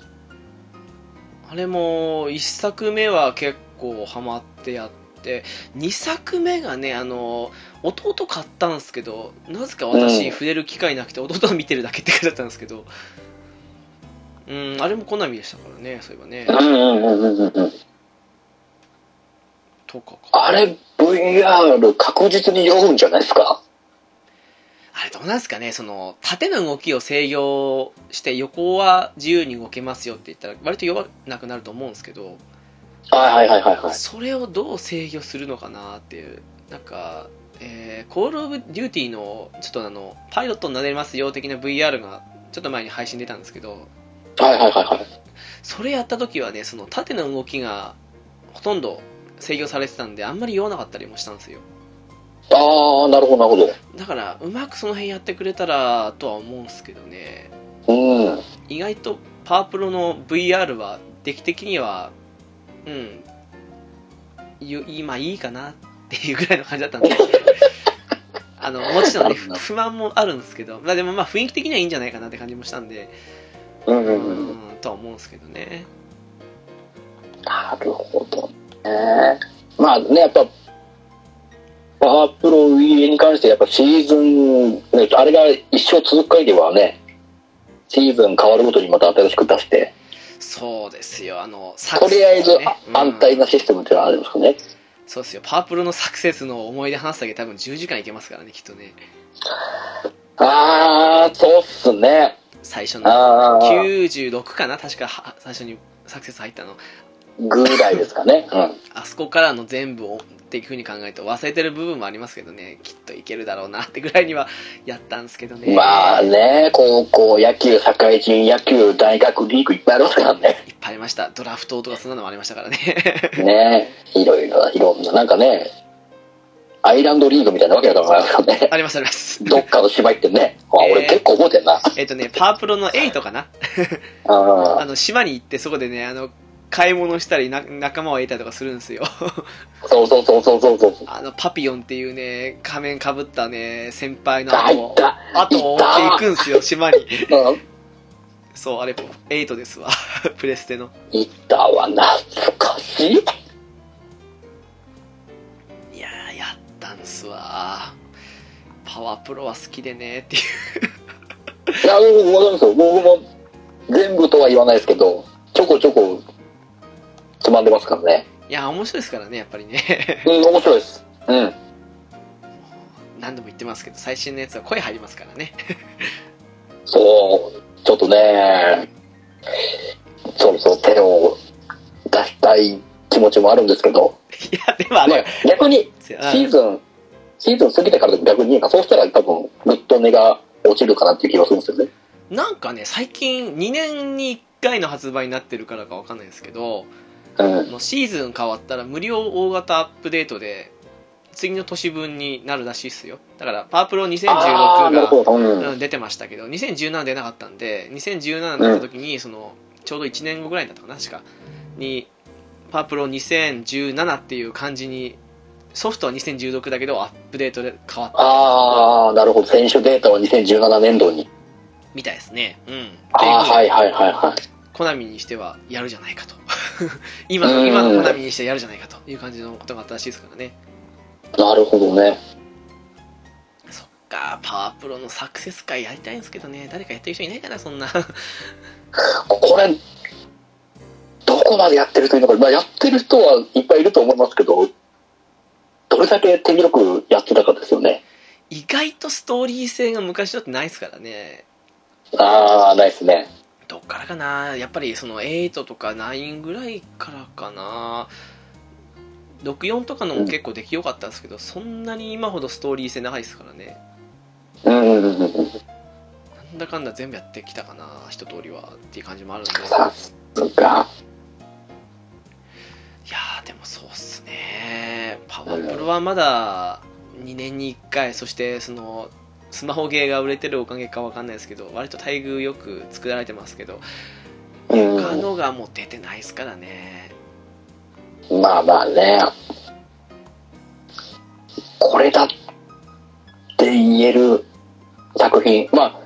Speaker 1: あれも、1作目は結構ハマってやって、て2作目がねあの弟買ったんですけどなぜか私
Speaker 2: うん
Speaker 1: 触れる機会なくて弟は見てるだけって感じだったんですけどうんあれもコナミでしたからねそういえばね
Speaker 2: うんうんうんうんうんうん。
Speaker 1: とかか
Speaker 2: あれ、VR 確実に酔うんじゃないですか。
Speaker 1: あれどうなんですかねその縦の動きを制御して横は自由に動けますよって言ったら割と弱なくなると思うんですけど
Speaker 2: はいはいはいはいはい。
Speaker 1: それをどう制御するのかなっていうなんか、えー、コール・オブ・デューティーのちょっとあのパイロットになれますよ的な VR がちょっと前に配信出たんですけど
Speaker 2: はいはいはいはい。
Speaker 1: それやった時はねその縦の動きがほとんど制御されてたんであんまり酔わなかったりもしたんですよ
Speaker 2: ああ、なるほどなるほ
Speaker 1: だからうまくその辺やってくれたらとは思うんですけどね
Speaker 2: ど。うん。
Speaker 1: 意外とパワープロの VR は出来的にはうんゆ今いいかなっていうぐらいの感じだったん
Speaker 2: [laughs]
Speaker 1: であのもちろんねふ不満もあるんですけど、まあ、でもまあ雰囲気的にはいいんじゃないかなって感じもしたんで
Speaker 2: うん
Speaker 1: う
Speaker 2: うんうん。
Speaker 1: んとは思うんですけどね
Speaker 2: なるほどね。まあね、やっぱ、パワープロウィーに関してやっぱシーズン、ねあれが一生続く限りはね、シーズン変わるごとにまた新しく出して、
Speaker 1: そうですよあのサ
Speaker 2: とりあえずあ
Speaker 1: うん
Speaker 2: 安泰なシステムっていうのはあるんですかね。
Speaker 1: そうですよパワープロのサクセスの思い出話すだけで多分10時間いけますからねきっとね
Speaker 2: あー、そうっすね。
Speaker 1: 最初の
Speaker 2: あー、
Speaker 1: 96かな確かは最初にサクセス入ったの
Speaker 2: ぐらいですかね。うん。
Speaker 1: あそこからの全部をっていうふうに考えると忘れてる部分もありますけどねきっといけるだろうなってぐらいにはやったんですけどね
Speaker 2: まあね、高校野球、社会人野球、大学リーグいっぱいありますからね。
Speaker 1: いっぱいありましたドラフトとかそんなのもありましたからね [laughs]
Speaker 2: ねいろいろ、いろんな、なんかね、アイランドリーグみたいなわけだからな
Speaker 1: [laughs]
Speaker 2: ね。
Speaker 1: ありますあります
Speaker 2: どっかの芝居ってね。あ
Speaker 1: えー
Speaker 2: 俺結構覚えてんな。
Speaker 1: えっとねパワープロの8かな
Speaker 2: あ
Speaker 1: あの島に行ってそこでねあの買い物したりな仲間を得たりとかするんですよ [laughs]
Speaker 2: ーそうそうそうそうそうそう。
Speaker 1: あのパピオンっていうね仮面かぶったね先輩の
Speaker 2: あ、
Speaker 1: 後
Speaker 2: い
Speaker 1: を
Speaker 2: た。
Speaker 1: 後を追っていくんですよ島に
Speaker 2: うん
Speaker 1: そうあれ8ですわ [laughs] プレステの
Speaker 2: いたわ、懐かしい。
Speaker 1: いやーやったんすわパワープロは好きでねっていう
Speaker 2: いや、僕もわかるんですよ。僕も全部とは言わないですけど、ちょこちょこつまんでますからね。
Speaker 1: いや面白いですからねやっぱりね [laughs]
Speaker 2: うん、面白いです。うん。
Speaker 1: 何度も言ってますけど最新のやつは声入りますからね [laughs]
Speaker 2: そう、ちょっとね、そろそろ手を出したい気持ちもあるんですけど、
Speaker 1: いやでもあれ、
Speaker 2: ね、逆に
Speaker 1: シ
Speaker 2: シーズン、シーズン過ぎてからでも逆にいいか、そうしたら多分、ぐっと値が落ちるかなっていう気がするんですよね。
Speaker 1: なんかね最近2年に1回の発売になってるからかわかんないですけど
Speaker 2: うん。
Speaker 1: もうシーズン変わったら無料大型アップデートで次の年分になるらしいっすよだからパワープロ
Speaker 2: あー
Speaker 1: 2016
Speaker 2: なる
Speaker 1: が
Speaker 2: ほど。うん。
Speaker 1: うん、出てましたけど2017出なかったんで2017出た時にそのちょうど1年後ぐらいだったかな確かにパワープロ2017っていう感じにソフトは2016だけどアップデートで変わった
Speaker 2: ああ、なるほど。選手データは2017年度に。
Speaker 1: みたいですねうんっていう
Speaker 2: ああ、
Speaker 1: ふうに
Speaker 2: はいはいはいはい。
Speaker 1: コナミにしてはやるじゃないかと [laughs] 今
Speaker 2: う
Speaker 1: の
Speaker 2: ん
Speaker 1: 今のコナミにしてやるじゃないかという感じのことがあったらしいですからね
Speaker 2: なるほどね。
Speaker 1: そっかパワープロのサクセス会やりたいんですけどね誰かやってる人いないかなそんな [laughs]
Speaker 2: これ、どこまでやってる人いるのか、まあ、やってる人はいっぱいいると思いますけど、どれだけ手広くやってたかですよね。
Speaker 1: 意外とストーリー性が昔だってないですからね
Speaker 2: ああ、ないですね。
Speaker 1: どっからかなやっぱりその8とか9ぐらいからかな64とかのも結構出来良かったんですけど、そんなに今ほどストーリー性ないですからね
Speaker 2: うんうんうんうん。
Speaker 1: なんだかんだ全部やってきたかな一通りはっていう感じもあるんでい
Speaker 2: さすが。
Speaker 1: やーでもそうっすねパワープロはまだ2年に1回そしてそのスマホゲーが売れてるおかげかわかんないですけど割と待遇よく作られてますけど
Speaker 2: うん。
Speaker 1: 他のがもう出てないですからね
Speaker 2: まあまあね。これだって言える作品。まあ、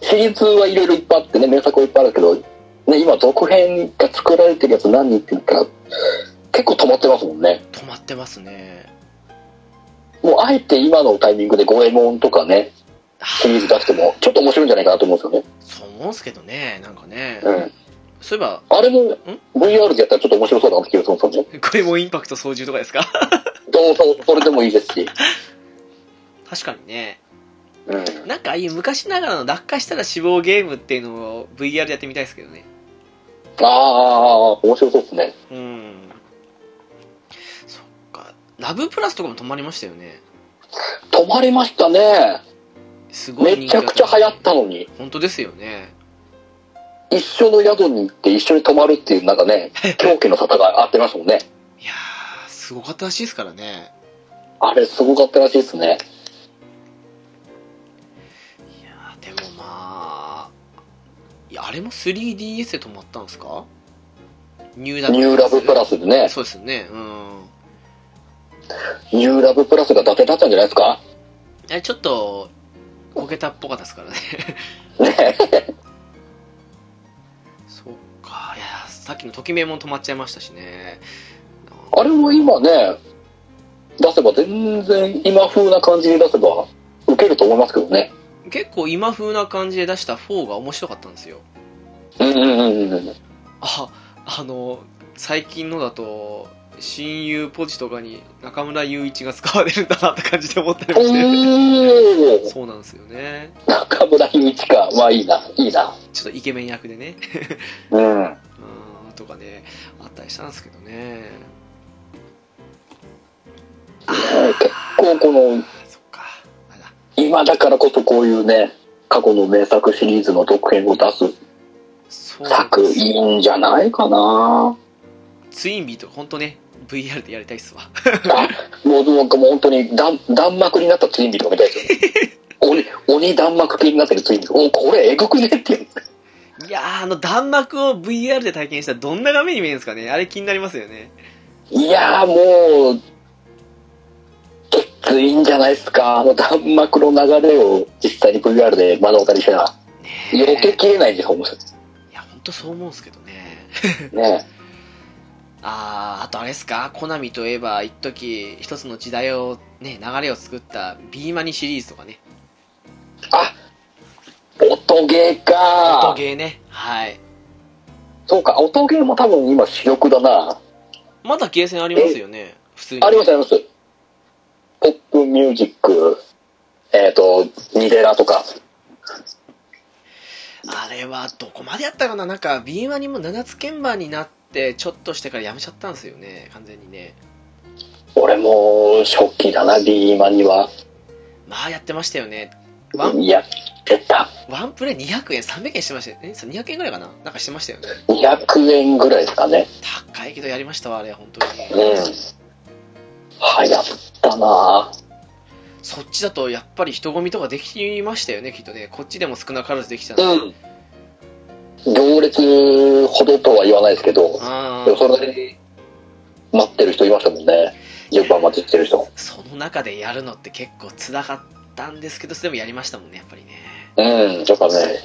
Speaker 2: シリーズはいろいろいっぱいあってね、名作はいっぱいあるけど、ね、今続編が作られてるやつ何人って言ったら、結構止まってますもんね。
Speaker 1: 止まってますね
Speaker 2: もうあえて今のタイミングで五右衛門とかね、シリーズ出しても、ちょっと面白いんじゃないかなと思うんです
Speaker 1: そう思うんすけどねなんかね、
Speaker 2: よね。うん。
Speaker 1: そういえば
Speaker 2: あれも VR でやったらちょっと面白そうだなって気がするんですよね。
Speaker 1: これもインパクト操縦とかですか [laughs]
Speaker 2: どうぞ、それでもいいですし。
Speaker 1: 確かにね
Speaker 2: うん。
Speaker 1: なんかああいう昔ながらの落下したら死亡ゲームっていうのを VR でやってみたいですけどね
Speaker 2: ああ、面白そうですね。
Speaker 1: うんそっかラブプラスとかも止まりましたよね
Speaker 2: 止まりましたね。
Speaker 1: すごい人
Speaker 2: め
Speaker 1: 気
Speaker 2: ちゃ
Speaker 1: だ
Speaker 2: くちゃ流行ったのに。
Speaker 1: 本当ですよね
Speaker 2: 一緒の宿に行って一緒に泊まるっていう、なんかね、狂気の沙汰があってましたもんね。
Speaker 1: いやーすごかったらしいですからね
Speaker 2: あれ、すごかったらしいですね。
Speaker 1: いやーでもまあいやあれも 3DS で止まったんですかニューラ
Speaker 2: ニューラブプラスでね、
Speaker 1: そうですよねうん
Speaker 2: ニューラブプラスが伊達だったんじゃないですか
Speaker 1: あれちょっとこけたっぽかったです
Speaker 2: [laughs]
Speaker 1: からね
Speaker 2: ね
Speaker 1: そうかいやーさっきのときめも止まっちゃいましたしね
Speaker 2: あれも今ね、出せば全然今風な感じで出せば、受けると思いますけどね。
Speaker 1: 結構今風な感じで出した4が面白かったんですよ
Speaker 2: うんうんうんうん。
Speaker 1: ああの最近のだと親友ポジとかに中村雄一が使われるんだなって感じで思ったりもして
Speaker 2: おー
Speaker 1: そうなんですよね
Speaker 2: 中村ひみちか。まあいいな、いいな。
Speaker 1: ちょっとイケメン役でね
Speaker 2: う
Speaker 1: う
Speaker 2: ん。
Speaker 1: ーんとかねあったりしたんですけどねあー
Speaker 2: 結構この、
Speaker 1: そっかあら
Speaker 2: 今だからこそこういうね、過去の名作シリーズの続編を出す
Speaker 1: そう
Speaker 2: 作品じゃないか [laughs] な
Speaker 1: ツインビーとか本当ね VR でやりたいっすわ
Speaker 2: あもうなんかもう本当に弾弾幕になったツインビーとか見たい [laughs] ですよね鬼鬼弾幕系になってるツインビーおこれえぐくねっていう
Speaker 1: いやーあの弾幕を VR で体験したらどんな画面に見えるんですかねあれ気になりますよね
Speaker 2: いやーもうきついんじゃないですかあの [laughs] 弾幕の流れを実際に VR で目の当たりしたら
Speaker 1: ねえ
Speaker 2: 避けきれないですよ面白
Speaker 1: いや本当そう思うんですけどね
Speaker 2: いね
Speaker 1: あーあとあれですかコナミといえば一時一つの時代をね流れを作ったビーマニシリーズとかね
Speaker 2: あ音ゲーか
Speaker 1: 音ゲーねはい
Speaker 2: そうか音ゲーも多分今主力だな
Speaker 1: まだゲーセンありますよね普通に
Speaker 2: ありますありますポップミュージックえっ、とニデラとか
Speaker 1: あれはどこまでやったかななんか B マニも7つ鍵盤になってちょっとしてからやめちゃったんですよね完全にね
Speaker 2: 俺も初期だなビーマンには
Speaker 1: まあやってましたよねワン
Speaker 2: いや出た
Speaker 1: ワンプレイ200円300円してましたよねそう200円ぐらいかななんかしてましたよね
Speaker 2: 200円ぐらいですかね
Speaker 1: 高いけどやりましたわあれ本当に
Speaker 2: うん流行ったな
Speaker 1: そっちだとやっぱり人混みとかできましたよねきっとねこっちでも少なからずできたんで
Speaker 2: うん行列ほどとは言わないですけど
Speaker 1: あ
Speaker 2: でもそれだけ待ってる人いましたもんね順番待ちしてる人
Speaker 1: その中でやるのって結構つらかったんですけどでもやりましたもんねやっぱりね
Speaker 2: うんやっぱね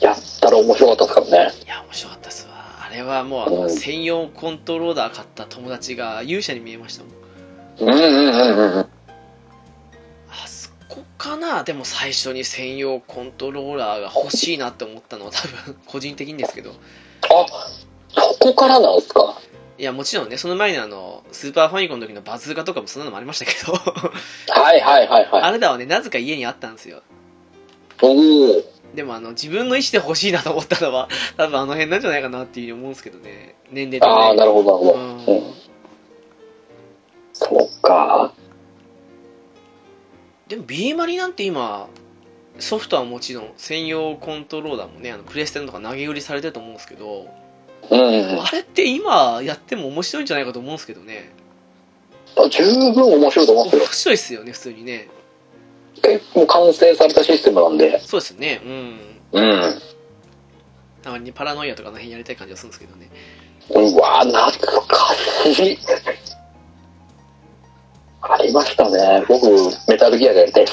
Speaker 2: やったら面白かったですからね
Speaker 1: いや面白かったっすわあれはもうあの専用コントローラー買った友達が勇者に見えましたもん
Speaker 2: うんうんうんうんうん
Speaker 1: あそこかなでも最初に専用コントローラーが欲しいなって思ったのは多分個人的にですけど
Speaker 2: あそこからなんですか
Speaker 1: いやもちろんねその前にあのスーパーファミコンの時のバズーカとかもそんなのもありましたけど [laughs]
Speaker 2: はいはいはいは
Speaker 1: あ
Speaker 2: い
Speaker 1: れだはねなぜか家にあったんですよ
Speaker 2: おお
Speaker 1: でもあの自分の意思で欲しいなと思ったのは [laughs] 多分あの辺なんじゃないかなっていうふうに思うんですけどね年齢と
Speaker 2: ああ
Speaker 1: ね
Speaker 2: なるほどなるほど、
Speaker 1: う
Speaker 2: うんん、そうか
Speaker 1: でも B マリなんて今ソフトはもちろん専用コントローラーもねあのプレステのとか投げ売りされてると思うんですけど、
Speaker 2: うん
Speaker 1: あれって今やっても面白いんじゃないかと思うんですけどね
Speaker 2: 十分面白いと思うんです
Speaker 1: 面
Speaker 2: よ
Speaker 1: 白いっすよね普通にね
Speaker 2: 結構完成されたシステムなんで
Speaker 1: そうですねうん
Speaker 2: うん
Speaker 1: たまにパラノイアとかあの辺やりたい感じがするんですけどね
Speaker 2: うわ懐かしいありましたね僕メタルギアでやりたい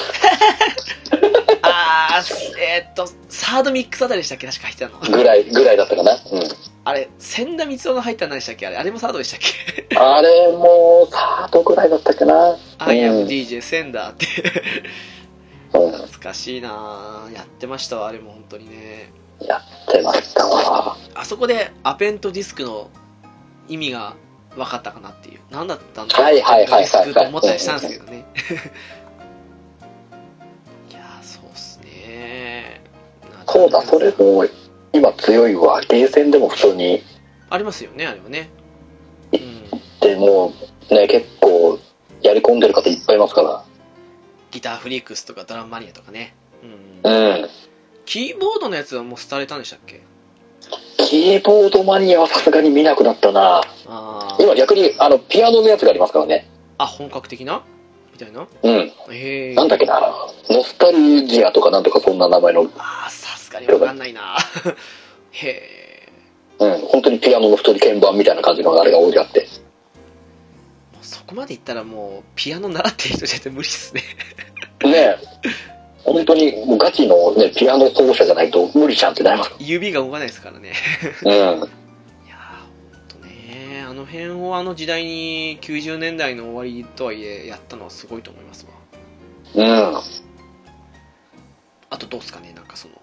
Speaker 1: あーえーっとサードミックスあたりでしたっけ確か入ってたの
Speaker 2: ぐらいぐらいだったかなうん
Speaker 1: あれ、千田光雄が入ったの何でしたっけあれ、あれもサードでしたっけ
Speaker 2: あれもサードぐらいだったっけな。
Speaker 1: アイアム
Speaker 2: うん
Speaker 1: DJ 千田って。
Speaker 2: うん、
Speaker 1: 懐かしいなぁやってましたわ、あれも本当にね。
Speaker 2: やってましたわ。
Speaker 1: あそこでアペントディスクの意味が分かったかなっていう。何だったんだ
Speaker 2: はいはいはいはいはい
Speaker 1: アペントディスクと思ったりしたんですけどね。 [laughs] いやーそうっすね
Speaker 2: そうだ、それも今強いわ。ゲーセンでも普通に。
Speaker 1: ありますよね、あれはね。うん。
Speaker 2: でもうね、結構やり込んでる方いっぱいいますか
Speaker 1: ギターフリークスとかドラムマニアとかね。うん。
Speaker 2: ら。うん。
Speaker 1: キーボードのやつはもう廃れたんでしたっけ
Speaker 2: キーボードマニアはさすがに見なくなったな。
Speaker 1: あー
Speaker 2: 今逆に、あの、ピアノのやつがありますからね。
Speaker 1: あ、本格的なみたいな。
Speaker 2: うん。
Speaker 1: へえ。
Speaker 2: なんだっけな。ノスタルジアとかなんとかそんな名前の、うん。
Speaker 1: ああ、さすがにわかんない [laughs] な。へえ。
Speaker 2: 本当にピアノの太り鍵盤みたいな感じのあれが多いあって。
Speaker 1: もうそこまでいったらもう、ピアノ習ってる人じゃなくて無理っす
Speaker 2: [laughs]
Speaker 1: ね。
Speaker 2: ね本当にもうガチのね、ピアノ奏者じゃないと無理じゃんってなります。
Speaker 1: 指が動かないですからね。
Speaker 2: うん。
Speaker 1: いやー、ほんとね。あの辺をあの時代に、90年代の終わりとはいえ、やったのはすごいと思いますわ。
Speaker 2: うん。
Speaker 1: あとどうっすかね、なんかその。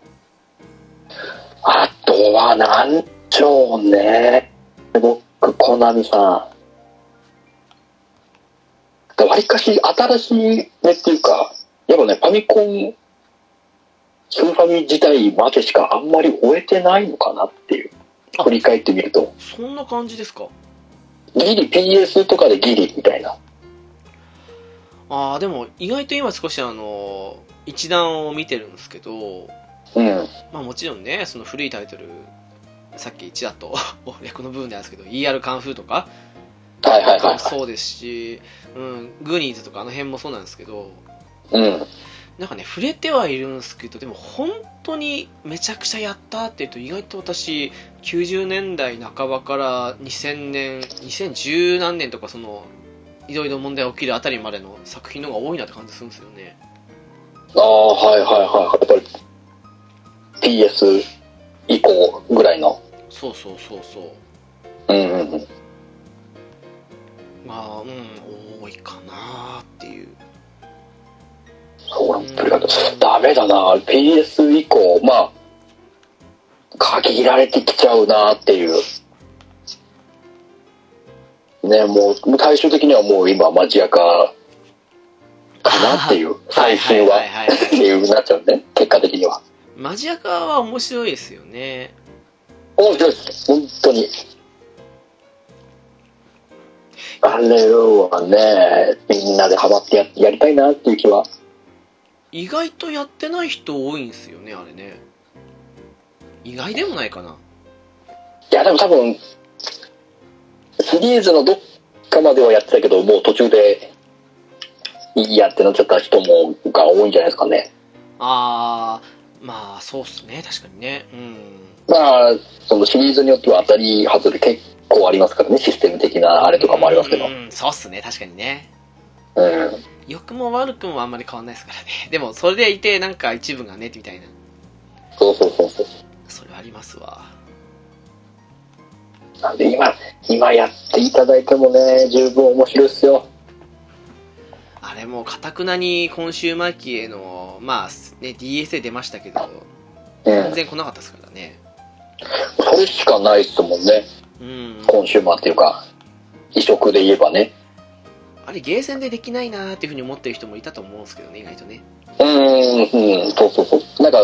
Speaker 2: あとは、なんちょうね。僕、コナミさん。わりかし新しいねっていうか、やっぱね、ファミコン、スーファミ自体までしかあんまり終えてないのかなっていう。
Speaker 1: あ
Speaker 2: 振り返ってみると。
Speaker 1: そんな感じですか。
Speaker 2: ギリ、PS とかでギリみたいな。
Speaker 1: ああ、でも意外と今少しあの、一段を見てるんですけど、
Speaker 2: うん。
Speaker 1: まあもちろんね、その古いタイトル、さっき1だと、 [laughs] 略の部分であるんですけど、ER カンフーとか、
Speaker 2: はいはいはい、は
Speaker 1: そうですし、うん、グーニーズとかあの辺もそうなんですけど、
Speaker 2: い。うん。
Speaker 1: なんかね、触れてはいるんですけど、でも本当にめちゃくちゃやったっていうと、意外と私、90年代半ばから2000年、2010何年とか、その、いろいろ問題が起きるあたりまでの作品の方が多いなって感じするんですよね。
Speaker 2: ああ、はいはいはい。やっぱり、PS 以降ぐらいの。
Speaker 1: そうそうそうそう。
Speaker 2: うんうんうん。
Speaker 1: まあ、うん、多いかなっていう。
Speaker 2: そうなんだダメだな PS 以降まあ限られてきちゃうなっていうねもうもう最終的にはもう今マジアカかなっていう最新は
Speaker 1: はいはいはいはい
Speaker 2: っていうなっちゃうね結果的には
Speaker 1: マジアカは面白いですよね。
Speaker 2: 面白いです本当にあれはねみんなでハマってややりたいなっていう気は
Speaker 1: 意外とやってない人多いんですよねあれね意外でもないかない
Speaker 2: や、でも多分、シリーズのどっかまではやってたけど、もう途中で、いいやってなっちゃった人も、が多いんじゃないですかね。
Speaker 1: あーまあそうっすね確かにねうん
Speaker 2: まあ、そのシリーズによっては当たり外れ結構ありますからね、システム的なあれとかもありますけど
Speaker 1: う。んそうっすね確かにね
Speaker 2: うん。
Speaker 1: 良くも悪くもあんまり変わんないですからね [laughs] でもそれでいてなんか一部がねみたいな
Speaker 2: そうそうそうそう。
Speaker 1: それはありますわ
Speaker 2: なんで今、今やっていただいてもね、十分面白いっすよ。
Speaker 1: あれもかたくなに今週末期へのまあね DSA 出ましたけど
Speaker 2: うん
Speaker 1: 全。然来なかったですからね
Speaker 2: それしかないっすもんね、
Speaker 1: うん
Speaker 2: コンシューマーっていうか、移植で言えばね。
Speaker 1: あれゲーセンでできないなーっていうふうに思ってる人もいたと思うんですけどね意外とね
Speaker 2: うーん、うん、そうそうそう。なんか、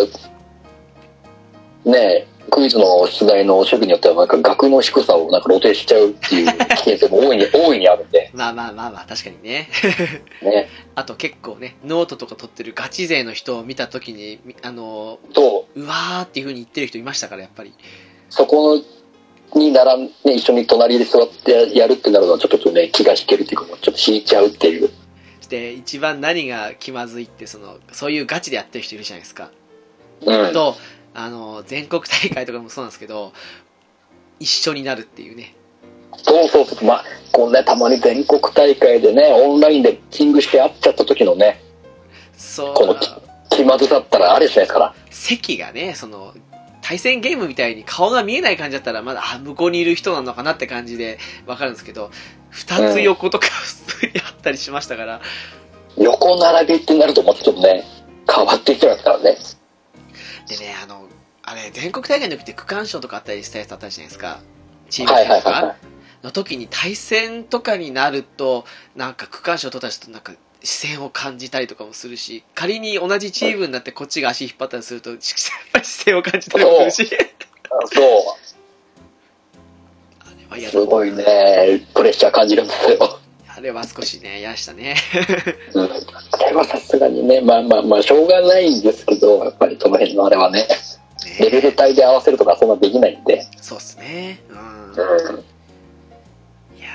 Speaker 2: ねえ、クイズの出題の主義によっては、なんか額の低さをなんか露呈しちゃうっていう危険性も大いに、 [laughs] 大いにあるんで、
Speaker 1: まあまあまあまあ確かにね
Speaker 2: ね。
Speaker 1: [laughs] あと結構ね、ノートとか取ってるガチ勢の人を見たときに、みあの
Speaker 2: と、
Speaker 1: ー、うわーっていう風に言ってる人いましたから、やっぱり。
Speaker 2: そこに並んね、一緒に隣で座ってやるってなるのは、ちょっとね、気が引けるっていうか、ちょっと引いちゃうっていう。
Speaker 1: そして、一番何が気まずいって、その、そういうガチでやってる人いるじゃないですか。
Speaker 2: うん。
Speaker 1: と、あのー、全国大会とかもそうなんですけど、一緒になるっていうね。
Speaker 2: そうそうそう。まあ、こんなたまに全国大会でね、オンラインでキングして会っちゃった時のね、
Speaker 1: そ
Speaker 2: この
Speaker 1: う、
Speaker 2: 気まずさったらあれしないですから。
Speaker 1: 席がね、その、対戦ゲームみたいに顔が見えない感じだったら、まだ、あ、向こうにいる人なのかなって感じでわかるんですけど、二つ横とか普通にあったりしましたから、
Speaker 2: 横並びってなるとまたちょっとね、変わってきてますからね。
Speaker 1: でね、あの、あれ、全国大会の時って区間賞とかあったりしたやつあったじゃないですか。チーム
Speaker 2: はいは
Speaker 1: と
Speaker 2: いはいは
Speaker 1: かの時に対戦とかになると、なんか区間賞取った人となんか視線を感じたりとかもするし、仮に同じチームになってこっちが足引っ張ったりすると、やっぱり視線を感じたりもするし。
Speaker 2: い。そ
Speaker 1: [laughs] あれは
Speaker 2: う、
Speaker 1: 嫌
Speaker 2: す
Speaker 1: だ
Speaker 2: ごいね、プレッシャー感じるんですよ。
Speaker 1: あれは少しね、嫌でしたね。
Speaker 2: うん。あれはさすがにね、まあまあまあ、しょうがないんですけど、やっぱりその辺のあれはね、レベル
Speaker 1: ね
Speaker 2: 帯で合わせるとかそんなできないんで。
Speaker 1: そうっすね。うん。
Speaker 2: うん。
Speaker 1: いや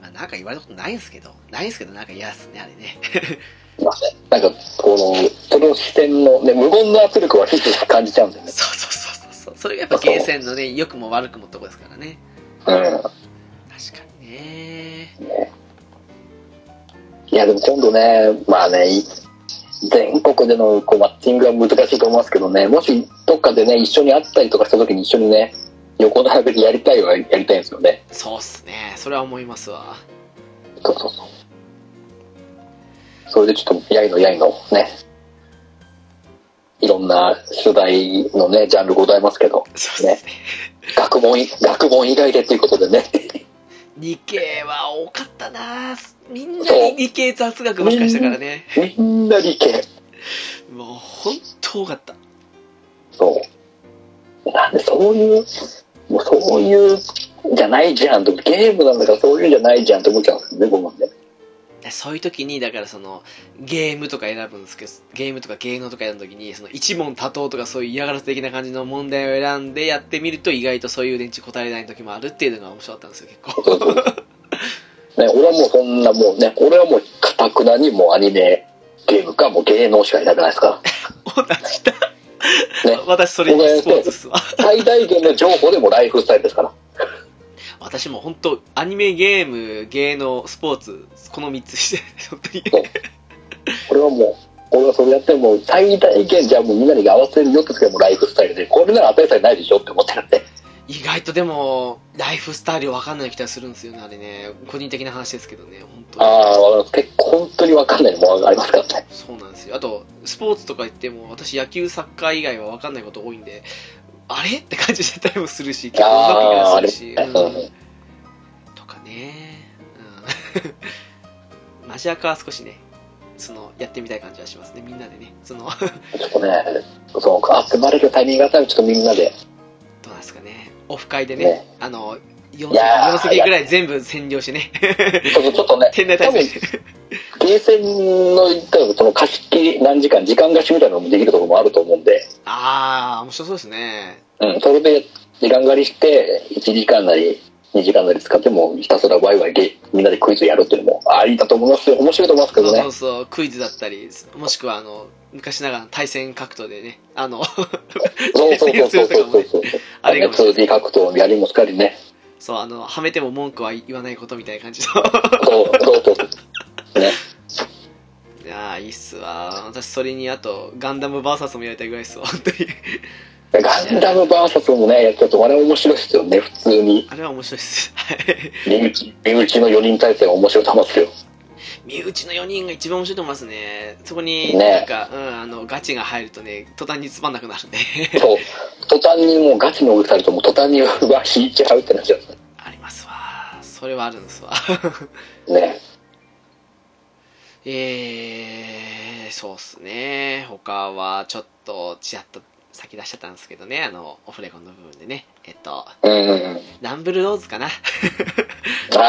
Speaker 1: ー、まあ、なんか言われたことないんすけど、ないんすけど、なんか嫌っすね、あれね。 [laughs]
Speaker 2: まあね、なんか、この、その視線の、ね、無言の圧力はひしひし感じちゃうんだよね。
Speaker 1: そうそうそうそうそう。それがやっぱゲーセンのね、良くも悪くもとこですからね。
Speaker 2: うん。
Speaker 1: 確かにね。
Speaker 2: いや、でも今度ね、まあね、い全国でのこうマッチングは難しいと思いますけどね、もしどっかでね、一緒に会ったりとかした時に一緒にね、横並びでやりたいはやりたいんですよね。
Speaker 1: そうっすね。それは思いますわ。
Speaker 2: そうそうそう。それでちょっと、やいのやいの、ね。いろんな取材のね、ジャンルございますけど、
Speaker 1: そうっすね。
Speaker 2: 学問い、学問以外でということでね、
Speaker 1: 理系は多かったなみんなに理系雑学ばっかりしたからね。
Speaker 2: みんな理系。
Speaker 1: もうほんと多かった。
Speaker 2: そう。なんでそういう、もうそういうじゃないじゃんと、ゲームなんだからそういうんじゃないじゃんと思っちゃうんですよね、僕もね。
Speaker 1: でそういう時にだからそのゲームとか選ぶんですけどゲームとか芸能とか選ぶ時にその一問多答とかそういう嫌がらせ的な感じの問題を選んでやってみると意外とそういう電池答えれない時もあるっていうのが面白かったんですよ結構 [laughs]
Speaker 2: ね、俺はもうそんなもうね、俺はもうかたくなにもうアニメ、ゲームかもう芸能しかいなくないです
Speaker 1: [laughs]
Speaker 2: か
Speaker 1: 同じだ。
Speaker 2: ら。ね
Speaker 1: 私それにスポーツっすわ
Speaker 2: 最大限の情報でもライフスタイルですから。
Speaker 1: 私も本当アニメゲーム芸能スポーツこの3つして [laughs] 本当に
Speaker 2: これはもう、俺はそれやっても最大限じゃあもうみんなに合わせるよって時はもうライフスタイルで、これなら当たり前ないでしょって思ってるんで。
Speaker 1: 意外とでもライフスタイル分かんない気がするんですよねあれね個人的な話ですけどね本当に
Speaker 2: ああ、わかります。結構本当にわかんないのもありますからね。
Speaker 1: そうなんですよ。あと、スポーツとか言っても、私野球、サッカー以外は分かんないこと多いんで、あれって感じでたりもするし、結構うまくいか
Speaker 2: ああー、
Speaker 1: な
Speaker 2: あ
Speaker 1: いで
Speaker 2: れです
Speaker 1: すし、
Speaker 2: ね。うん
Speaker 1: うんとかね、うん、 [laughs] マジアカは少しね、その、やってみたい感じはしますね、みんなでね。その、 [laughs]
Speaker 2: ちょっとね、その集まれるタイミングがあったらちょっとみんなで、
Speaker 1: どうなんですかね、オフ会でね、
Speaker 2: ね
Speaker 1: あの、4
Speaker 2: いやー
Speaker 1: 席 ,4 席ぐらい全部占領してね、 [laughs]
Speaker 2: ちょっとちょっとね、
Speaker 1: 店内
Speaker 2: 多
Speaker 1: 対
Speaker 2: 分
Speaker 1: 策して、
Speaker 2: ゲーセンの言ったらその貸し切り何時間、時間貸しみたいなのもできるところもあると思うんで、
Speaker 1: あー、面白そうですね。
Speaker 2: うん、それで時間借りして、1時間なり、2時間なり使っても、ひたすらワイワイゲみんなでクイズやるっていうのも、ありだと思いますよ。面白いと思いますけ
Speaker 1: そう
Speaker 2: ど
Speaker 1: そう
Speaker 2: ね。
Speaker 1: そう、クイズだったり、もしくはあの、昔ながらの対戦格闘でね、あの、 [laughs]
Speaker 2: そうそうそうそうそうそう。
Speaker 1: あ
Speaker 2: あ
Speaker 1: れ
Speaker 2: れ
Speaker 1: が
Speaker 2: が 2D 格闘のやりもしっかりね。
Speaker 1: そう、あの、はめても文句は言わないことみたいな感じの。 [laughs]
Speaker 2: そうそうそうそう。ね。
Speaker 1: いやー、いいっすわ。私、それに、あと、ガンダム VS もやりたいぐらいっすわ、本当に。 [laughs]
Speaker 2: ガンダム VS もね、やってると、あれ面白いですよね、普通に。
Speaker 1: あれは面白いっす。はい
Speaker 2: 身内身内の4人体制は面白いと思いますよ。
Speaker 1: 身内の4人が一番面白いと思いますね。そこに、
Speaker 2: ね
Speaker 1: なんか、うん、あの、ガチが入るとね、途端につまんなくなるんで。 [laughs]
Speaker 2: [laughs] そう。途端にもうガチに追いされると、もう途端にうわ引いちゃうってなっちゃうんで
Speaker 1: ありますわ。それはあるんですわ。 [laughs]
Speaker 2: すね。
Speaker 1: えー、そうっすね。他は、ちょっと、ちらっと先出しちゃったんですけどね、あの、オフレコンの部分でね。えっと、
Speaker 2: うんうんうん。
Speaker 1: ランブルローズかな。 [laughs]
Speaker 2: は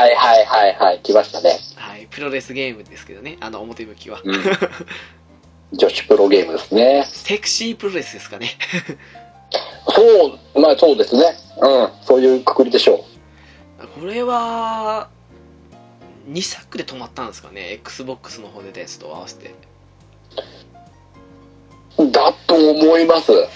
Speaker 2: いはいはいはい、来ましたね。
Speaker 1: はい、プロレスゲームですけどね、あの表向きは。
Speaker 2: うん。 [laughs] 女子プロゲームですね。
Speaker 1: セクシープロレスですかね。 [laughs]
Speaker 2: そう、まあそうですね。うん。そういうくくりでしょう。
Speaker 1: これは、2作で止まったんですかね、Xbox の方でやつと合わせて。
Speaker 2: だと思います。
Speaker 1: だっ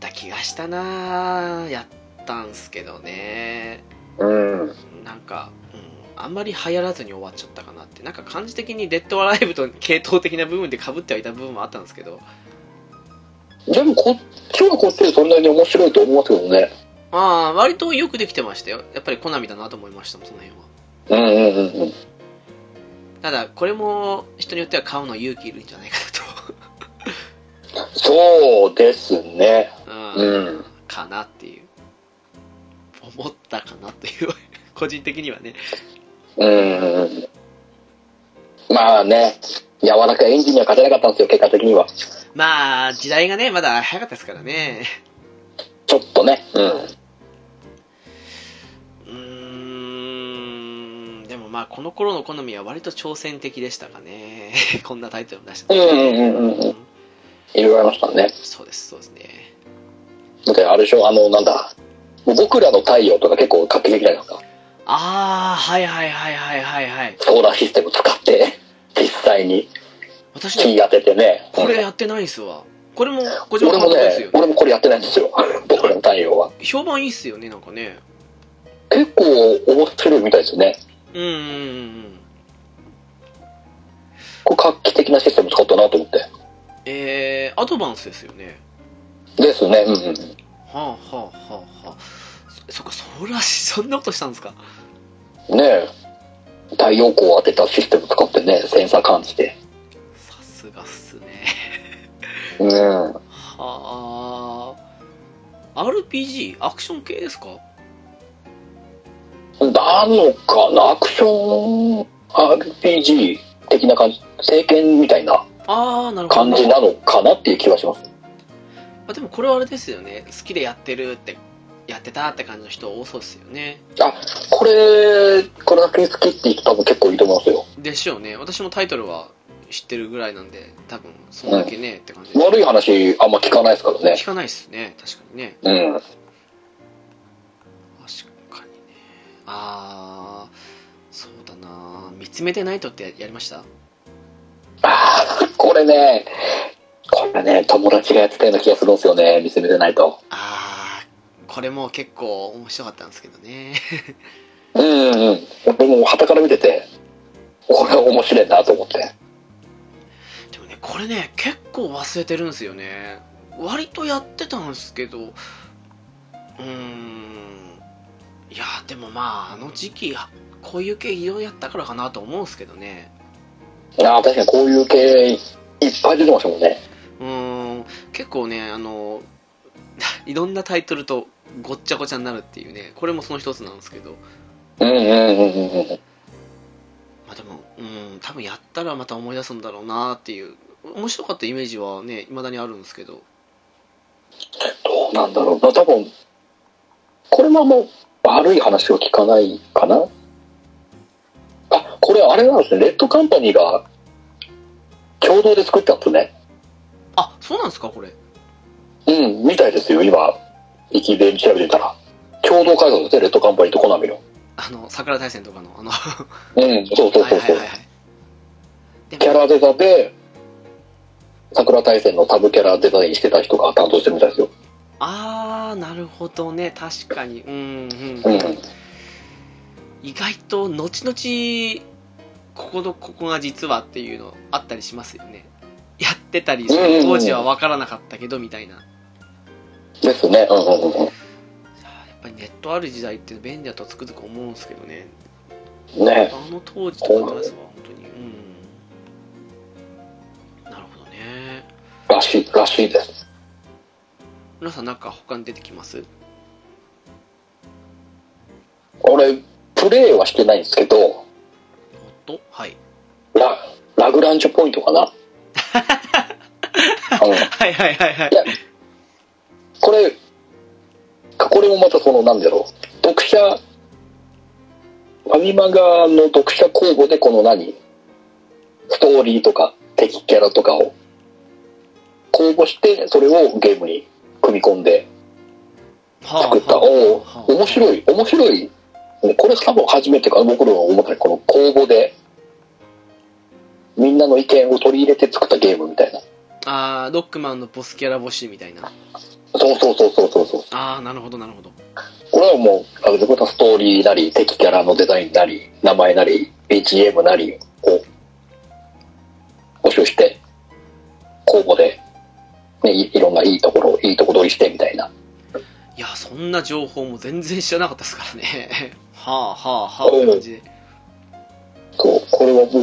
Speaker 1: た気がしたなぁやったんすけどね。
Speaker 2: うん。
Speaker 1: なんか、うん、あんまり流行らずに終わっちゃったかなって。なんか感じ的にデッドアライブと系統的な部分で被ってはいた部分もあったんですけど、
Speaker 2: でもこっ今日こっちでそんなに面白いと思いますけどね。
Speaker 1: ああ、割とよくできてましたよ。やっぱりコナミだなと思いましたもん、その辺は。
Speaker 2: うんうんうんうん。
Speaker 1: ただ、これも人によっては買うの勇気いるんじゃないか
Speaker 2: そうですね。
Speaker 1: なと。
Speaker 2: うん。
Speaker 1: かなっていう。思ったかなという。個人的にはね。
Speaker 2: うん。まあね、柔らかいエンジンには勝てなかったんですよ、結果的には。
Speaker 1: まあ、時代がね、まだ早かったですからね。
Speaker 2: ちょっとね。うん。
Speaker 1: うーん、でもまあ、この頃の好みは割と挑戦的でしたかね。こんなタイトルも出してた
Speaker 2: うんうんうんうんいろいろありましたね。
Speaker 1: そうです、そうですね。
Speaker 2: だってあれでしょ、あの、なんだ、僕らの太陽とか結構画期的じゃないですか。
Speaker 1: ああ、はいはいはいはいはいはい。
Speaker 2: ソーラーシステム使って、実際に
Speaker 1: 私ね、
Speaker 2: 気当ててね。
Speaker 1: これやってないんすわ。これも、こちら
Speaker 2: 俺
Speaker 1: も
Speaker 2: も
Speaker 1: ですよ
Speaker 2: ね、
Speaker 1: ね。
Speaker 2: 俺もこれやってないんですよ。 [laughs] 僕らの太陽は。
Speaker 1: 評判いいっすよね、なんかね。
Speaker 2: 結構面白いみたいですよね。
Speaker 1: うんうんうんうん。
Speaker 2: これ画期的なシステム使ったなと思って。
Speaker 1: えー、アドバンスですよね。
Speaker 2: ですね。うんうん。
Speaker 1: はあはあはあはあ。そそっか、そらし、そんなことしたんですか。
Speaker 2: ねえ。太陽光を当てたシステム使ってね、センサー感じて。
Speaker 1: さすがっすね。
Speaker 2: うん。
Speaker 1: はあ。RPG? アクション系ですか
Speaker 2: なのかなアクション RPG 的な感じ、政権みたいな
Speaker 1: ああ、なるほ
Speaker 2: 感
Speaker 1: ど
Speaker 2: じ。なのかなっていう気はします。
Speaker 1: あでもこれはあれですよね。好きでやってるって、やってたって感じの人多そうですよね。
Speaker 2: あ、これ、これだけ好きって人多分結構いると思いますよ。
Speaker 1: でしょうね。私もタイトルは知ってるぐらいなんで、多分、そんだけね、って感じで。
Speaker 2: 悪い話あんま聞かないですからね
Speaker 1: 聞。かないっすね。確かにね。
Speaker 2: うん。
Speaker 1: 確かにね。あー、そうだな見つめてないとってやりました
Speaker 2: あーこれね、これね、友達がやってたような気がするんですよね。見せめてないと。
Speaker 1: あー、これも結構面白かったんですけどね。 [laughs]
Speaker 2: うんうんうん。俺も旗から見てて、これ面白いなと思って。
Speaker 1: でもねこれね結構忘れてるんですよね割とやってたんですけどうーんいやでもまああの時期はこういう系いろいろやったからかなと思うんですけどね
Speaker 2: ああ、確かにこういう系いっぱい出てましたもんね。
Speaker 1: うーん結構ねあの [laughs] いろんなタイトルとごっちゃごちゃになるっていうねこれもその一つなんですけど
Speaker 2: うんうんうんうんうん。
Speaker 1: まあでもうん多分やったらまた思い出すんだろうなっていう面白かったイメージはね未だにあるんですけど
Speaker 2: どうなんだろう。まあ多分、これもあんま悪い話を聞かないかな。あ、これあれなんですね。レッドカンパニーが共同で作ったんですね。
Speaker 1: あそうなんですかこれ
Speaker 2: うん、みたいですよ。今、駅で調べてたら。共同開発ですね、レッドカンパニーとコナミの。
Speaker 1: あの桜大戦とかのあの
Speaker 2: うん、そうそう
Speaker 1: はい
Speaker 2: そ
Speaker 1: は
Speaker 2: う
Speaker 1: い
Speaker 2: そ
Speaker 1: は
Speaker 2: う
Speaker 1: いは。いで
Speaker 2: キャ
Speaker 1: も
Speaker 2: ラデザで、桜大戦のサブキャラデザインしてた人が担当してるみたいですよ。
Speaker 1: あーなるほどね確かにうんう、
Speaker 2: うんん。
Speaker 1: 意外と後々ここのここが実はっていうのあったりしますよねやってたり
Speaker 2: うんうんうん
Speaker 1: 当時は分からなかったけどみたいな
Speaker 2: ですね。うんうんうん
Speaker 1: あーやっぱりネットある時代って便利だとつくづく思うんですけどね
Speaker 2: うん。ね
Speaker 1: あの当時とかですわ本当にうんなるほどね
Speaker 2: らしい、らしいです。
Speaker 1: 皆さんなんか他に出てきます
Speaker 2: 俺、プレイはしてないんですけど、
Speaker 1: おっとはい
Speaker 2: ララグランジュポイントかな。うん、い
Speaker 1: はいはいはいはい
Speaker 2: や、これ、これもまたその、なんだろう、読者、ファミマガの読者公募でこの何、ストーリーとか敵キャラとかを公募して、それをゲームに組み込んで
Speaker 1: はあ
Speaker 2: 作った。
Speaker 1: はあ
Speaker 2: おお
Speaker 1: はあ
Speaker 2: 面白い、面白い。これ多分初めてかな、僕らは思ったこの公募で、みんなの意見を取り入れて作ったゲームみたいな。
Speaker 1: あーロックマンのボスキャラ募集みたいな
Speaker 2: そうそうそうそうそうそう。
Speaker 1: ああなるほどなるほど
Speaker 2: これはもう、あの、またストーリーなり、敵キャラのデザインなり、名前なり、BGM なりを募集して、公募でね、いいろんないいところ、いいとこ取りしてみたいな。
Speaker 1: いや、そんな情報も全然知らなかったですからね。はあはあはあって感じで。
Speaker 2: そう、これは僕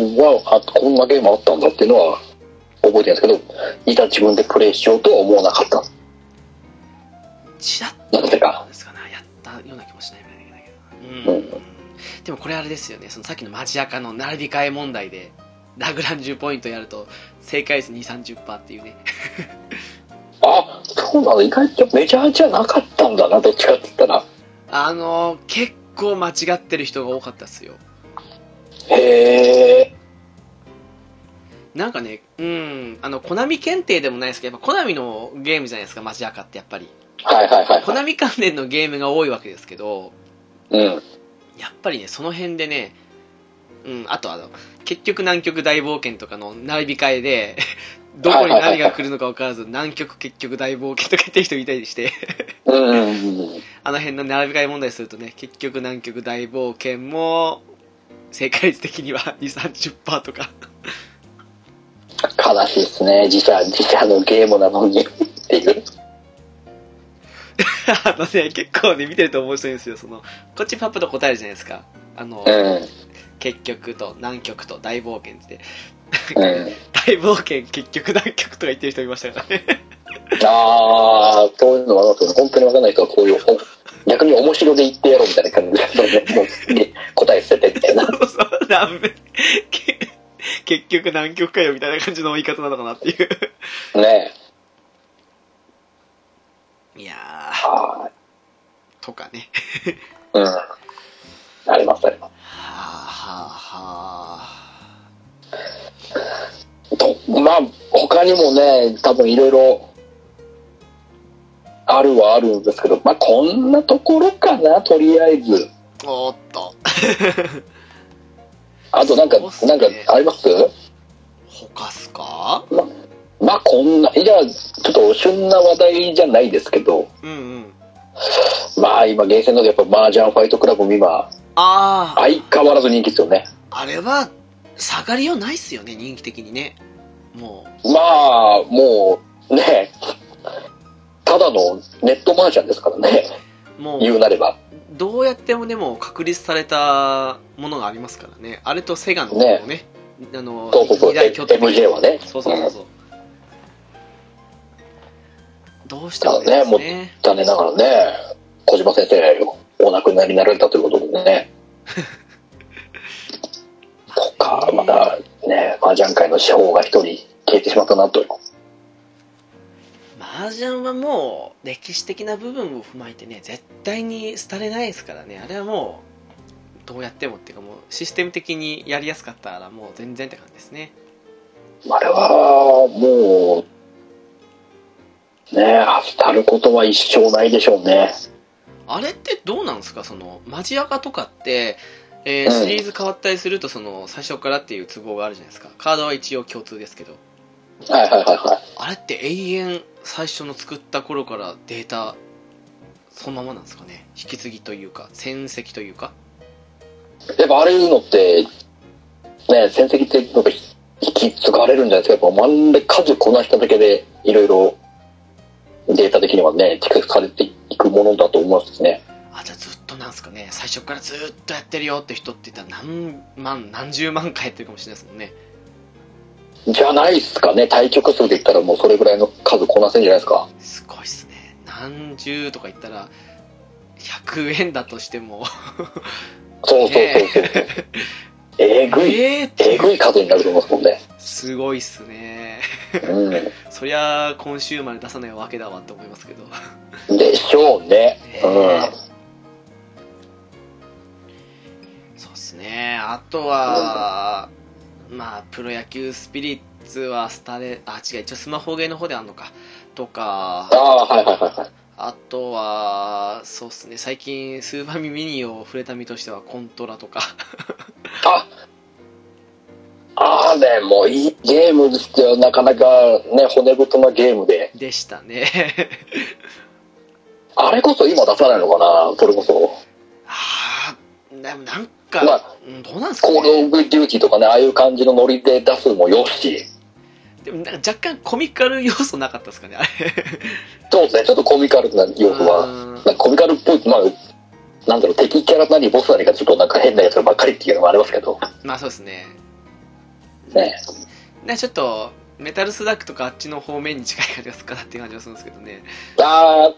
Speaker 2: は、あ、こんなゲームあったんだっていうのは覚えてるんですけど、いざ自分でプレイしようとは思わなかった。
Speaker 1: ちらっ
Speaker 2: なぜ
Speaker 1: と
Speaker 2: か。
Speaker 1: ですかね、やったような気もしないみたいだけ
Speaker 2: う
Speaker 1: ど。
Speaker 2: ん
Speaker 1: うん。でもこれあれですよね、そのさっきの町アカの並び替え問題で、ラグランジュポイントやると、正解数2、30%っていうね。
Speaker 2: あ、そうなの、意外とメジャーじゃなかったんだな、どっちかって言ったら。
Speaker 1: あの、結構間違ってる人が多かったですよ。
Speaker 2: へえ。
Speaker 1: なんかね、うん、あの、コナミ検定でもないですけど、やっぱコナミのゲームじゃないですか、マジアカってやっぱり。
Speaker 2: はいはいはい、
Speaker 1: コ
Speaker 2: は
Speaker 1: ナミ関連のゲームが多いわけですけど、
Speaker 2: い。うん。
Speaker 1: やっぱりね、その辺でね、うん、あとあの、結局南極大冒険とかの並び替え
Speaker 2: [laughs]
Speaker 1: で、どこに何が来るのか分からず、南極結局大冒険とか言ってる人いたりして、
Speaker 2: うんうんうん。
Speaker 1: あの辺の並び替え問題するとね、結局南極大冒険も、正解率的には2、30%とか。
Speaker 2: 悲しいですね。自社、自社のゲームなのにっていう。
Speaker 1: [laughs] あのね、結構ね、見てると面白いんですよ。その、こっちパップと答えるじゃないですか。あの、
Speaker 2: うん。
Speaker 1: 結局と南極と大冒険って。
Speaker 2: うん。
Speaker 1: 大冒険、結局南極とか言ってる人いましたからね。 [laughs]
Speaker 2: ああ、そういうのはなんか本当にわかんない人はこういう、お逆に面白で言ってやろうみたいな感じで、もうね答え捨ててみたいな。
Speaker 1: そうそう、南米け結局南極かよみたいな感じの言い方なのかなっていう。
Speaker 2: ね
Speaker 1: いやー、
Speaker 2: は
Speaker 1: とかね。
Speaker 2: い。うん。ありますありま
Speaker 1: はあはあはあ。
Speaker 2: す。と、まあ、他にもね、多分いろいろ、あるはあるんですけど、まあ、こんなところかな、とりあえず。
Speaker 1: おーっと。
Speaker 2: あとなんか、
Speaker 1: そうっす
Speaker 2: な
Speaker 1: ね
Speaker 2: んか、あります
Speaker 1: 他っすか
Speaker 2: まあこんな、じゃあ、ちょっと旬な話題じゃないですけど、
Speaker 1: うんうん。
Speaker 2: まあ今、ゲーセンのやっぱ麻雀ファイトクラブも今、
Speaker 1: あー、
Speaker 2: 相変わらず人気ですよね。
Speaker 1: あれは、下がりようないっすよね、人気的にね。もう。
Speaker 2: まあ、もう、ね、ただのネット麻雀ですからね、
Speaker 1: も
Speaker 2: 言う
Speaker 1: う、
Speaker 2: なれば。
Speaker 1: どうやってもでも確立されたものがありますからね。あれとセガのもね、あの、
Speaker 2: そうそうそう
Speaker 1: 二大巨頭
Speaker 2: MJ はね
Speaker 1: そうそうそうそう。どうしても
Speaker 2: だ
Speaker 1: ね
Speaker 2: ねもう
Speaker 1: ね
Speaker 2: 残念ながらね、小島先生、お亡くなりになられたということでね。とか、またね、麻雀界の司法が一人消えてしまったなという。
Speaker 1: 麻雀はもう、歴史的な部分を踏まえてね、絶対に廃れないですからね。あれはもう、どうやってもっていうかもう、システム的にやりやすかったらもう全然って感じですね。
Speaker 2: あれはもうねえたることは一生ないでしょうね
Speaker 1: あれってどうなんですかそのマジアカとかって、えー
Speaker 2: うん
Speaker 1: シリーズ変わったりするとその最初からっていう都合があるじゃないですかカードは一応共通ですけど
Speaker 2: はいはいはいは
Speaker 1: あれって永遠最初の作った頃からデータそのままなんですかね引き継ぎというか戦績というか
Speaker 2: いやっぱあれいうのってね戦績ってやっぱ引き継がれるんじゃないですかやっぱまんで数こなしただけでいろいろデータ的にはね蓄積されていくものだと思いますしね
Speaker 1: あじゃあずっとなんですかね最初からずっとやってるよって人って言ったら何万何十万回やってるかもしれないですもんね
Speaker 2: じゃないですかね対局数で言ったらもうそれぐらいの数こなせんじゃないですか
Speaker 1: すごいっすね何十とか言ったら100円だとしても
Speaker 2: そうそうそう
Speaker 1: [laughs]
Speaker 2: そうえぐい
Speaker 1: えーって
Speaker 2: えぐい数になると思いますもんね
Speaker 1: すごいっすね [laughs]
Speaker 2: うん
Speaker 1: そりゃあ今週まで出さないわけだわって思います
Speaker 2: [laughs]
Speaker 1: けど
Speaker 2: でしょうね。う
Speaker 1: そうっすねあとはまあプロ野球スピリッツはスタレあ違う一応スマホゲーの方であんのかとか
Speaker 2: ん。ああ、はいはいはいはい。
Speaker 1: あとはそうっすね最近スーファミミニを触れた身としてはコントラとか [laughs]
Speaker 2: ああれもいいゲームですよ。なかなかね、骨太なゲームで。
Speaker 1: でしたね [laughs]
Speaker 2: あれこそ今出さないのかなそれこそ。
Speaker 1: ああでもなんか、
Speaker 2: まあ
Speaker 1: うんどうなんですか
Speaker 2: コールオ
Speaker 1: ね
Speaker 2: ブデューティーとかね、ああいう感じのノリで出すもよし。
Speaker 1: でもなんか若干コミカル要素なかったですかね、あれ。
Speaker 2: そうですね、ちょっとコミカルな要素
Speaker 1: う
Speaker 2: は、
Speaker 1: ん
Speaker 2: なんかコミカルっぽい、まあ、なんだろう、敵キャラなりボスなりがちょっとなんか変なやつらばっかりっていうのもありますけど、
Speaker 1: まあそうですね。
Speaker 2: ね。
Speaker 1: ね、ちょっと、メタルスラックとかあっちの方面に近い感じがするかなっていう感じがするんですけどね。
Speaker 2: あー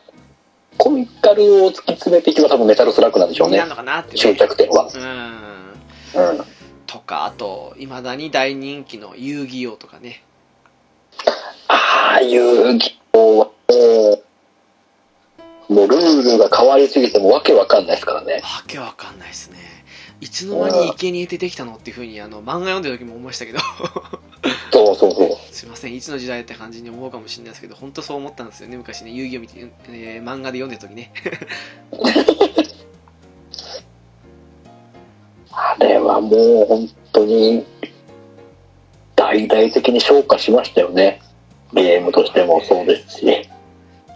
Speaker 2: コミカルを突き詰めていけば多分メタルスラックなんでしょうね
Speaker 1: な。のかなって、
Speaker 2: 終
Speaker 1: ね。
Speaker 2: 着点は。
Speaker 1: うん。
Speaker 2: うん。
Speaker 1: とか、あと、いまだに大人気の遊戯王とかね。
Speaker 2: ああいう技法はもう、もうルールが変わりすぎてもわけわかんないですからね。
Speaker 1: わけわかんないですね。いつの間に生贄ってできたのっていうふうに、あの、漫画読んでる時も思いましたけど。 [laughs]
Speaker 2: そうそうそう。
Speaker 1: すいませんいつの時代って感じに思うかもしれないですけど本当そう思ったんですよね昔ね遊戯を見て、えー漫画で読んでた時ね
Speaker 2: あれはもう本当に、大々的に昇華しましたよね。ゲームとしてもそうですし、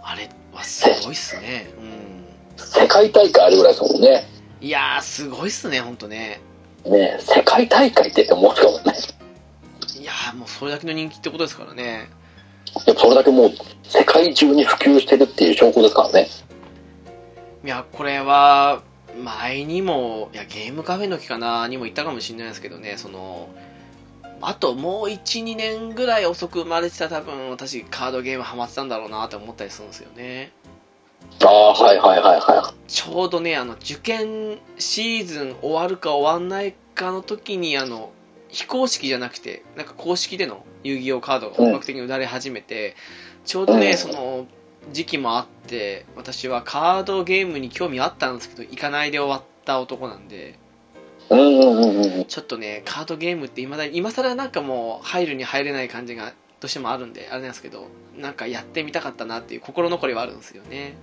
Speaker 1: あれはすごいっすねう
Speaker 2: 世界大会あるぐらいですもんね。
Speaker 1: んいやーすごいっすね本当ね
Speaker 2: ね世界大会って言っても面白くない。
Speaker 1: いやーもうそれだけの人気ってことですからね
Speaker 2: でもそれだけもう、世界中に普及してるっていう証拠ですからね。
Speaker 1: いやこれは前にもいやゲームカフェの時かなにも言ったかもしれないですけどねそのあともう12年ぐらい遅く生まれてたら多分私カードゲームハマってたんだろうなって思ったりするんですよね
Speaker 2: ああ、はいはいはいは
Speaker 1: ちょうどね、あの、受験シーズン終わるか終わんないかの時に、あの、非公式じゃなくて、なんか公式での遊戯王カードが本格的に売られ始めて、ちょうど
Speaker 2: う
Speaker 1: ね、
Speaker 2: ん
Speaker 1: その、時期もあって、私はカードゲームに興味あったんですけど、行かないで終わった男なんで、
Speaker 2: い。うんうんうんうん。
Speaker 1: ちょっとね、カードゲームって未だに、今更なんかもう入るに入れない感じが、どうしてもあるんで、あれなんですけど、なんかやってみたかったなっていう心残りはあるんですよね。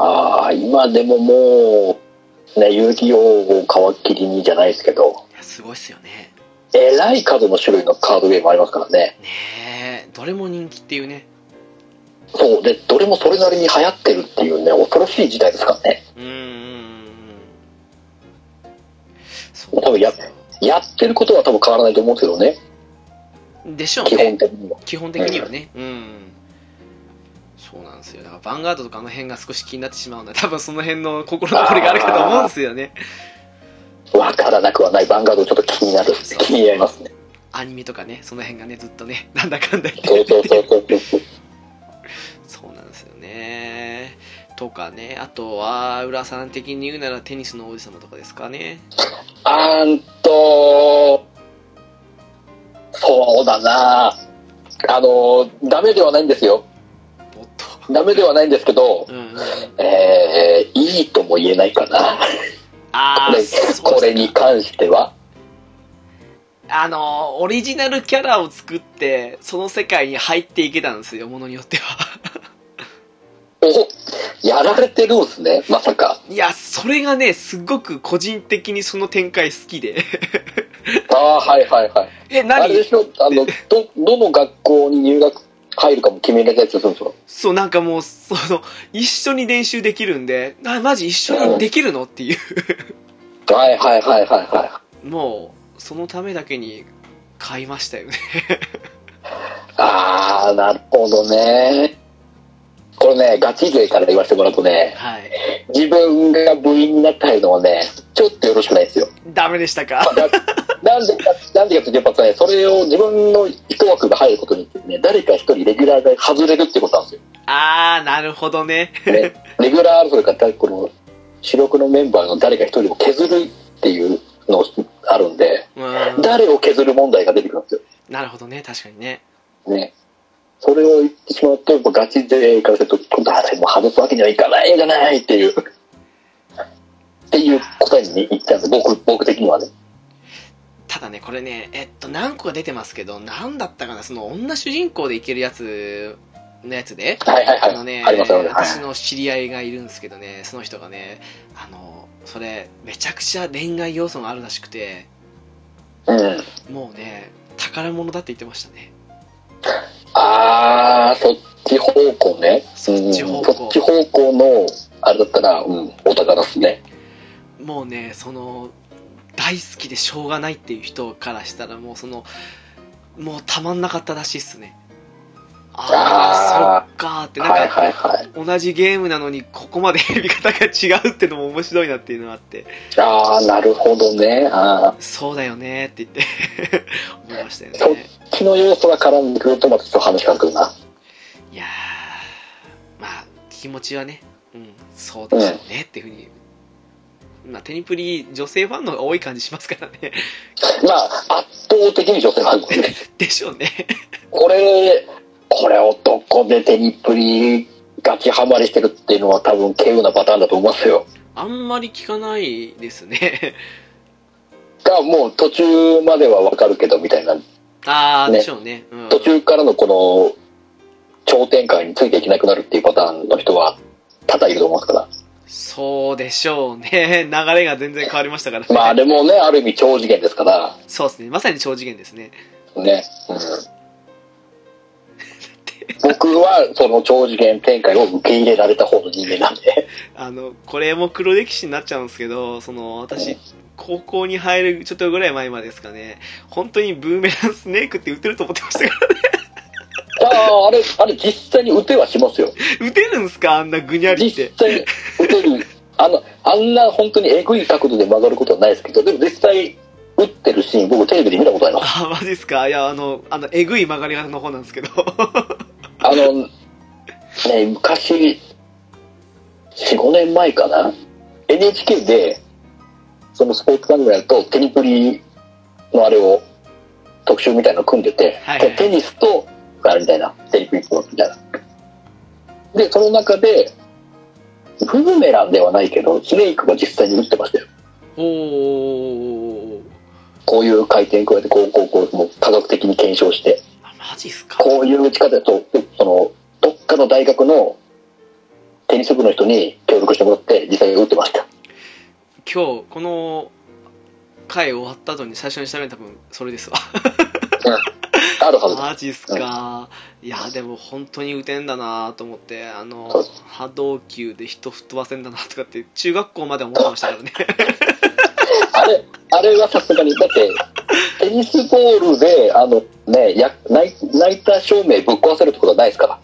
Speaker 2: ああ、今でももう、ね、遊戯王を皮切りにじゃないですけど、
Speaker 1: いや、すごいっすよね。
Speaker 2: えらい数の種類のカードゲームありますからね。
Speaker 1: ねえどれも人気っていうね
Speaker 2: そう、で、どれもそれなりに流行ってるっていうね、恐ろしい時代ですからね。
Speaker 1: うーんそ
Speaker 2: 多分やっ
Speaker 1: ですよ
Speaker 2: やってることは多分変わらないと思うんですけどね、
Speaker 1: でしょう
Speaker 2: 基
Speaker 1: ね
Speaker 2: 本的には。
Speaker 1: 基本的にはねうんそうなんですよだからヴァンガードとかあの辺が少し気になってしまうので多分その辺の心残りがあるかと思うんですよね
Speaker 2: わからなくはない、ヴァンガードちょっと気になる、気になりますね。
Speaker 1: アニメとかねその辺がねずっとね [laughs] なんだかんだ言って
Speaker 2: そうそうそうそうそう。
Speaker 1: そうなんですよねとかねあとは浦さん的に言うならテニスの王子様とかですかね
Speaker 2: あんと、そうだなあの、ダメではないんですよ。
Speaker 1: おっと
Speaker 2: ダメではないんですけど
Speaker 1: う、んうんうん
Speaker 2: えー、いいとも言えないかな。
Speaker 1: あ
Speaker 2: [laughs] これ
Speaker 1: あ
Speaker 2: これに関しては。
Speaker 1: あの、オリジナルキャラを作って、その世界に入っていけたんですよ、ものによっては。 [laughs]
Speaker 2: おやられてるんすね、まさか。
Speaker 1: いや、それがね、すごく個人的にその展開好きで。
Speaker 2: ああー、はいはいはい。
Speaker 1: [laughs] え、
Speaker 2: あれで
Speaker 1: 何
Speaker 2: しょあのどどの学校に入学入るかも決められたりするんですよ
Speaker 1: そう、なんかもう、その、一緒に練習できるんで、な、マジ一緒にできるのっていう。
Speaker 2: はいはいはいはいはい
Speaker 1: もう、そのためだけに買いましたよね。 [laughs]
Speaker 2: ああなるほどねこれねガチ勢から言わせてもらうとね
Speaker 1: はい。
Speaker 2: 自分が部員になったりのはねちょっとよろしくないですよ
Speaker 1: ダメでしたか [laughs]
Speaker 2: まあだなんでかなんでかってやっぱねそれを自分の一枠が入ることによってね誰か一人レギュラーが外れるってこと
Speaker 1: [laughs]
Speaker 2: なんです
Speaker 1: あー、なるほどね。
Speaker 2: よ、ね、レギュラー争いからこの主力のメンバーの誰か一人を削るっていうのあるんで
Speaker 1: うーん。
Speaker 2: 誰を削る問題が出てくるんですよ
Speaker 1: なるほどね、確かにね。
Speaker 2: ね。それを言ってしまうと、やっぱガチ勢からすると、今度あれもう外すわけにはいかないんじゃないっていう、っていう答えに言っちゃうんです、僕、僕的にはね。
Speaker 1: ただね、これね、えっと、何個か出てますけど、何だったかな、その女主人公でいけるやつのやつで、
Speaker 2: はいはい
Speaker 1: あ
Speaker 2: はい。
Speaker 1: のね、
Speaker 2: ありますよね。はい
Speaker 1: 私の知り合いがいるんですけどね、その人がね、あの、それ、めちゃくちゃ恋愛要素があるらしくて、
Speaker 2: うん。
Speaker 1: もうね、宝物だって言ってましたね。
Speaker 2: あー、そっち方向ね。
Speaker 1: そっち方
Speaker 2: うん
Speaker 1: 向
Speaker 2: そっち方向の、あれだったら、うん、お宝っすね。
Speaker 1: もうね、その、大好きでしょうがないっていう人からしたら、もうその、もうたまんなかったらしいっすねああ
Speaker 2: あ
Speaker 1: そっかーってなんか、
Speaker 2: はいはいはい。
Speaker 1: 同じゲームなのにここまで [laughs] 選び方が違うってのも面白いなっていうのがあって
Speaker 2: ああ、なるほどね。あー
Speaker 1: そうだよねって言って [laughs] 思いましたよ
Speaker 2: そっ
Speaker 1: ね
Speaker 2: ちの要素が絡んでくるとまたちょっと話変わってくるな。
Speaker 1: いやーまあ気持ちはね、うん、そうでしょうねっていうふうに、まあ、テニプリ女性ファンの方が多い感じしますからね
Speaker 2: まあ、圧倒的に女性なん
Speaker 1: [laughs]
Speaker 2: ですね。
Speaker 1: でしょうね
Speaker 2: これ、これ男でテニプリガチハマりしてるっていうのは多分稀有なパターンだと思いますよ。
Speaker 1: あんまり聞かないですね [laughs]
Speaker 2: がもう途中まではわかるけどみたいな、
Speaker 1: ああ
Speaker 2: ね
Speaker 1: でしょうねうん
Speaker 2: 途中からのこの、超展開についていけなくなるっていうパターンの人は多々いると思いますから。
Speaker 1: そうでしょうね流れが全然変わりましたからね、
Speaker 2: まあでもね、ある意味超次元ですから、
Speaker 1: そうですねまさに超次元ですね
Speaker 2: ね。うん、僕はその超次元展開を受け入れられた方の人間なんで。
Speaker 1: あの、これも黒歴史になっちゃうんですけど、その、私、高校に入るちょっとぐらい前までですかね、本当にブーメランスネークって打てると思ってましたから、 [laughs]
Speaker 2: ああ、あれ、あれ実際に打てはしますよ。
Speaker 1: 打てるんすかあんなぐにゃりっ
Speaker 2: 実
Speaker 1: て。
Speaker 2: 際打てるあのあんな本当にえぐい角度で曲がることはないですけどでも実際打ってるシーン僕テレビで見たことあります
Speaker 1: あ、マジっすかいや、あの、あの、えぐい曲がり方の方なんですけど。
Speaker 2: あのね昔45年前かな NHK でそのスポーツ番組やるとテニプリのあれを特集みたいなの組んでて、
Speaker 1: はいはい
Speaker 2: テニスとあれみたいなテニプリスポーツみたいなでその中でブーメランではないけどスネークが実際に打ってましたよ
Speaker 1: おー。
Speaker 2: こういう回転加えて、こう、こう、こう、もう科学的に検証して、
Speaker 1: あ、マジっすか
Speaker 2: こういう打ち方だと、その、どっかの大学のテニス部の人に協力してもらって、実際に打ってました。
Speaker 1: 今日、この、回終わった後に最初にしたの多分、それですわ。
Speaker 2: あるはずだ。
Speaker 1: マジっすか、いやでも本当に打てんだなと思ってあの
Speaker 2: そうで
Speaker 1: 波動球で人吹っ飛ばせんだなとかって中学校まで思ってました
Speaker 2: [laughs]
Speaker 1: からね
Speaker 2: あれ、あれはさすがに、だって、テニスボールで、あの、ね、や泣い泣いた照明ぶっ壊せるってことはないですから。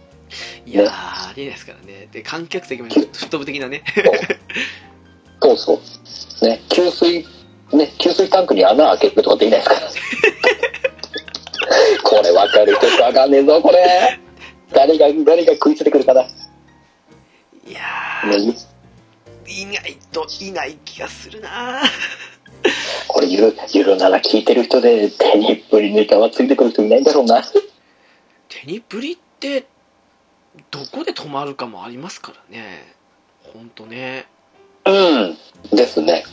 Speaker 1: いやーありえないですからねで観客席まで吹っ飛ぶ的なね
Speaker 2: そうそうそう。ね、給水、ね、給水タンクに穴開けるとかできないですから。これ分かる人しか分かんねえぞ、これ。誰が、誰が食いついてくるかな。ね、
Speaker 1: いやー意外といない気がするな
Speaker 2: これゆる、ゆるなら聞いてる人で、手にプリネタはついてくる人いないんだろうな。
Speaker 1: 手にプリってどこで止まるかもありますからね本当ね
Speaker 2: うん。ですね。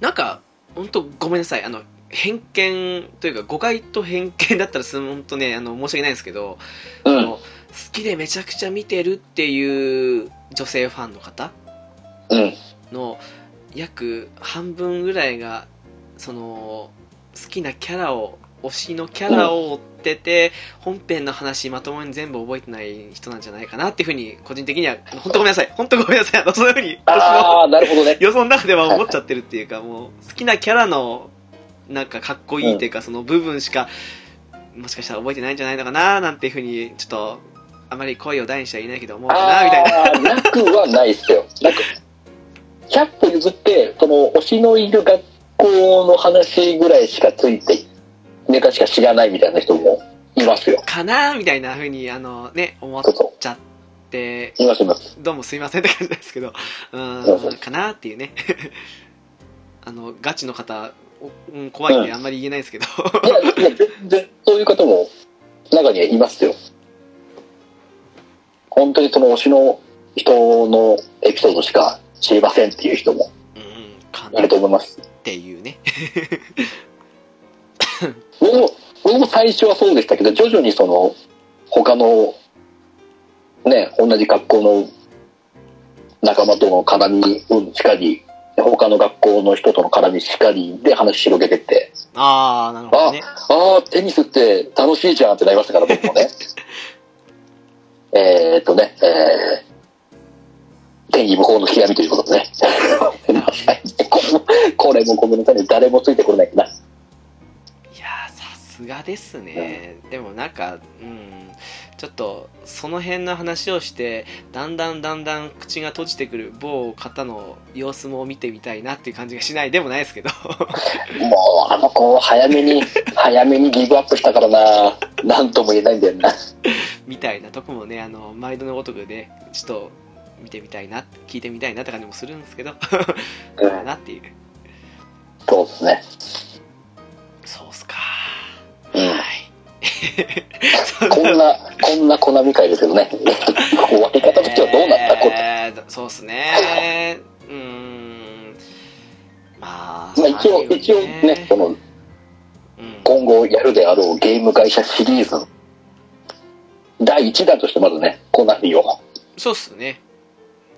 Speaker 1: なんか、本当ごめんなさい、あの、偏見というか、誤解と偏見だったらす、本当ね、あの、申し訳ないんですけど、
Speaker 2: う
Speaker 1: あ
Speaker 2: ん。
Speaker 1: の好きでめちゃくちゃ見てるっていう女性ファンの方
Speaker 2: うん。
Speaker 1: の約半分ぐらいが、その、好きなキャラを、推しのキャラを追ってて、本編の話まともに全部覚えてない人なんじゃないかなっていうふうに、個人的には、あの本当ごめんなさい、本当ごめんなさい、あの、そういうふうに、私の
Speaker 2: ああ、なるほどね。
Speaker 1: 予想の中では思っちゃってるっていうか、もう好きなキャラのなんかかっこいいっていうか、その部分しかもしかしたら覚えてないんじゃないのかななんていうふうにちょっとあまり声を大にしては言えないけど思うかなみたいな
Speaker 2: ああ、なくはないっすよ。なく。100歩譲って、その、推しのいる学校の話ぐらいしかついて、ネタしか知らないみたいな人もいますよ。
Speaker 1: かなみたいなふうにあのね思っ
Speaker 2: そうそ
Speaker 1: ちゃって
Speaker 2: う。いますいます。
Speaker 1: どうもすいませんって感じですけどう
Speaker 2: そうそ
Speaker 1: ー
Speaker 2: うん
Speaker 1: かなっていうね [laughs] あのガチの方おうん怖いんであんまり言えないです [laughs] けど
Speaker 2: いや、いや、全然、そういう方も中にはいますよ。本当にその推しの人のエピソードしか知りませんっていう人も
Speaker 1: うんうんか
Speaker 2: い
Speaker 1: な
Speaker 2: る
Speaker 1: っ
Speaker 2: と思います。
Speaker 1: ていうね
Speaker 2: 僕も、僕も最初はそうでしたけど、徐々にその、他の、ね、同じ学校の仲間との絡みうんしかり、他の学校の人との絡みしかりで話広げてって、
Speaker 1: ああなるほどね
Speaker 2: ああ、テニスって楽しいじゃんってなりましたから、僕も [laughs] ね。えーっとね、えー、天に無法の極みということでね。 [laughs] これも、これもごめんなさいね。誰もついてこれないかな。
Speaker 1: いやーさすがですね、でもなんか、うん、ちょっとその辺の話をして、だんだんだんだん口が閉じてくる某方の様子も見てみたいなっていう感じがしないでもないですけど、 [laughs]
Speaker 2: もう、あの子、早めに、早めにギブアップしたからな。なんとも言えないんだよな。
Speaker 1: みたいなとこもね、あの毎度のごとくね、ちょっと見てみたいな、聞いてみたいなって感じもするんですけど、
Speaker 2: う
Speaker 1: だ
Speaker 2: ん、
Speaker 1: なっていう。
Speaker 2: そうですね。
Speaker 1: [laughs] そうっすか。
Speaker 2: うん。
Speaker 1: はい。
Speaker 2: こんな、こんなコナミ会ですけど [laughs] ね。分け方としてはどうなったこ
Speaker 1: えーそうっすね。うーん。まあ、
Speaker 2: まあ一応、
Speaker 1: そう
Speaker 2: 一応ね、この
Speaker 1: うん
Speaker 2: 今後やるであろうゲーム会社シリーズ、第1弾としてまずね、コナミを
Speaker 1: そうっすね。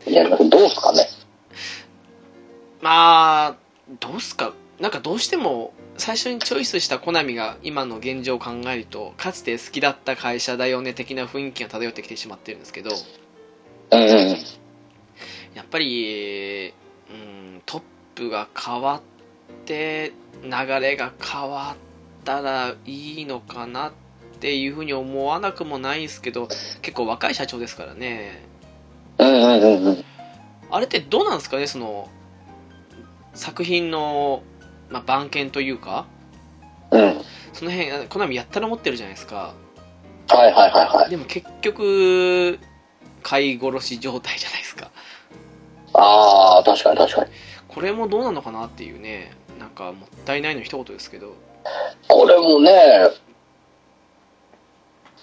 Speaker 2: やります。どうですかね。
Speaker 1: まあ、どうすか、なんかどうしても、最初にチョイスしたコナミが今の現状を考えると、かつて好きだった会社だよね的な雰囲気が漂ってきてしまってるんですけど、
Speaker 2: うんうん。
Speaker 1: やっぱり、うん、トップが変わって、流れが変わったらいいのかなっていうふうに思わなくもないですけど、結構若い社長ですからね。
Speaker 2: うんうんうんうん。
Speaker 1: あれってどうなんですかね、その、作品の、まあ、番犬というか、
Speaker 2: うん。
Speaker 1: その辺、あコナミやったら持ってるじゃないですか。
Speaker 2: はいはいはいはい。
Speaker 1: でも結局、買い殺し状態じゃないですか。
Speaker 2: ああ、確かに確かに。
Speaker 1: これもどうなのかなっていうね、なんかもったいないの一言ですけど。
Speaker 2: これもね、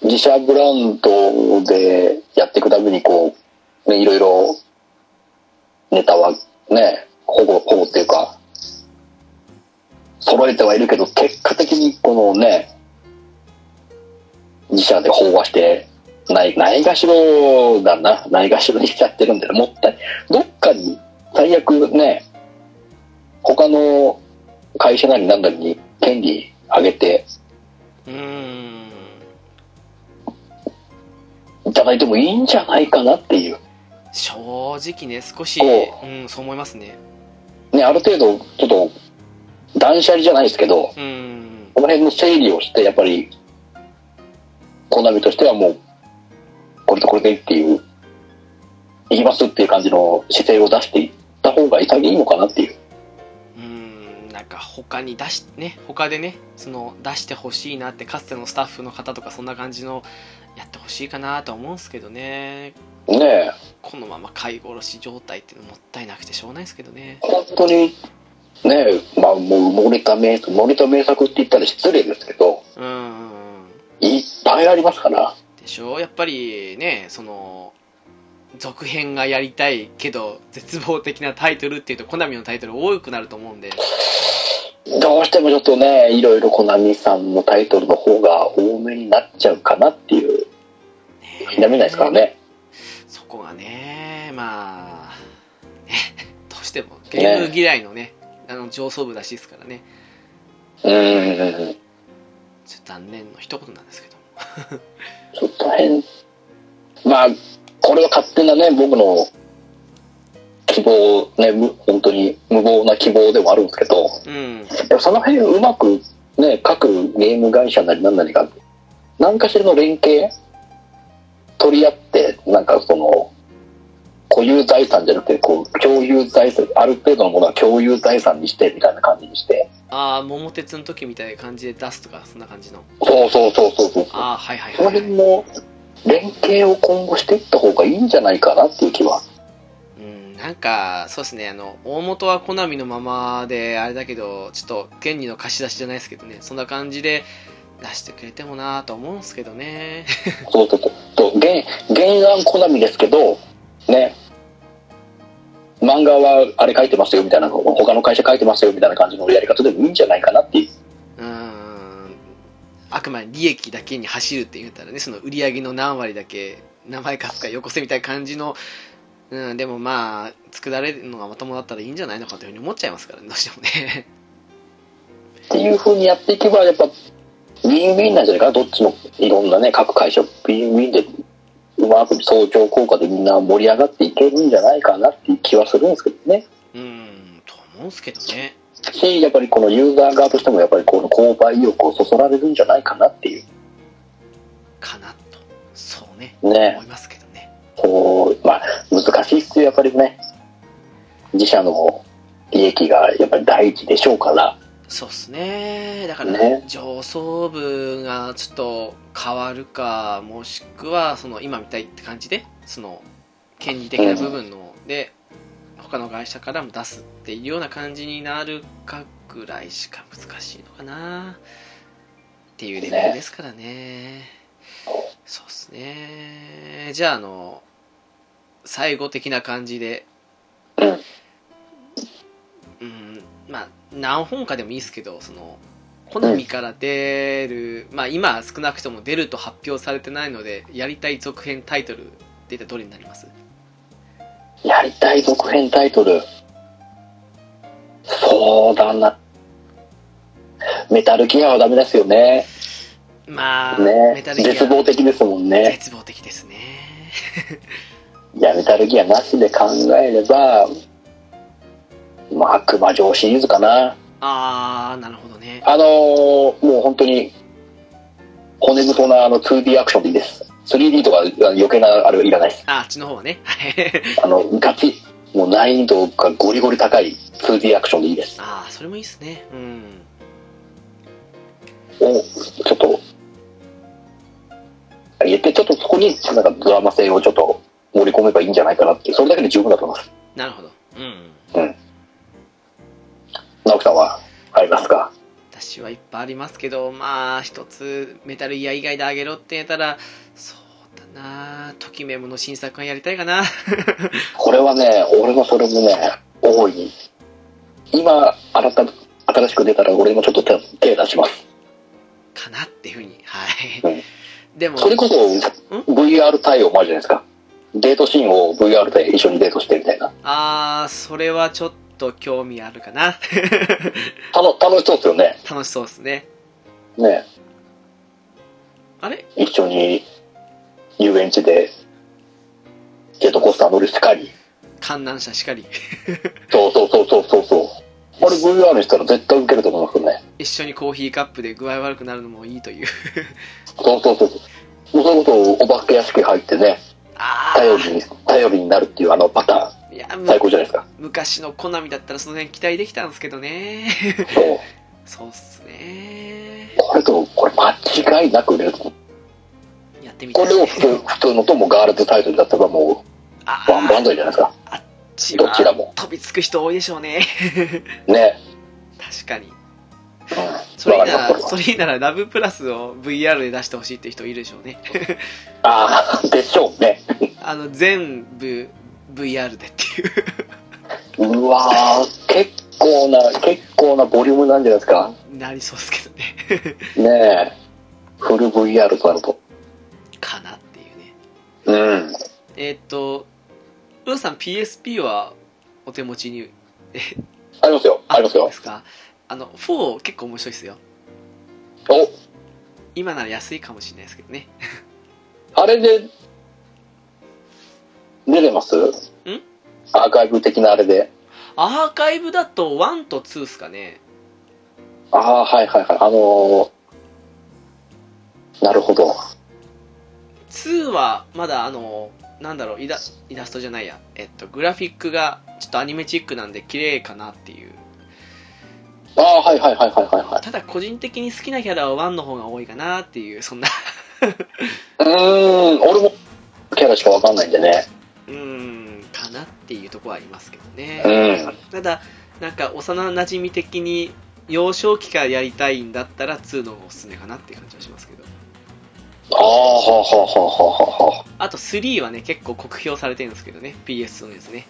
Speaker 2: 自社ブランドでやっていくためにこう、ね、いろいろネタはね、ほぼ、ほぼっていうか、揃えてはいるけど、結果的にこのね、自社で飽和して、ない、ないがしろだな、ないがしろにしちゃってるんだよ。もったい、どっかに最悪ね、他の会社なりなんだりに権利上げて
Speaker 1: うーん。
Speaker 2: いただいてもいいんじゃないかなっていう。
Speaker 1: 正直ね、少し、
Speaker 2: お
Speaker 1: うん、そう思いますね。
Speaker 2: ね、ある程度、ちょっと、断捨離じゃないですけど、
Speaker 1: うーん。
Speaker 2: この辺の整理をして、やっぱり、コナミとしてはもう、これとこれでいいっていう、いきますっていう感じの姿勢を出していった方が潔いのかなっていう。
Speaker 1: うーん、なんか他に出し、ね、他でね、その出してほしいなって、かつてのスタッフの方とかそんな感じの、やってほしいかなとは思うんですけどね。
Speaker 2: ねえ、
Speaker 1: このまま買い殺し状態っていうのもったいなくてしょうがないですけどね。
Speaker 2: 本当に、ねえ、まあもう埋もれた名作、埋もれた名作って言ったら失礼ですけど、
Speaker 1: うーん。
Speaker 2: いっぱいありますから。
Speaker 1: でしょやっぱりね、その、続編がやりたいけど、絶望的なタイトルっていうと、コナミのタイトル多くなると思うんで。
Speaker 2: どうしてもちょっとね、いろいろコナミさんのタイトルの方が多めになっちゃうかなっていう、
Speaker 1: ね
Speaker 2: 否めないですからね。
Speaker 1: そこがね、まあ、ね、 [laughs] どうしてもゲーム嫌いのね、あの上層部らしいですからね、
Speaker 2: うんうんう
Speaker 1: ちょ
Speaker 2: ん。
Speaker 1: っと残念の一言なんですけど、
Speaker 2: ちょっと変。まあ、これは勝手なね、僕の希望、ね、む本当に無謀な希望でもあるんですけど、
Speaker 1: うん、
Speaker 2: でもその辺うまく、ね、各ゲーム会社なりなんなりが、何かしらの連携取り合って、なんかその、固有財産じゃなくて、こう、共有財産、ある程度のものは共有財産にして、みたいな感じにして。
Speaker 1: ああ、桃鉄の時みたいな感じで出すとか、そんな感じの、
Speaker 2: そうそうそうそうそう。
Speaker 1: ああ、はいはい
Speaker 2: その
Speaker 1: はい、はい
Speaker 2: 辺、も、連携を今後していった方がいいんじゃないかなっていう気は。
Speaker 1: うん、なんか、そうですね、あの、大元はコナミのままで、あれだけど、ちょっと、権利の貸し出しじゃないですけどね、そんな感じで出してくれてもなぁと思うんですけどね、
Speaker 2: そうそうそう。と原原案コナミですけど、ね。漫画はあれ書いてますよみたいな、他の会社書いてますよみたいな感じのやり方でもいいんじゃないかなっていう。
Speaker 1: うーんあくまで利益だけに走るって言ったらねその売り上げの何割だけ名前貸すかよこせみたいな感じの、うん、でもまあ作られるのがまともだったらいいんじゃないのかというふうに思っちゃいますからねどうしても [laughs] ね
Speaker 2: っていう風にやっていけば、やっぱ、ウィンウィンなんじゃないかな。どっちもいろんなね、各会社、ウィンウィンで、うまく相乗効果でみんな盛り上がっていけるんじゃないかなっていう気はするんですけどね。
Speaker 1: うーんと思うんすけどね
Speaker 2: し、やっぱりこのユーザー側としても、やっぱりこの購買意欲をそそられるんじゃないかなっていう。
Speaker 1: かなとそうね
Speaker 2: ね
Speaker 1: 思。いますけどね
Speaker 2: こう、まあ、難しいっすよ、やっぱりね。自社の利益がやっぱり第一でしょうから。
Speaker 1: そうっすねだから、
Speaker 2: ね
Speaker 1: 上層部がちょっと変わるかもしくはその今みたいって感じでその権利的な部分の、で他の会社からも出すっていうような感じになるかぐらいしか難しいのかなっていうレベルですからねそうっすねじゃああの最後的な感じで
Speaker 2: う
Speaker 1: う
Speaker 2: ん
Speaker 1: んまあ何本かでもいいですけどその好みから出る、まあ今少なくとも出ると発表されてないのでやりたい続編タイトル出てどれになります
Speaker 2: やりたい続編タイトル。そうだな。メタルギアはダメですよね。
Speaker 1: まあ、
Speaker 2: ね
Speaker 1: メタルギア
Speaker 2: 絶望的ですもんね。
Speaker 1: 絶望的ですね [laughs]
Speaker 2: いや、メタルギアなしで考えれば、まあ、悪魔城シリーズかな。
Speaker 1: ああなるほどね
Speaker 2: あのーもう本当に、骨太なあの 2D アクションでいいです。3D とかあの余計なあれはいらないです。
Speaker 1: ああっちの方はね [laughs] はい
Speaker 2: あの、ガチ、もう難易度がゴリゴリ高い 2D アクションでいいです。
Speaker 1: ああそれもいいですねうん
Speaker 2: を、ちょっと、入れて、ちょっとそこになんかドラマ性をちょっと盛り込めばいいんじゃないかなって、それだけで十分だと思います。
Speaker 1: なるほどうん
Speaker 2: 直樹さんはありますか
Speaker 1: 私はいっぱいありますけどまあ一つメタルギア以外であげろって言ったらそうだなときメモの新作がやりたいかな
Speaker 2: これはね、俺もそれもね、大いに。今、新た、新しく出たら俺もちょっと手手出します。
Speaker 1: かなっていうふうにはい、
Speaker 2: うん
Speaker 1: でも
Speaker 2: それこそ、VR 対応もあるじゃないですか。デートシーンを VR で一緒にデートしてみたいな。
Speaker 1: あーそれはちょっと興味あるかな [laughs]
Speaker 2: 楽、楽しそうですよね。
Speaker 1: 楽しそうですね
Speaker 2: ね。
Speaker 1: あれ
Speaker 2: 一緒に遊園地で、ジェットコースター乗るしかり。
Speaker 1: 観覧車しかり
Speaker 2: そうそうそうそうそうそう。あれ VR にしたら絶対受けると思いますよね。
Speaker 1: 一緒にコーヒーカップで具合悪くなるのもいいという
Speaker 2: そうそうそうそう。もうそれこそお化け屋敷入ってね、
Speaker 1: あ
Speaker 2: 頼りに、頼りになるっていうあのパタ
Speaker 1: あいや
Speaker 2: ーン、
Speaker 1: む
Speaker 2: 最高じゃないですか。
Speaker 1: 昔のコナミだったらその辺期待できたんですけどね [laughs]
Speaker 2: そう。
Speaker 1: そうっすね
Speaker 2: これと、これ間違いなく売れると思う。
Speaker 1: やってみた
Speaker 2: こ
Speaker 1: いで
Speaker 2: れ
Speaker 1: す
Speaker 2: を
Speaker 1: ね
Speaker 2: 普通、普通のともガールズタイトルだったらも
Speaker 1: あ
Speaker 2: う、ワンバンドじゃないですか。
Speaker 1: ー
Speaker 2: どちらも
Speaker 1: 飛びつく人多いでしょうね [laughs]
Speaker 2: ね。
Speaker 1: 確かに
Speaker 2: う
Speaker 1: そ
Speaker 2: ん。
Speaker 1: れ
Speaker 2: わか
Speaker 1: いい
Speaker 2: り
Speaker 1: な
Speaker 2: ます、これ
Speaker 1: ら
Speaker 2: は
Speaker 1: それいいならラブプラスを VR で出してほしいって人いるでしょうね
Speaker 2: ああ、でしょうね。
Speaker 1: あの全部 VR でっていう
Speaker 2: うわー、結構な、結構なボリュームなんじゃないですか。
Speaker 1: なりそうですけどね
Speaker 2: ねえ。フル VR となると。
Speaker 1: かなっていうね
Speaker 2: うん。
Speaker 1: えーっ、とウロさん PSP はお手持ちに
Speaker 2: ありますよ、あります
Speaker 1: そう
Speaker 2: よ
Speaker 1: で。すかあの4結構面白いですよ
Speaker 2: お、
Speaker 1: 今なら安いかもしれないですけどね
Speaker 2: あれで、出てますんアーカイブ的なあれで。
Speaker 1: アーカイブだと1と2ですかね
Speaker 2: ああ、はいはいはい。あのー、なるほど。
Speaker 1: 2はまだあのなんだろうイライラストじゃないや、えっと、グラフィックがちょっとアニメチックなんで綺麗かなっていう
Speaker 2: ああ、はいはいはいはいはいはい。
Speaker 1: ただ個人的に好きなキャラは1の方が多いかなっていうそんな
Speaker 2: うーん、俺もキャラしかわかんないんでね。
Speaker 1: うーんかなっていうところはありますけどね
Speaker 2: うん。
Speaker 1: ただなんか幼馴染み的に幼少期からやりたいんだったら2の方がおすすめかなっていう感じはしますけど
Speaker 2: ああ、はあはあはあはあは
Speaker 1: あと3はね結構酷評されてるんですけどね PS2 のやつね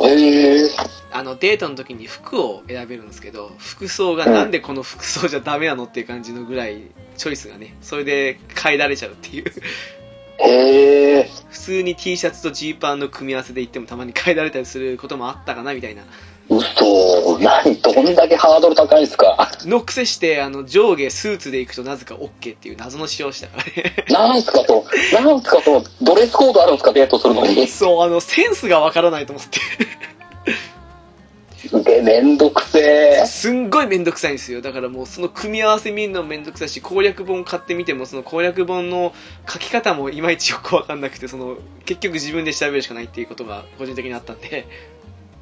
Speaker 2: あ。へえ。
Speaker 1: あのデートの時に服を選べるんですけど服装がなんでこの服装じゃダメなのっていう感じのぐらいチョイスがねそれで変えられちゃうっていう [laughs]
Speaker 2: へえ。
Speaker 1: 普通に T シャツとジーパンの組み合わせで言ってもたまに変えられたりすることもあったかなみたいな
Speaker 2: 嘘。何どんだけハードル高いんすか。 [laughs]
Speaker 1: の癖してあの上下スーツで行くとなぜか OK っていう謎の仕様をしたからね [laughs]
Speaker 2: なんすかと、なんすかと、ドレスコードあるんですか、デートするのに。
Speaker 1: そう、あの、センスがわからないと思って。
Speaker 2: すげえめんどくせえ。
Speaker 1: すんごいめんどくさいんですよ。だからもうその組み合わせ見るのもめんどくさいし、攻略本買ってみても、その攻略本の書き方もいまいちよくわかんなくて、その、結局自分で調べるしかないっていうことが個人的にあったんで、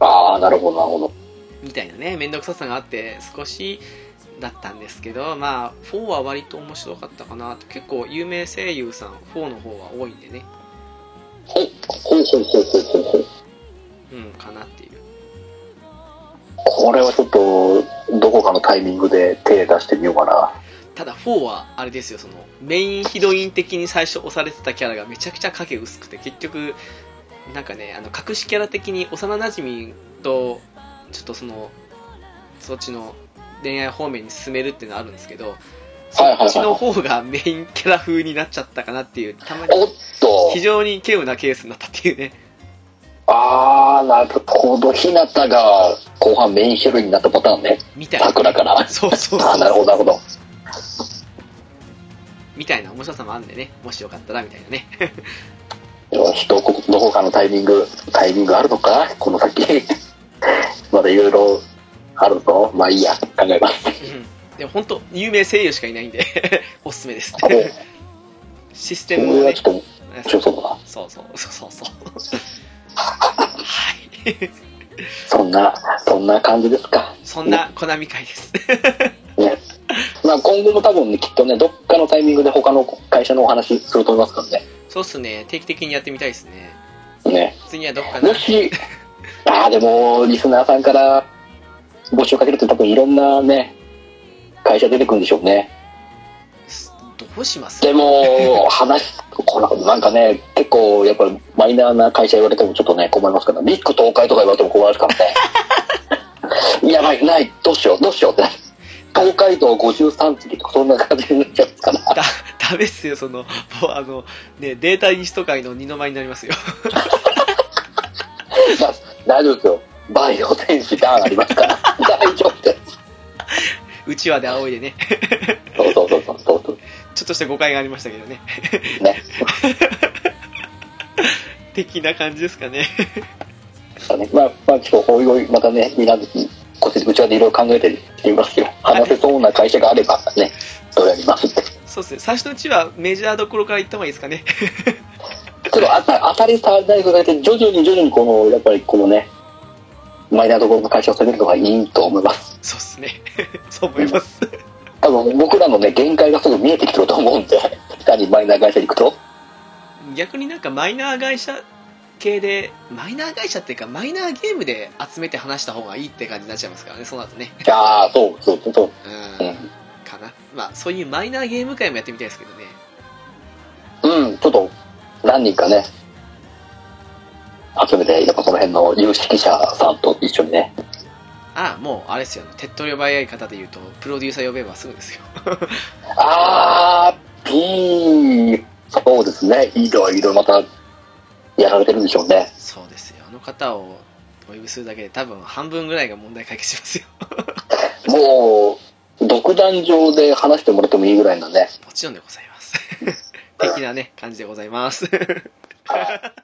Speaker 2: ああ、なるほど、なるほど。
Speaker 1: みたいなね、めんどくささがあって、少しだったんですけど、まあ、4は割と面白かったかなと。結構有名声優さん、4の方は多いんでね、
Speaker 2: ほい、ほいほいほいほいほいほい。
Speaker 1: うん、かなっていう。
Speaker 2: これはちょっと、どこかのタイミングで手出してみようかな。
Speaker 1: ただ4はあれですよそのメインヒロイン的に最初押されてたキャラがめちゃくちゃ影薄くて結局なんかねあの隠しキャラ的に幼馴染とちょっとそのそっちの恋愛方面に進めるっていうのはあるんですけどそ
Speaker 2: はいはいは
Speaker 1: っ
Speaker 2: い
Speaker 1: ちの方がメインキャラ風になっちゃったかなっていうたまに
Speaker 2: おっと
Speaker 1: 非。常に稀有なケースになったっていうね
Speaker 2: ああ、なるほど。ひなたが後半メインヒロインになったパターンね。
Speaker 1: みたいな
Speaker 2: 桜から。
Speaker 1: そうそう
Speaker 2: ああ、
Speaker 1: そ
Speaker 2: なる
Speaker 1: う
Speaker 2: ほど、なるほど。
Speaker 1: みたいな面白さもあるんでねもしよかったらみたいなね
Speaker 2: よし、どこ、どこかのタイミング、タイミングあるのかこの先。 [laughs] まだいろいろあるぞ。まあいいや、考えます。
Speaker 1: [laughs] うんでも本当有名声優しかいないんで [laughs] おすすめです
Speaker 2: あ、もう、
Speaker 1: システム
Speaker 2: 俺
Speaker 1: を
Speaker 2: は
Speaker 1: ね
Speaker 2: ちょっと、強そうだな。
Speaker 1: そうそうそうそうそうはい
Speaker 2: そんな、そんな感じですか。
Speaker 1: そんなコナミ会です [laughs]
Speaker 2: ね。まあ今後も多分ね、きっとね、どっかのタイミングで他の会社のお話すると思いますからね。
Speaker 1: そうっすね定期的にやってみたいですね
Speaker 2: ね。
Speaker 1: 次はどっかな
Speaker 2: もし、 [laughs] ああ、でも、リスナーさんから募集かけると多分いろんなね、会社出てくるんでしょうね。
Speaker 1: すどうします
Speaker 2: で [laughs] も、話、このなんかね、結構やっぱりマイナーな会社言われてもちょっとね、困りますから、ビッグ東海とか言われても困るから [laughs] ね。やばい、ない、どうしよう、どうしようって。東海道53次とかそんな感じになっちゃうから。 [laughs]
Speaker 1: だダメっすよそのもうあのねデータ西都会の二の舞になりますよ [laughs]
Speaker 2: だ大丈夫ですよ。バイオ天使ダーンあります [laughs] から。大丈夫です。
Speaker 1: うちわで仰いでね [laughs]
Speaker 2: そうそうそうそうそうそう。
Speaker 1: ちょっとした誤解がありましたけどね [laughs]
Speaker 2: ね。
Speaker 1: 的な感じですかね
Speaker 2: だねまあ、まあ、ちょっとおいおい、またね、みんなで、こっちうちわでいろいろ考えてみますよ。話せそうな会社があればね、それやりますって。
Speaker 1: そうっすね最初のうちはメジャーどころから行った方がいいですかね [laughs]
Speaker 2: ちょっと当た当たり障りないことで、徐々に徐々にこの、やっぱりこのね、マイナーところの会社を攻めるのがいいと思います。
Speaker 1: そうっすね [laughs] そう思います
Speaker 2: 多分僕らのね、限界がすぐ見えてきてると思うんで、さらにマイナー会社に行くと。
Speaker 1: 逆になんかマイナー会社系でマイナー会社っていうかマイナーゲームで集めて話した方がいいって感じになっちゃいますからねそうなるとね
Speaker 2: ああ、そうそうそうそう。
Speaker 1: うんかなまあそういうマイナーゲーム会もやってみたいですけどね
Speaker 2: うん、ちょっと何人かね、集めて、やっぱこの辺の有識者さんと一緒にね、
Speaker 1: ああもうあれですよ手っ取り早い方で言うとプロデューサー呼べばすぐですよ
Speaker 2: あー、ピー、そうですね、いろいろまたやられてるんでしょうね。
Speaker 1: そうですよあの方をお呼びするだけで多分半分ぐらいが問題解決しますよ
Speaker 2: もう、独壇場で話してもらってもいいぐらいなんで、
Speaker 1: もちろんでございます的なね感じでございます
Speaker 2: はい